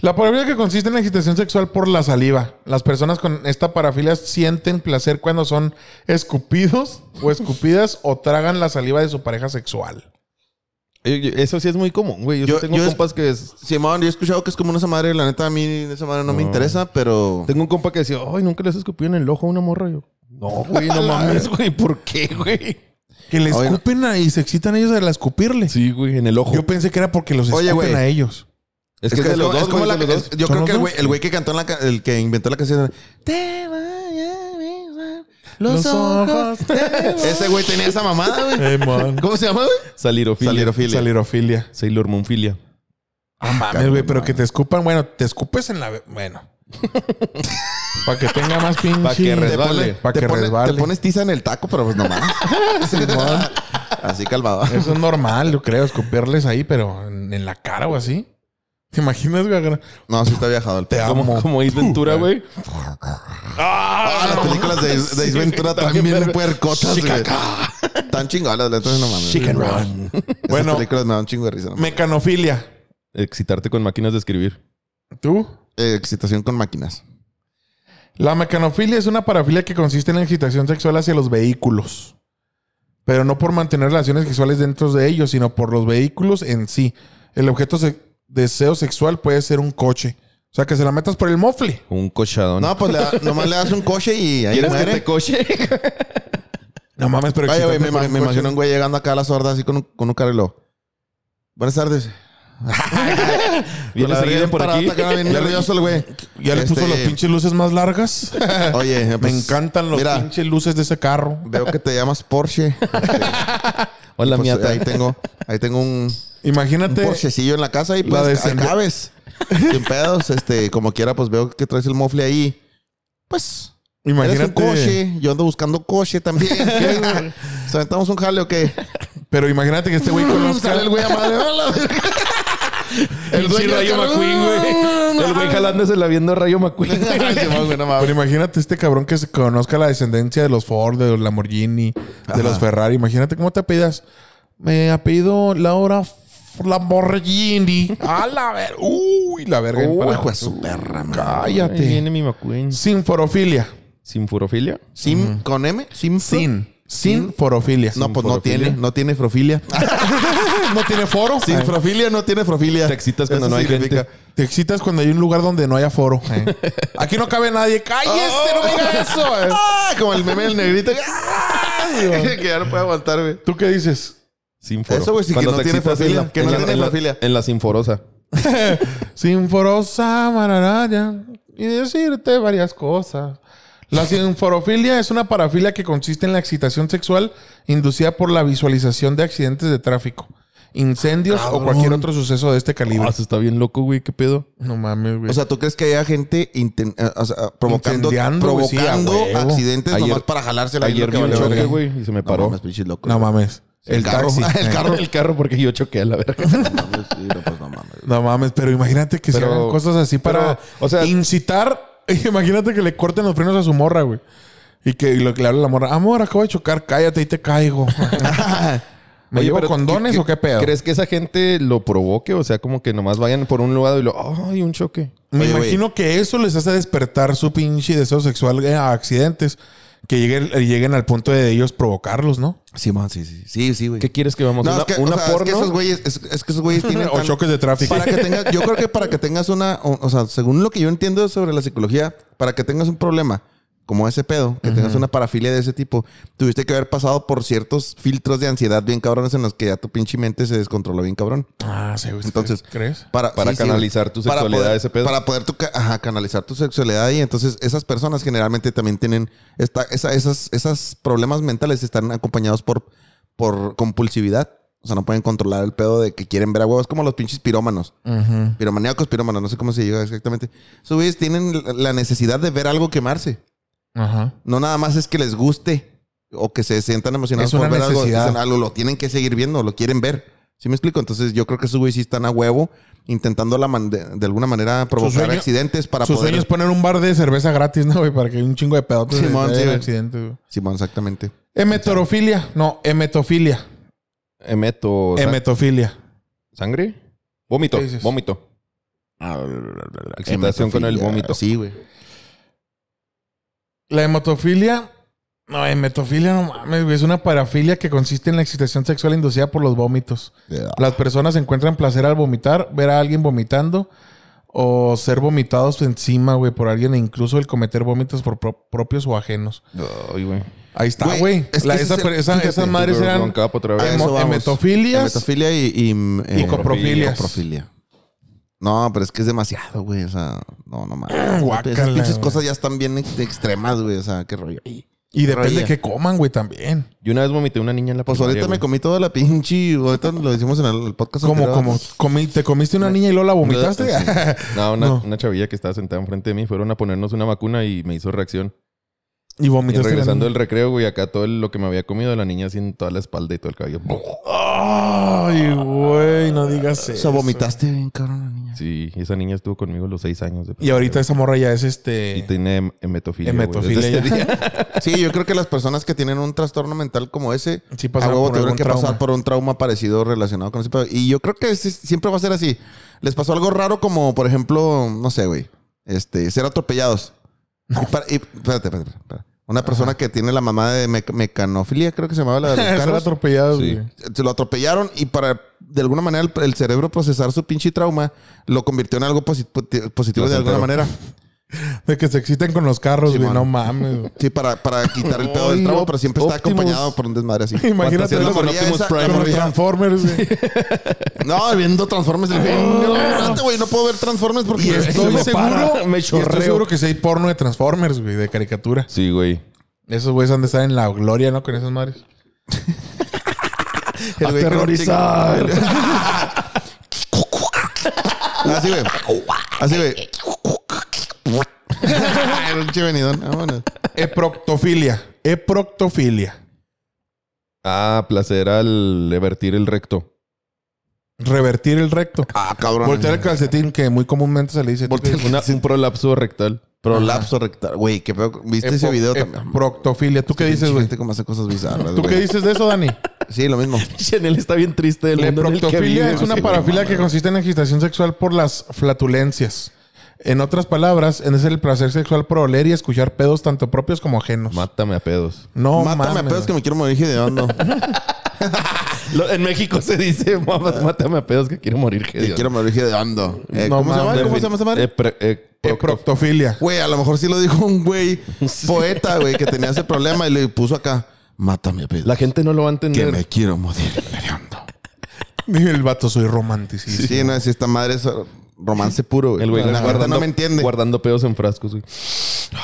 La parafilia que consiste en la excitación sexual por la saliva. Las personas con esta parafilia sienten placer cuando son escupidos o escupidas o tragan la saliva de su pareja sexual. Yo- yo- Eso sí es muy común, güey. Yo, sí Yo- tengo yo es- compas que... es- Simón, yo he escuchado que es como una esa madre, la neta a mí esa madre no, me interesa, pero Tengo un compa que decía, ay, nunca les escupí en el ojo a una morra. Yo, no, güey, no mames, güey. ¿Por qué, güey? Que le Oye, no. escupen a- y se excitan ellos al escupirle. Sí, güey, en el ojo. Yo pensé que era porque los Oye, escupen güey. a ellos. Es es que es, que de los como- dos, es como güey, la- es de los es- dos. yo ¿Son creo los que el dos? güey, el güey que cantó la ca- el que inventó la canción Te voy a besar Los ojos. ese güey tenía esa mamada, güey. ¿Cómo se llama, güey? Salirofilia. Salirofilia. Salirofilia. Sailor Moonfilia. Ah, mames, güey, pero que te escupan. Bueno, te escupes en la. Bueno. Para que tenga más pinche. Pa' que Te, resbale. pone- Pa' te que pone- resbale. te pones tiza en el taco, pero pues nomás. Así calmado. Eso es normal, yo creo, escupirles ahí, pero en, en la cara o así. ¿Te imaginas, güey? agarrar- No, sí está viajado el Te perro. amo. Como, como Ace Ventura, güey. Ah, las películas de, de Ace Ventura también bien puercotas, güey. Tan chingadas, las letras no mames. run. Esas Bueno. películas me dan un chingo de risa. no mames. Mecanofilia. Excitarte con máquinas de escribir. ¿Tú? Eh, excitación con máquinas. La mecanofilia es una parafilia que consiste en la excitación sexual hacia los vehículos. Pero no por mantener relaciones sexuales dentro de ellos, sino por los vehículos en sí. El objeto de deseo sexual puede ser un coche. O sea, que se la metas por el mofle. Un cochadón. No, pues le da- nomás le das un coche y ahí ¿Quieres que muere. te coche? No mames, pero Oye, güey, me, excitante por ima- un me coche. imagino un güey llegando acá a la sorda así con un, con un carrelo. Buenas tardes. Viene Con la seguido verga por bien aquí. parada, acá, bien nervioso el güey. Ya le puso Este, las pinches luces más largas. Oye, me pues, encantan las mira, pinches luces de ese carro. Veo que te llamas Porsche. Hola, Pues, miata. ahí tengo, ahí tengo un, un Imagínate. Porschecillo en la casa y Este, La pues ahí descendencia. cabes. Sin pedos, este, como quiera, pues veo que traes el mofle ahí. Pues. Eres un Imagínate. coche. Yo ando buscando coche también. ¿Qué, güey? ¿Se aventamos un jale o qué? Pero imagínate que este güey conozca. Sale el güey a madre. El dueño sí, Rayo del McQueen, güey. El güey jalándosela viendo a Rayo McQueen. Pero imagínate este cabrón que se conozca la descendencia de los Ford, de los Lamborghini, de los Ferrari. Imagínate cómo te apellidas. Me apellido Laura F- Lamborghini. A la verga. Uy, la verga. Uy, Para- hijo de su perra, madre. Cállate. Ahí viene mi McQueen. Sinforofilia. ¿Sinfurofilia? Sim con M. Sim. Sin. Sinforofilia. No, pues no tiene, no tiene frofilia. no tiene foro. Sin frofilia no tiene frofilia. Te excitas cuando no hay gente. Te excitas cuando hay un lugar donde no haya foro. Aquí no cabe nadie. ¡Cállese! ¡No me diga eso! eh! ¡Ah! Como el meme del negrito. ¡Ah! que ya no puede aguantar, güey. ¿Tú qué dices? Sinforo. Eso, güey, sí, que Cuando no te tiene excitas en frofilia, la- que no en la- tiene en la- frofilia. En la sinforosa. Sinforosa mararaya y decirte varias cosas. La sinforofilia es una parafilia que consiste en la excitación sexual inducida por la visualización de accidentes de tráfico, incendios o cualquier otro suceso de este calibre. Ah, eso está bien loco, güey. ¿Qué pedo? no mames, güey. O sea, ¿tú crees que haya gente inten- eh, o sea, provocando, Incendiando, güey, sí, a provocando huevo. accidentes Ayer- nomás para jalársela? ahí Ayer lo que vi un vale choque, verga? güey, y se me No paró. mames, pinches locos. no mames. El El, carro, taxi. el carro. el carro porque yo choqué a la verga. No mames, sí, no, pues, no mames. No mames, pero imagínate que se Pero- hagan cosas así para pero, o sea- incitar. Imagínate que le corten los frenos a su morra, güey. Y que lo que le habla la morra, amor, acabo de chocar, cállate y te caigo. ¿Me Oye, llevo pero condones o qué pedo? ¿Crees que esa gente lo provoque? O sea, como que nomás vayan por un lado y lo... ¡Ay, un choque! Me Oye, güey. imagino que eso les hace despertar su pinche deseo sexual eh, a accidentes. Que lleguen, eh, lleguen al punto de ellos provocarlos, ¿no? Sí, man, sí, sí. Sí, sí, güey. ¿Qué quieres que vamos? No, una es que, una o sea, es porno. que esos güeyes, es, es que esos güeyes tienen. O tan- choques de tráfico. Para que tengas, yo creo que para que tengas una, o, o sea, según lo que yo entiendo sobre la psicología, para que tengas un problema como ese pedo, que tengas una parafilia de ese tipo, tuviste que haber pasado por ciertos filtros de ansiedad bien cabrones en los que ya tu pinche mente se descontroló bien cabrón. Ah, sí, güey. Entonces, ¿crees? Para, Para canalizar güey. tu sexualidad, poder, ese pedo. Para poder tu ca- ajá, canalizar tu sexualidad. Y entonces esas personas generalmente también tienen... Esta, esa, esas, esas problemas mentales están acompañados por, por compulsividad. O sea, no pueden controlar el pedo de que quieren ver a huevos. como los pinches pirómanos. Piromaníacos, pirómanos. No sé cómo se llega exactamente. Esos güeyes tienen la- la necesidad de ver algo quemarse. Ajá. No nada más es que les guste o que se sientan emocionados Es una por ver algo, necesidad. dicen algo, lo tienen que seguir viendo, lo quieren ver. ¿Sí me explico? Entonces yo creo que esos güeyes sí están a huevo intentando la man- de, de alguna manera provocar sueño- accidentes para Su poder... sueño es poner un bar de cerveza gratis, ¿no, güey? Para que un chingo de pedotes se Simón, sí, den güey. accidentes, güey. Simón, exactamente. Emetorofilia. No, emetofilia. Emeto... Pues, ah. sa- Emetofilia. ¿Sangre? Vómito. ¿Qué dices? Vómito. Ah, Excitación con el vómito. Sí, güey. La hematofilia. No, hematofilia no mames, güey. Es una parafilia que consiste en la excitación sexual inducida por los vómitos. Las personas encuentran placer al vomitar, ver a alguien vomitando o ser vomitados encima, güey, por alguien e incluso el cometer vómitos por pro- propios o ajenos. Ay, güey. Ahí está, Güey, güey. es que La- ese esa- es el- esa- fíjate, esas madres Pero eran broncapa otra A vez. hemo- eso vamos. hemetofilias Hemetofilia y... y, mm, eh, y coprofilias. coprofilia. No, pero es que es demasiado, güey. O sea, no, no mames. Guácala, Esas pinches güey. cosas ya están bien ex- extremas, güey. O sea, qué rollo. Y depende Roía. de qué coman, güey, también. Yo una vez vomité una niña en la Pues ahorita me comí toda la pinche... Ahorita lo hicimos en el, el podcast. Como, anterior. como, comi- te comiste una niña y luego la vomitaste. No, una, No. una chavilla que estaba sentada enfrente de mí. Fueron a ponernos una vacuna y me hizo reacción. y Y vomitaste. la regresando del niña. recreo, güey, acá todo el- lo que me había comido, la niña así en toda la espalda y todo el cabello. Ay, güey, no digas O eso. sea, vomitaste bien, cabrón, la niña. Sí, y esa niña estuvo conmigo los seis años. de Y ahorita esa morra ya es este. Y tiene hem- hemetofilia. güey. Hemetofilia Desde ese ya. día- Sí, yo creo que las personas que tienen un trastorno mental como ese, Sí, a pasaron huevo por tuvieron algún que pasar trauma. por un trauma parecido relacionado con ese pedo. Y yo creo que ese siempre va a ser así. Les pasó algo raro como, por ejemplo, no sé, güey, este, ser atropellados. Y para- y- espérate, espérate, espérate, espérate. Una persona que tiene la mamá de meca- mecanofilia, creo que se llamaba la de los Están carros. atropellados, Sí. güey. se lo atropellaron y para de alguna manera el, el cerebro procesar su pinche trauma lo convirtió en algo posi- positivo de alguna Placentero. manera. De que se exciten con los carros, Sí, güey. mano. No mames. güey. Sí, para, para quitar el pedo del Ay, trauma, pero siempre está Optimus. acompañado por un desmadre así. Imagínate la los- morrilla con Optimus esa- Prime, la Con los morrilla- Transformers, güey. No, viendo Transformers. el- No, espérate, güey, no puedo ver Transformers porque... Y estoy me para. seguro. Ah, me y estoy chorreo. seguro que sí hay porno de Transformers, güey, de caricatura. Sí, güey. Esos güeyes han de estar en la gloria, ¿no? Con esas madres. El güey que no chinga. Así, güey. Así, güey. Pinche venidón. Vámonos. Eproctofilia. Eproctofilia. Ah, placer al vertir el recto. Revertir el recto. Ah, cabrón. Voltear el calcetín, que muy comúnmente se le dice. Voltear el Una- un prolapso rectal. Prolapso rectal. Güey, qué pedo. ¿Viste ese Epo- video también? Proctofilia. ¿Tú qué dices, güey? Gente como hace cosas bizarras, ¿Tú qué güey. dices de eso, Dani? Sí, lo mismo. Chanel está bien triste del La mundo en el que proctofilia vive, es una güey. parafilia que consiste en excitación sexual por las flatulencias. En otras palabras, es el placer sexual por oler y escuchar pedos tanto propios como ajenos. Mátame a pedos. no, Mátame a mames, pedos que me quiero morir gideando. Lo- en México se dice, "Mamas, mátame a pedos que quiero morir. Me hediondo". quiero morir gideando. Eh, No ¿Cómo se llama? mames. ¿Cómo se llama esa madre? Eh, pre- eh, güey. Proctofilia. Güey, a lo mejor sí lo dijo un güey poeta, güey, que tenía ese problema y le puso acá. Mátame a pedos. La gente no lo va a que entender. me quiero morir gideando. Dice el vato, soy romanticismo. Sí, no, si esta madre es romance puro, güey. El güey la verdad guardando, no me entiende. guardando pedos en frascos, güey.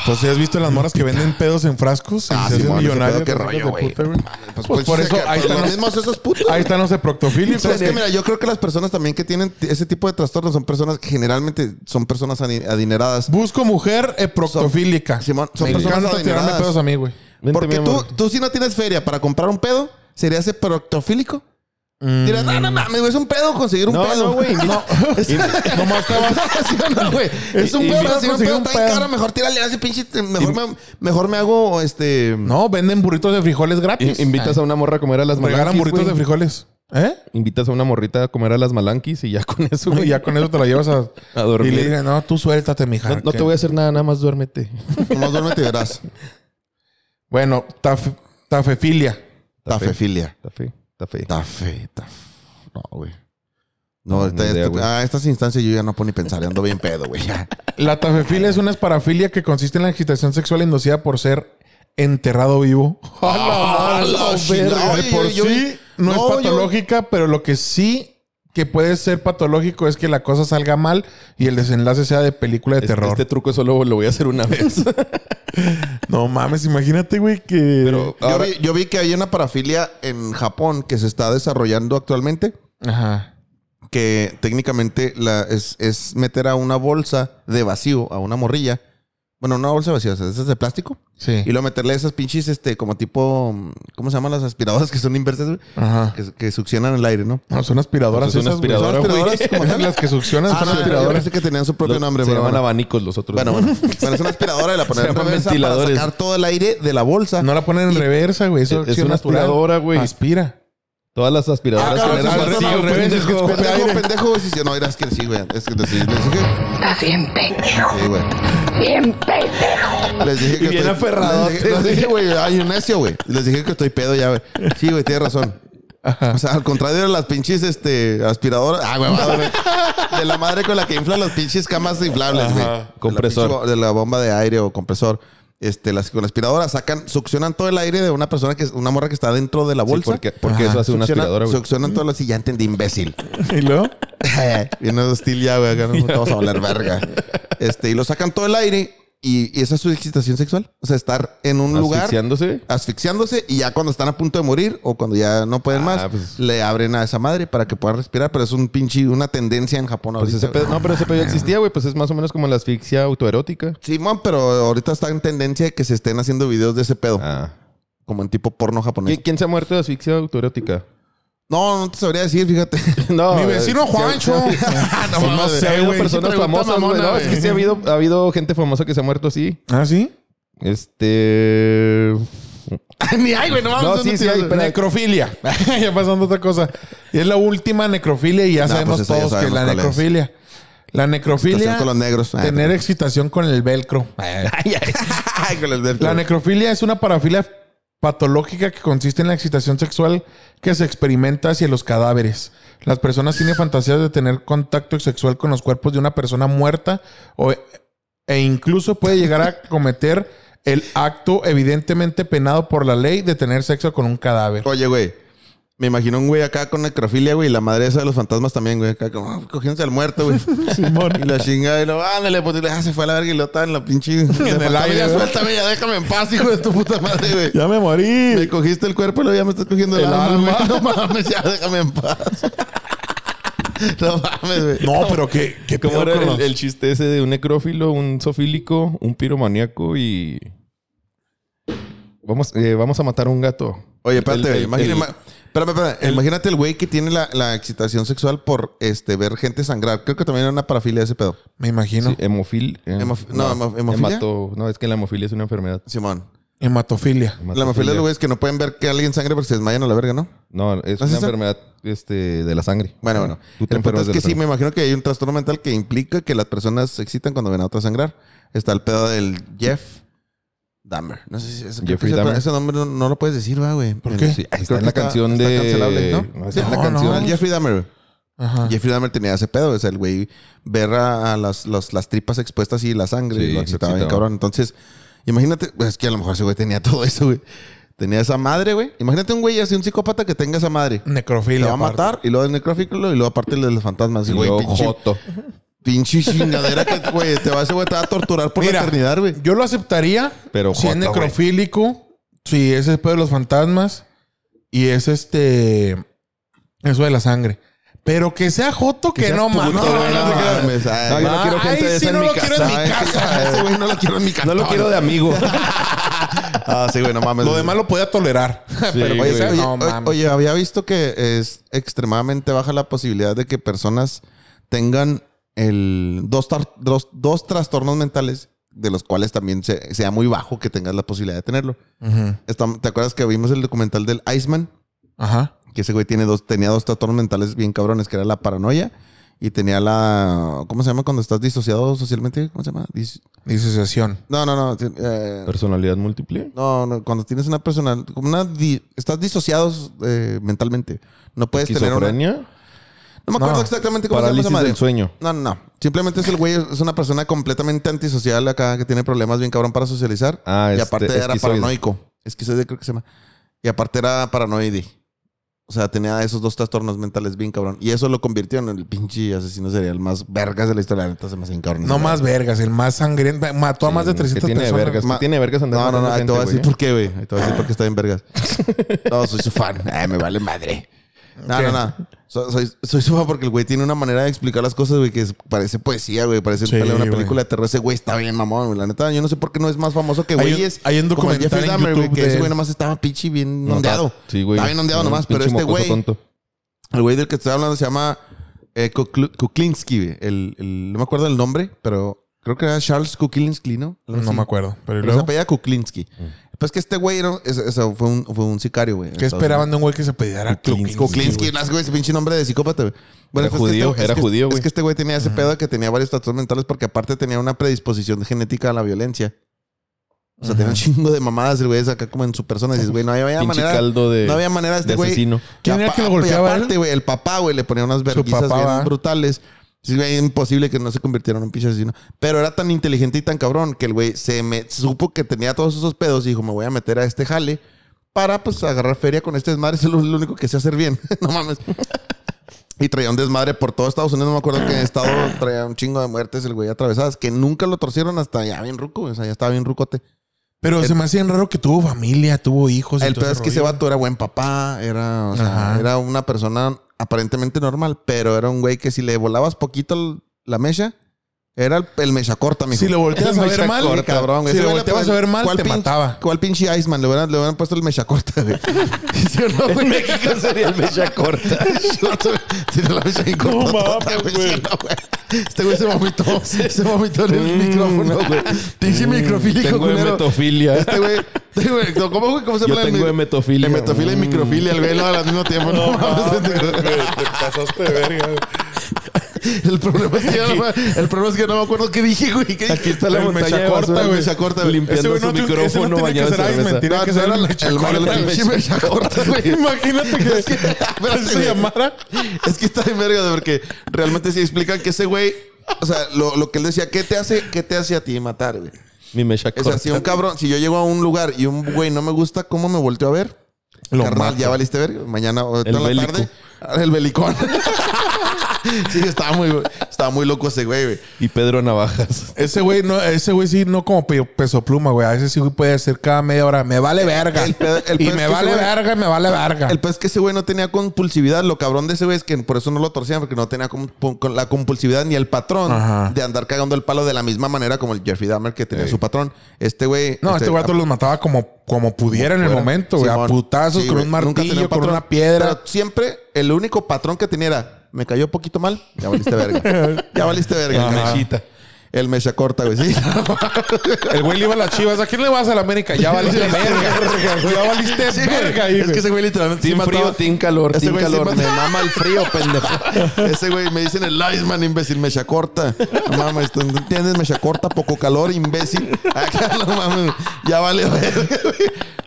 Pues si has visto las moras que venden pedos en frascos y Ah, se hacen Simón, ese millonarios. pedo, qué de rollo, hijos de güey. puta, güey. Pues, Pues por sí, eso que- pues ahí están los los, mismos esos putos. ahí están los eproctofilios. Pero es que güey. mira, yo creo que las personas también que tienen ese tipo de trastornos son personas que generalmente son personas ani- adineradas. Busco mujer eh, eproctofílica. Simón, son Me personas encanta tirarme adineradas. pedos a mí, güey. Vente, Porque mi tú, amor. tú si no tienes feria para comprar un pedo, ¿serías proctofílico? Dirás, no, no, mames, güey, es un pedo conseguir un Mm. No, pedo. no, güey. No. Nomás te vas. Sí, no, güey. Es un Y- y pedo vas a conseguir un conseguir pedo un tan pedo. caro. Mejor tírale a ese pinche. Mejor, me, mejor me hago este. No, venden burritos de frijoles gratis. Pues, In- Invitas a una morra a comer a las Regalan malanquis, burritos güey. de frijoles. ¿Eh? Invitas a una morrita a comer a las malanquis y ya con eso, Y güey. ya con eso te la llevas a, A dormir. Y le dicen, no, tú suéltate, mija. No, no que- te voy a hacer nada, nada más duérmete. Nomás duérmete y verás. Bueno, taf- tafefilia. Tafefilia. Tafe, tafe. Tafe, taf. No, güey. No, No, ahorita ni idea, esto- güey. a estas instancias yo ya no puedo ni pensar. ya Ando bien pedo, güey. ya. La tafefilia es una esparafilia que consiste en la agitación sexual inducida por ser enterrado vivo. Ah, ¡A la verga! De por Yo- yo- sí no, no, es yo- patológica, pero lo que sí que puede ser patológico es que la cosa salga mal y el desenlace sea de película de Este- terror. Este truco solo lo voy a hacer una vez. No mames, imagínate, güey, que. Pero Yo ahora- vi, yo vi que hay una parafilia en Japón que se está desarrollando actualmente. Ajá. que técnicamente la, es, es meter a una bolsa de vacío, a una morrilla. Bueno, una bolsa de vacío, o sea, esas de plástico. Sí. Y luego meterle esas pinches, este, como tipo, mm, ¿cómo se llaman las aspiradoras que son inversas? güey? Ajá. Que, que succionan el aire, ¿no? No, son aspiradoras. Pues es una esas, güey. aspiradora, Son aspiradoras güey. como tal, las que succionan. Ah, son no, yo aspiradoras. pensé que tenían su propio nombre, se pero llaman bueno. abanicos los otros. Bueno, bueno. Pero es una aspiradora y la ponen Se en llaman reversa para ventiladores. sacar todo el aire de la bolsa. No la ponen en reversa, güey. Eso Es- acción es una natural. aspiradora, güey. Aspira. Todas las Ah, aspiradoras cabrón, generan se pasó, vacío, no, pendejo, pendejo. pendejo, pendejo. Sí, sí, no, era, es que sí, güey. Es que sí, les dije. Estás bien pendejo, Sí, güey. bien pendejo. Les dije que Y bien estoy- aferradote, Les dije- les dije, güey, ay, un necio, güey. Les dije que estoy pedo ya, güey. Sí, güey, tienes razón. O sea, al contrario de las pinches este, aspiradoras. Ah, güey, va, güey. De la madre con la que inflan las pinches camas inflables, güey. Compresor. De la, pinche bo- de la bomba de aire o compresor. Este, las con la aspiradora sacan, succionan todo el aire de una persona que es una morra que está dentro de la Sí, bolsa. porque porque Ajá. eso hace una Succionan- aspiradora, güey. Succionan todo lo así, ya entendí, imbécil. ¿Y luego? Viene hostil ya, güey. Acá no vamos a hablar verga. Este, y lo sacan todo el aire y, y esa es su excitación sexual. O sea, estar en un lugar Asfixiándose. asfixiándose y ya cuando están a punto de morir o cuando ya no pueden Ah, más, pues. le abren a esa madre para que puedan respirar. Pero es un pinche, una tendencia en Japón Pues ahorita, ese güey. pedo- no, pero ese pedo ya existía, güey. Pues es más o menos como la asfixia autoerótica. Simón, pero ahorita está en tendencia de que se estén haciendo videos de ese pedo, Ah. como en tipo porno japonés. ¿Qui- ¿Quién se ha muerto de asfixia autoerótica? No, no te sabría decir, fíjate. No. Mi vecino Juancho. Pues No, no sé, güey. Personas famosas, güey. No, es que sí ha habido, ha habido gente famosa que se ha muerto así. ¿Ah, sí? Este. Ni hay, güey, no No, sí, sí, hay, pero- Necrofilia. ya pasando a otra cosa. Y es la última necrofilia y ya No, sabemos pues esa ya todos que sabemos la cuál es. necrofilia. La necrofilia. Excitación con los negros. Ah, Tener excitación con el velcro. Ay, con el del- La necrofilia es una parafilia patológica que consiste en la excitación sexual que se experimenta hacia los cadáveres. Las personas tienen fantasías de tener contacto sexual con los cuerpos de una persona muerta o- e incluso puede llegar a cometer el acto evidentemente penado por la ley de tener sexo con un cadáver. Oye, güey. Me imagino un güey acá con necrofilia, güey, y la madre esa de los fantasmas también, güey, acá como ah, cogiéndose al muerto, güey. Y la chinga, y lo, ándale, pues, y le, ah, se fue a la verga y lo está en la pinche. En aire, Ya güey. suéltame, ya déjame en paz, hijo de tu puta madre, güey. Ya me morí. Me cogiste el cuerpo y luego ya me estás cogiendo el, El alma, alma. güey. No mames, ya déjame en paz. No mames, güey. No, pues. pero qué, qué ¿Cómo pedo era con el, los- el chiste ese de un necrófilo, un sofílico, un piromaníaco y. Vamos, eh, vamos a matar a un gato. Oye, espérate, El- güey. el- Imagina- el- ma- espérame, espérame. Imagínate el güey que tiene la, la excitación sexual por este ver gente sangrar. Creo que también era una parafilia ese pedo. Me imagino. Sí, hemofil. em- Hemof- no, hemo- hemofilia. hemato- no, es que la hemofilia es una enfermedad. Simón. Hematofilia. La hemofilia de los güeyes que no pueden ver que alguien sangre porque se desmayan a la verga, ¿no? No, es ¿No es una esa? enfermedad este, de la sangre. Bueno, bueno. Tú te El punto enfermas es de que la sí, sangre. me imagino que hay un trastorno mental que implica que las personas se excitan cuando ven a otras sangrar. Está el pedo del Jeff Dahmer. No sé si es, creo que Jeffrey ese, Dahmer. ese nombre no, no lo puedes decir, va, güey. ¿Por En- qué? Sí, creo ahí está en que la está- canción está de. cancelable, ¿no? está en la No, canción. no. El Jeffrey Dahmer, güey. Ajá. Jeffrey Dahmer tenía ese pedo, o sea, el güey ver a, a las, los- las tripas expuestas y la sangre, Sí, y lo excitaba bien excitaba. cabrón. Entonces, imagínate, pues, es que a lo mejor ese güey tenía todo eso, güey. Tenía esa madre, güey. Imagínate un güey así, un psicópata que tenga esa madre. Te Necrofilia. va a aparte. matar y luego el necrófilo y luego aparte el de los fantasmas. Y Y güey, luego pinche, Joto. pinche chingadera que, güey, te va, ese güey te va a torturar por Mira, la eternidad, güey. Yo lo aceptaría Pero si es joto, güey. necrofílico, si es después de los fantasmas y es este. Eso de la sangre. Pero que sea Joto, que, no mames. Puto, güey, no te creas. No, Ay, yo no Ah, quiero gente ahí de sí esa en no mi lo quiero en casa. mi ay, casa. Ese güey no lo quiero en mi casa. No lo quiero de amigo. Ah, sí, güey, no mames. Lo demás lo podía tolerar. pero Oye, que sea- oye, no oye, mames. oye, había visto que es extremadamente baja la posibilidad de que personas tengan el dos, tar- dos, dos trastornos mentales, de los cuales también se- sea muy bajo que tengas la posibilidad de tenerlo. Ujú. Estam- ¿Te acuerdas que vimos el documental del Iceman? Ajá. Que ese güey tiene dos, tenía dos trastornos mentales bien cabrones, que era la paranoia y tenía la... ¿Cómo se llama cuando estás disociado socialmente? ¿Cómo se llama? Dis- Disociación. no, no, no. ti- eh, Personalidad múltiple. no, no, cuando tienes una personal, como una di- estás disociado eh, mentalmente. No puedes tener una. No Esquizofrenia. me acuerdo No. exactamente cómo se llama esa Parálisis madre. del sueño. No, no, no. Simplemente es el güey, es una persona completamente antisocial acá que tiene problemas bien cabrón para socializar. Ah, y este, aparte era esquizoide. paranoico. Esquizoide creo que se llama. Y aparte era paranoide. O sea, tenía esos dos trastornos mentales bien cabrón. Y eso lo convirtió en el pinche asesino serial más vergas de la historia. La neta se me hace bien cabrón. No Ese más vergas, el más sangriento. Mató a más de 300 que tiene personas. vergas. Ma- que tiene vergas andando No, no, no, ahí te gente, voy a decir güey. por qué, güey. Ahí Te voy a decir por qué está bien vergas. No, soy su fan. Ay, me vale madre. No, Ok. no, no. So- soy, soy su fan porque el güey tiene una manera de explicar las cosas, güey, que es- parece poesía, güey. Parece un Sí, pele- una güey. película de terror. Ese güey está bien mamón, güey. La neta, yo no sé por qué no es más famoso que Hay un- güey. Es hay un como el documental Jeffrey en Dahmer, güey, YouTube que ese de- güey nomás estaba pinche bien No, ondeado. está- Sí, güey. Está bien ondeado Un nomás, pero pinche este mocoso güey... tonto. El güey del que estoy hablando se llama eh, Kuklu- Kuklinski, güey. El, el- no me acuerdo el nombre, pero creo que era Charles Kuklinski, ¿no? Algo No así. me acuerdo. Pero Pero ¿y se luego, apellida Kuklinski. Mm. Pues que este güey era, es- es- fue, un, fue un sicario, güey. ¿qué esperaban de un güey que se pidiera Kuklinski, Kuklinski, las güey, ese pinche nombre de psicópata, güey. Era pues, es que judío, este- era es que- judío, güey. Es que este güey tenía ese pedo que tenía varios trastornos mentales porque aparte tenía una predisposición genética a la violencia. O sea, tenía un chingo de mamadas el güey ese acá como en su persona. Y dices, güey, no había Pinche manera... caldo de, no había manera de de este güey asesino. ¿Quién y era apa- que lo golpeaba y a él? aparte, güey, el papá, güey, le ponía unas verguizas papá, bien ¿va? brutales. Sí, güey, imposible que no se convirtiera en un pinche asesino. Pero era tan inteligente y tan cabrón que el güey se me supo que tenía todos esos pedos y dijo, me voy a meter a este jale para, pues, agarrar feria con este desmadre. Eso es lo, lo único que sé hacer bien. no mames. Y traía un desmadre por todo Estados Unidos. No me acuerdo que en estado traía un chingo de muertes el güey atravesadas que nunca lo torcieron hasta ya bien ruco. güey. O sea, ya estaba bien rucote. Pero se me hacía raro que tuvo familia, tuvo hijos. y El todo peor es que ese rollo. vato era buen papá, era, o sea, Ajá. era una persona aparentemente normal, pero era un güey que si le volabas poquito el- la mecha, era el, el mechacor mijo. Si lo volteas a ver mal, Corta, cabrón. güey. si Ese lo güey le volteabas a pon- ver mal, ¿cuál te pinche- mataba. ¿Cuál pinche Iceman? Le hubieran, le hubieran puesto el mechacorta, güey. ¿Sí o no, güey? México sería el mecha corta. Tiene la mecha bien cortotota, mames, güey. ¿Sí o no, güey? Este güey se vomitó. Se vomitó en el Mm, micrófono, güey. Pinche microfílico, Mm, Tengo culero. hemetofilia. Este güey. este güey, no, ¿Cómo, güey? ¿Cómo se Yo llama? tengo hemetofilia. Hemetofilia y Mm. microfilia, el güey, no, al mismo tiempo. No, mames, este Te pasaste de verga. güey. el, problema es que yo no me, el problema es que no me acuerdo qué dije, güey. ¿qué? Aquí está la El montaña de mecha corta, basura, güey. güey. Mecha corta, güey. Ese Limpiando güey su no tiene- ese no tiene micrófono, que bañado de ser Iceman, cerveza. tiene que No, ser era el la- el malo, mechacorta, el güey. pinche mechacorta, güey. Imagínate que, Es que, que espérate, se güey. llamara. Es que está de verga, de porque realmente sí explican que ese güey, o sea, lo, lo que él decía, ¿qué te hace, qué te hace a ti matar, güey? Mi mecha O sea, si un corta. cabrón, si yo llego a un lugar y un güey no me gusta cómo me volteó a ver, Lo carnal, mato. ya valiste ver. Mañana o El toda la bélico. tarde, el belicón. Sí, estaba muy, estaba muy loco ese güey, güey. Y Pedro Navajas. Ese güey no, ese güey sí no como pe- peso pluma, güey. A veces sí güey, puede ser cada media hora. Me vale verga. El pedo- el y pedo es me que vale ese güey- Ah, verga, me vale verga. El peor es que ese güey no tenía compulsividad. Lo cabrón de ese güey es que por eso no lo torcían, porque no tenía com- pon- con la compulsividad ni el patrón Ajá. de andar cagando el palo de la misma manera como el Jeffrey Dahmer que tenía su patrón. Este güey. no, este guato los mataba como, como pudiera en el fuera. momento, güey. A Simón. putazos, Sí, con güey. un Nunca tenía martillo, un con patrón. una piedra. Pero siempre el único patrón que tenía era: me cayó poquito mal, ya valiste verga. ya valiste verga. Ajá. El mechita. El mecha corta, güey. Sí. El güey le iba a las chivas. ¿A quién le vas a la América? Ya valiste verga. Ya valiste Sí, güey. verga. ahí, Es que güey. ese güey literalmente sí Team mataba- frío, team calor, Ese team güey sí calor. mataba- me mama el frío, pendejo. Ese güey me dicen el Iceman, imbécil, mecha corta. No mames, ¿tú no entiendes? Mecha corta, poco calor, imbécil. Acá no mames, ya vale verga, güey.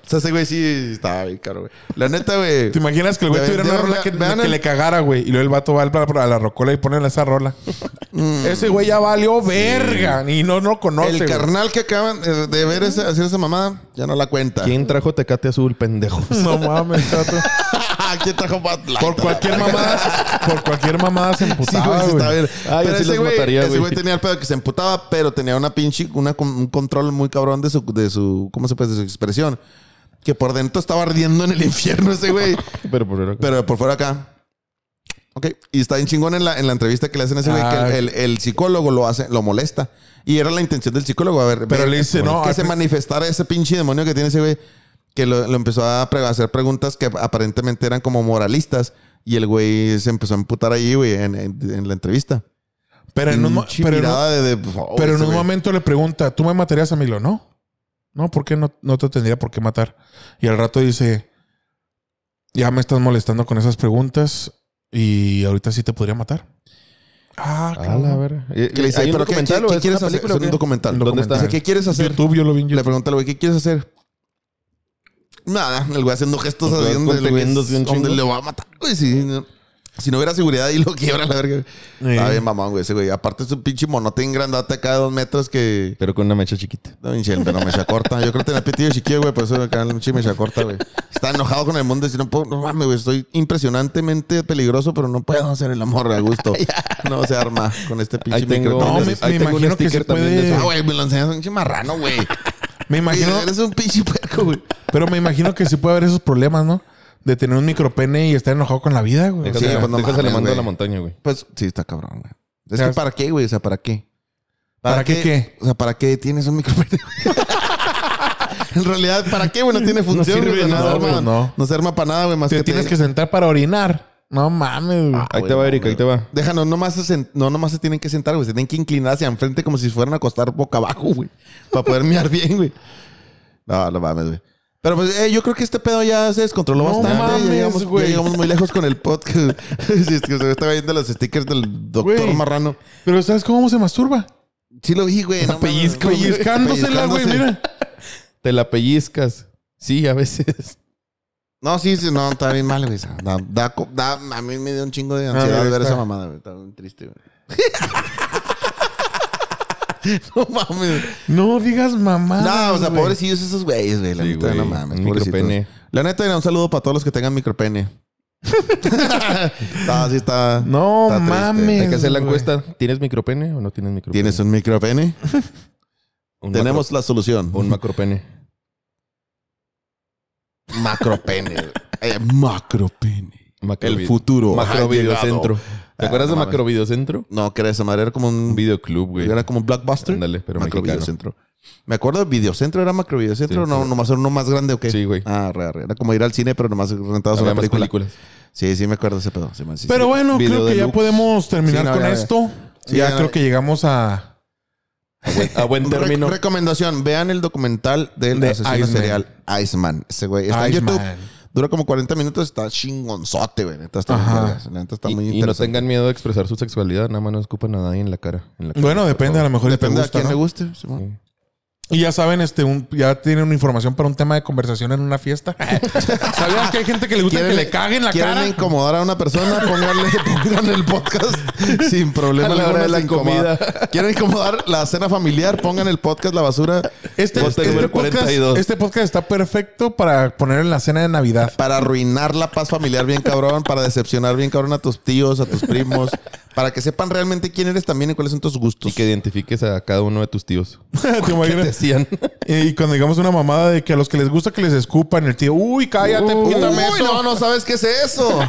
O sea, ese güey sí estaba bien caro, güey. La neta, güey. ¿Te imaginas que el güey Le tuviera una vendieron- rola que, vean que el- le cagara, güey? Y luego el vato va al- a la rocola y ponen esa rola. Ese güey ya valió verga. Y no, no lo conoce. Mm. el güey. carnal que acaban eh, de ver ese- hacer esa mamada, ya no la cuenta. ¿Quién trajo Tecate Azul, pendejo? No mames, vato. ¿Quién trajo Bud Light? Por cualquier mamada, por cualquier mamada Sí, se güey, emputaba, sí está güey. bien. Ah, yo pero sí ese los güey, mataría, ese güey. güey tenía el pedo que se emputaba, pero tenía una pinche, una, con- un control muy cabrón de su, de su, ¿cómo se puede? De su expresión. Que por dentro estaba ardiendo en el infierno ese güey. Pero por favor, pero por fuera acá. Ok. Y está bien chingón en la, en la entrevista que le hacen a ese güey Ah. que el, el- el psicólogo lo hace, lo molesta. Y era la intención del psicólogo. A ver, Pero ve, le dice, que no, Que al se pri- manifestara ese pinche demonio que tiene ese güey. Que lo, lo empezó a pre- a hacer preguntas que aparentemente eran como moralistas. Y el güey se empezó a emputar ahí, güey, en, en- en la entrevista. Pero en un, mo- Pinche pero en un- mirada de- de, por favor, pero en ese un güey. momento le pregunta, ¿tú me matarías a Milo? No. No, ¿por qué no, no te tendría por qué matar? Y al rato dice, ya me estás molestando con esas preguntas y ahorita sí te podría matar. Ah, A la verga. Eh, Que le dice, ¿hay "Ay, un pero ¿qué, qué- documental o qué es quieres una hacer? película Es o qué? un documental. ¿Dónde está? Dice, ¿qué quieres hacer? YouTube yo lo vi en Le YouTube. pregunta al güey, ¿qué quieres hacer? Nada, el güey haciendo gestos Los así donde, el güey- conteniéndose un donde chingo. le va a matar, güey. Si no, si no hubiera seguridad, y lo quiebra la verga. Sí. Está bien, mamón, güey, ese güey. Aparte es un pinche monotín grandote acá de dos metros que. Pero con una mecha chiquita. No, pinche, el pelo mecha corta. Yo creo que tenía pitillo chiquillo, güey, por eso acá el pinche mecha corta, güey. Está enojado con el mundo y dice, no puedo, no mames, güey, estoy impresionantemente peligroso, pero no puedo hacer el amor a gusto. No se arma con este pinche Ahí tengo, No, micro. me- ahí me tengo un imagino que se sticker también puede- de Ah, eso. güey, me lo enseñas un pinche marrano, güey. Me imagino, Güey, Eres un pinche puerco, güey. pero me imagino que sí puede haber esos problemas, ¿no? De tener un micropene y estar enojado con la vida, güey. O Sí, Déjase, sea, pues no le mames, mando a la güey. montaña, güey. Pues sí, está cabrón, güey. Es Ya que es- para qué, güey, o sea, para qué. ¿Para qué qué? O sea, para qué tienes un micrófono. en realidad, ¿para qué, güey? No tiene función, sirve güey. No, nada, se arma, güey, no. no. se arma para nada, güey, más te que tienes te- Ah. que sentar para orinar. No mames, güey. Ahí te va, Erika, ahí te va. Déjanos, nomás se, sent- no, nomás se tienen que sentar, güey. Se tienen que inclinar hacia enfrente como si fueran a acostar boca abajo, güey. Para poder mirar bien, güey. No, no mames, güey. Pero pues eh, yo creo que este pedo ya se descontroló No bastante. mames, ya, llegamos, ya güey. llegamos muy lejos con el podcast. Sí, es que se estaba viendo los stickers del doctor Güey. Marrano. Pero ¿sabes cómo se masturba? Sí lo vi, güey. No Pellizco, mames. Pellizcándosela, güey, Pellizcándose. mira. Te la pellizcas. Sí, a veces. No, sí, sí, no, está bien mal, güey. Da, da co- da- a mí me dio un chingo de Ah, ansiedad ahí ver está. esa mamada, güey. Está bien triste, güey. no mames. No digas mamá. No, o sea, pobrecillos esos güeyes, güey. La Sí, neta, güey. no mames. Un pobrecitos. micropene. La neta, era un saludo para todos los que tengan micropene. no, sí está. No está triste. mames. Hay que hacer la güey. encuesta. ¿Tienes micropene o no tienes micropene? ¿Tienes un micropene? un Tenemos la solución. macro- un macropene. macropene. güey. Eh, macropene. Macrovi- El futuro. Macro ha llegado. Videocentro. ¿Te Ah, acuerdas no de mames. Macro Videocentro? No, que era esa madre, era como un Un videoclub, güey. Era como un blockbuster. Ándale, pero macro mexicano. videocentro. Me acuerdo de videocentro, era macro videocentro, Sí, no, pero- nomás era uno más grande o qué. Sí, güey. Ah, re, re. Era como ir al cine, pero nomás rentabas Había una más película. películas. Sí, sí, me acuerdo de ese pedo. Sí, man, sí, Pero sí. bueno, Video creo que ya deluxe. podemos terminar Sí, no, con ya, ya. esto. Sí, ya ya, creo ya. que llegamos a. A buen Re- término. recomendación, vean el documental del De asesino Iceman. serial Iceman. Ese güey está en Iceman. YouTube. Dura como 40 minutos, está chingonzote, güey. Neta está, Ajá. muy vergas. La neta está Y- muy y, no interesante. tengan miedo de expresar su sexualidad. Nada más no escupan a nadie en la cara. en la cara. Bueno, depende, a lo mejor y te Depende gusta, a quién ¿no? le guste. sí, man. Y ya saben, este, un- ya tienen una información para un tema de conversación en una fiesta. ¿Sabían que hay gente que le gusta que le caguen la ¿Quieren cara? incomodar a una persona? Pónganle, pónganle el podcast sin problema. A la hora alguno de la se incomoda. ¿Quieren incomodar la cena familiar? Pongan el podcast La Basura Este, Bote este número podcast, 42. este podcast está perfecto para poner en la cena de Navidad. para arruinar la paz familiar bien cabrón, para decepcionar bien cabrón a tus tíos, a tus primos, Para que sepan realmente quién eres también y cuáles son tus Y gustos. que identifiques a cada uno de tus tíos. ¿Te ¿Qué imaginas? decían? Y cuando digamos una mamada de que a los que les gusta que les escupan, el tío, uy, cállate, Uy, quítame eso. no, no sabes qué es eso.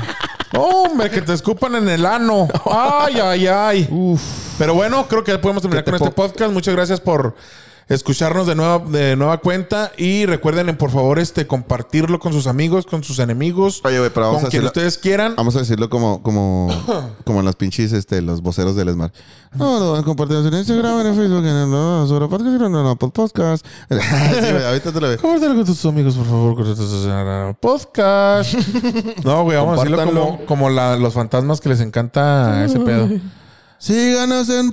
Hombre, que te escupan en el ano. Ay, ay, ay. Pero bueno, creo que ya podemos terminar con este podcast. Muchas gracias por escucharnos de nueva, de nueva cuenta. Y recuerden, por favor, este, compartirlo con sus amigos, con sus enemigos. Oye, güey, pero vamos con a quien hacerlo- ustedes quieran. Vamos a decirlo como, como, como los pinches, este, los voceros del Smart. No, lo van a compartir en Instagram, en Facebook, en no, sobre podcast, no, no, no, por podcast. Sí, güey, ahorita te lo veo. Compártelo con tus amigos, por favor, con tus- ah, podcast. No, güey, vamos a decirlo Compártanlo. como, como la- los fantasmas que les encanta ese pedo. Síganos en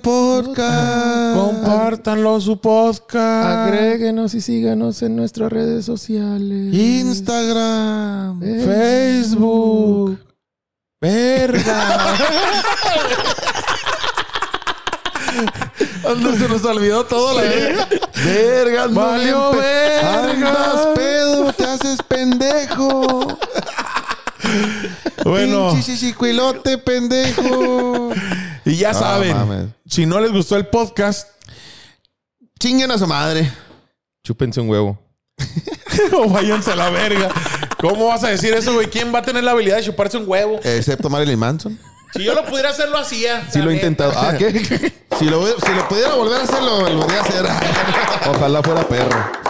podcast. Compártanlo su podcast. Agréguenos y síganos en nuestras redes sociales. Instagram. Facebook. Verga. Se nos olvidó todo la verga. Vergas, Valió verga. Andas pedo, te haces pendejo. bueno, Pinche chichicuilote, pendejo. y ya No saben, mames. si no les gustó el podcast, Chinguen a su madre. Chúpense un huevo. o váyanse a la verga. ¿Cómo vas a decir eso, güey? ¿Quién va a tener la habilidad de chuparse un huevo? Excepto Marilyn Manson. Si yo lo pudiera hacer, lo hacía. Sí lo he intentado. Ah, ¿qué? Si lo, si lo pudiera volver a hacer, lo volvería a hacer. Ojalá fuera perro.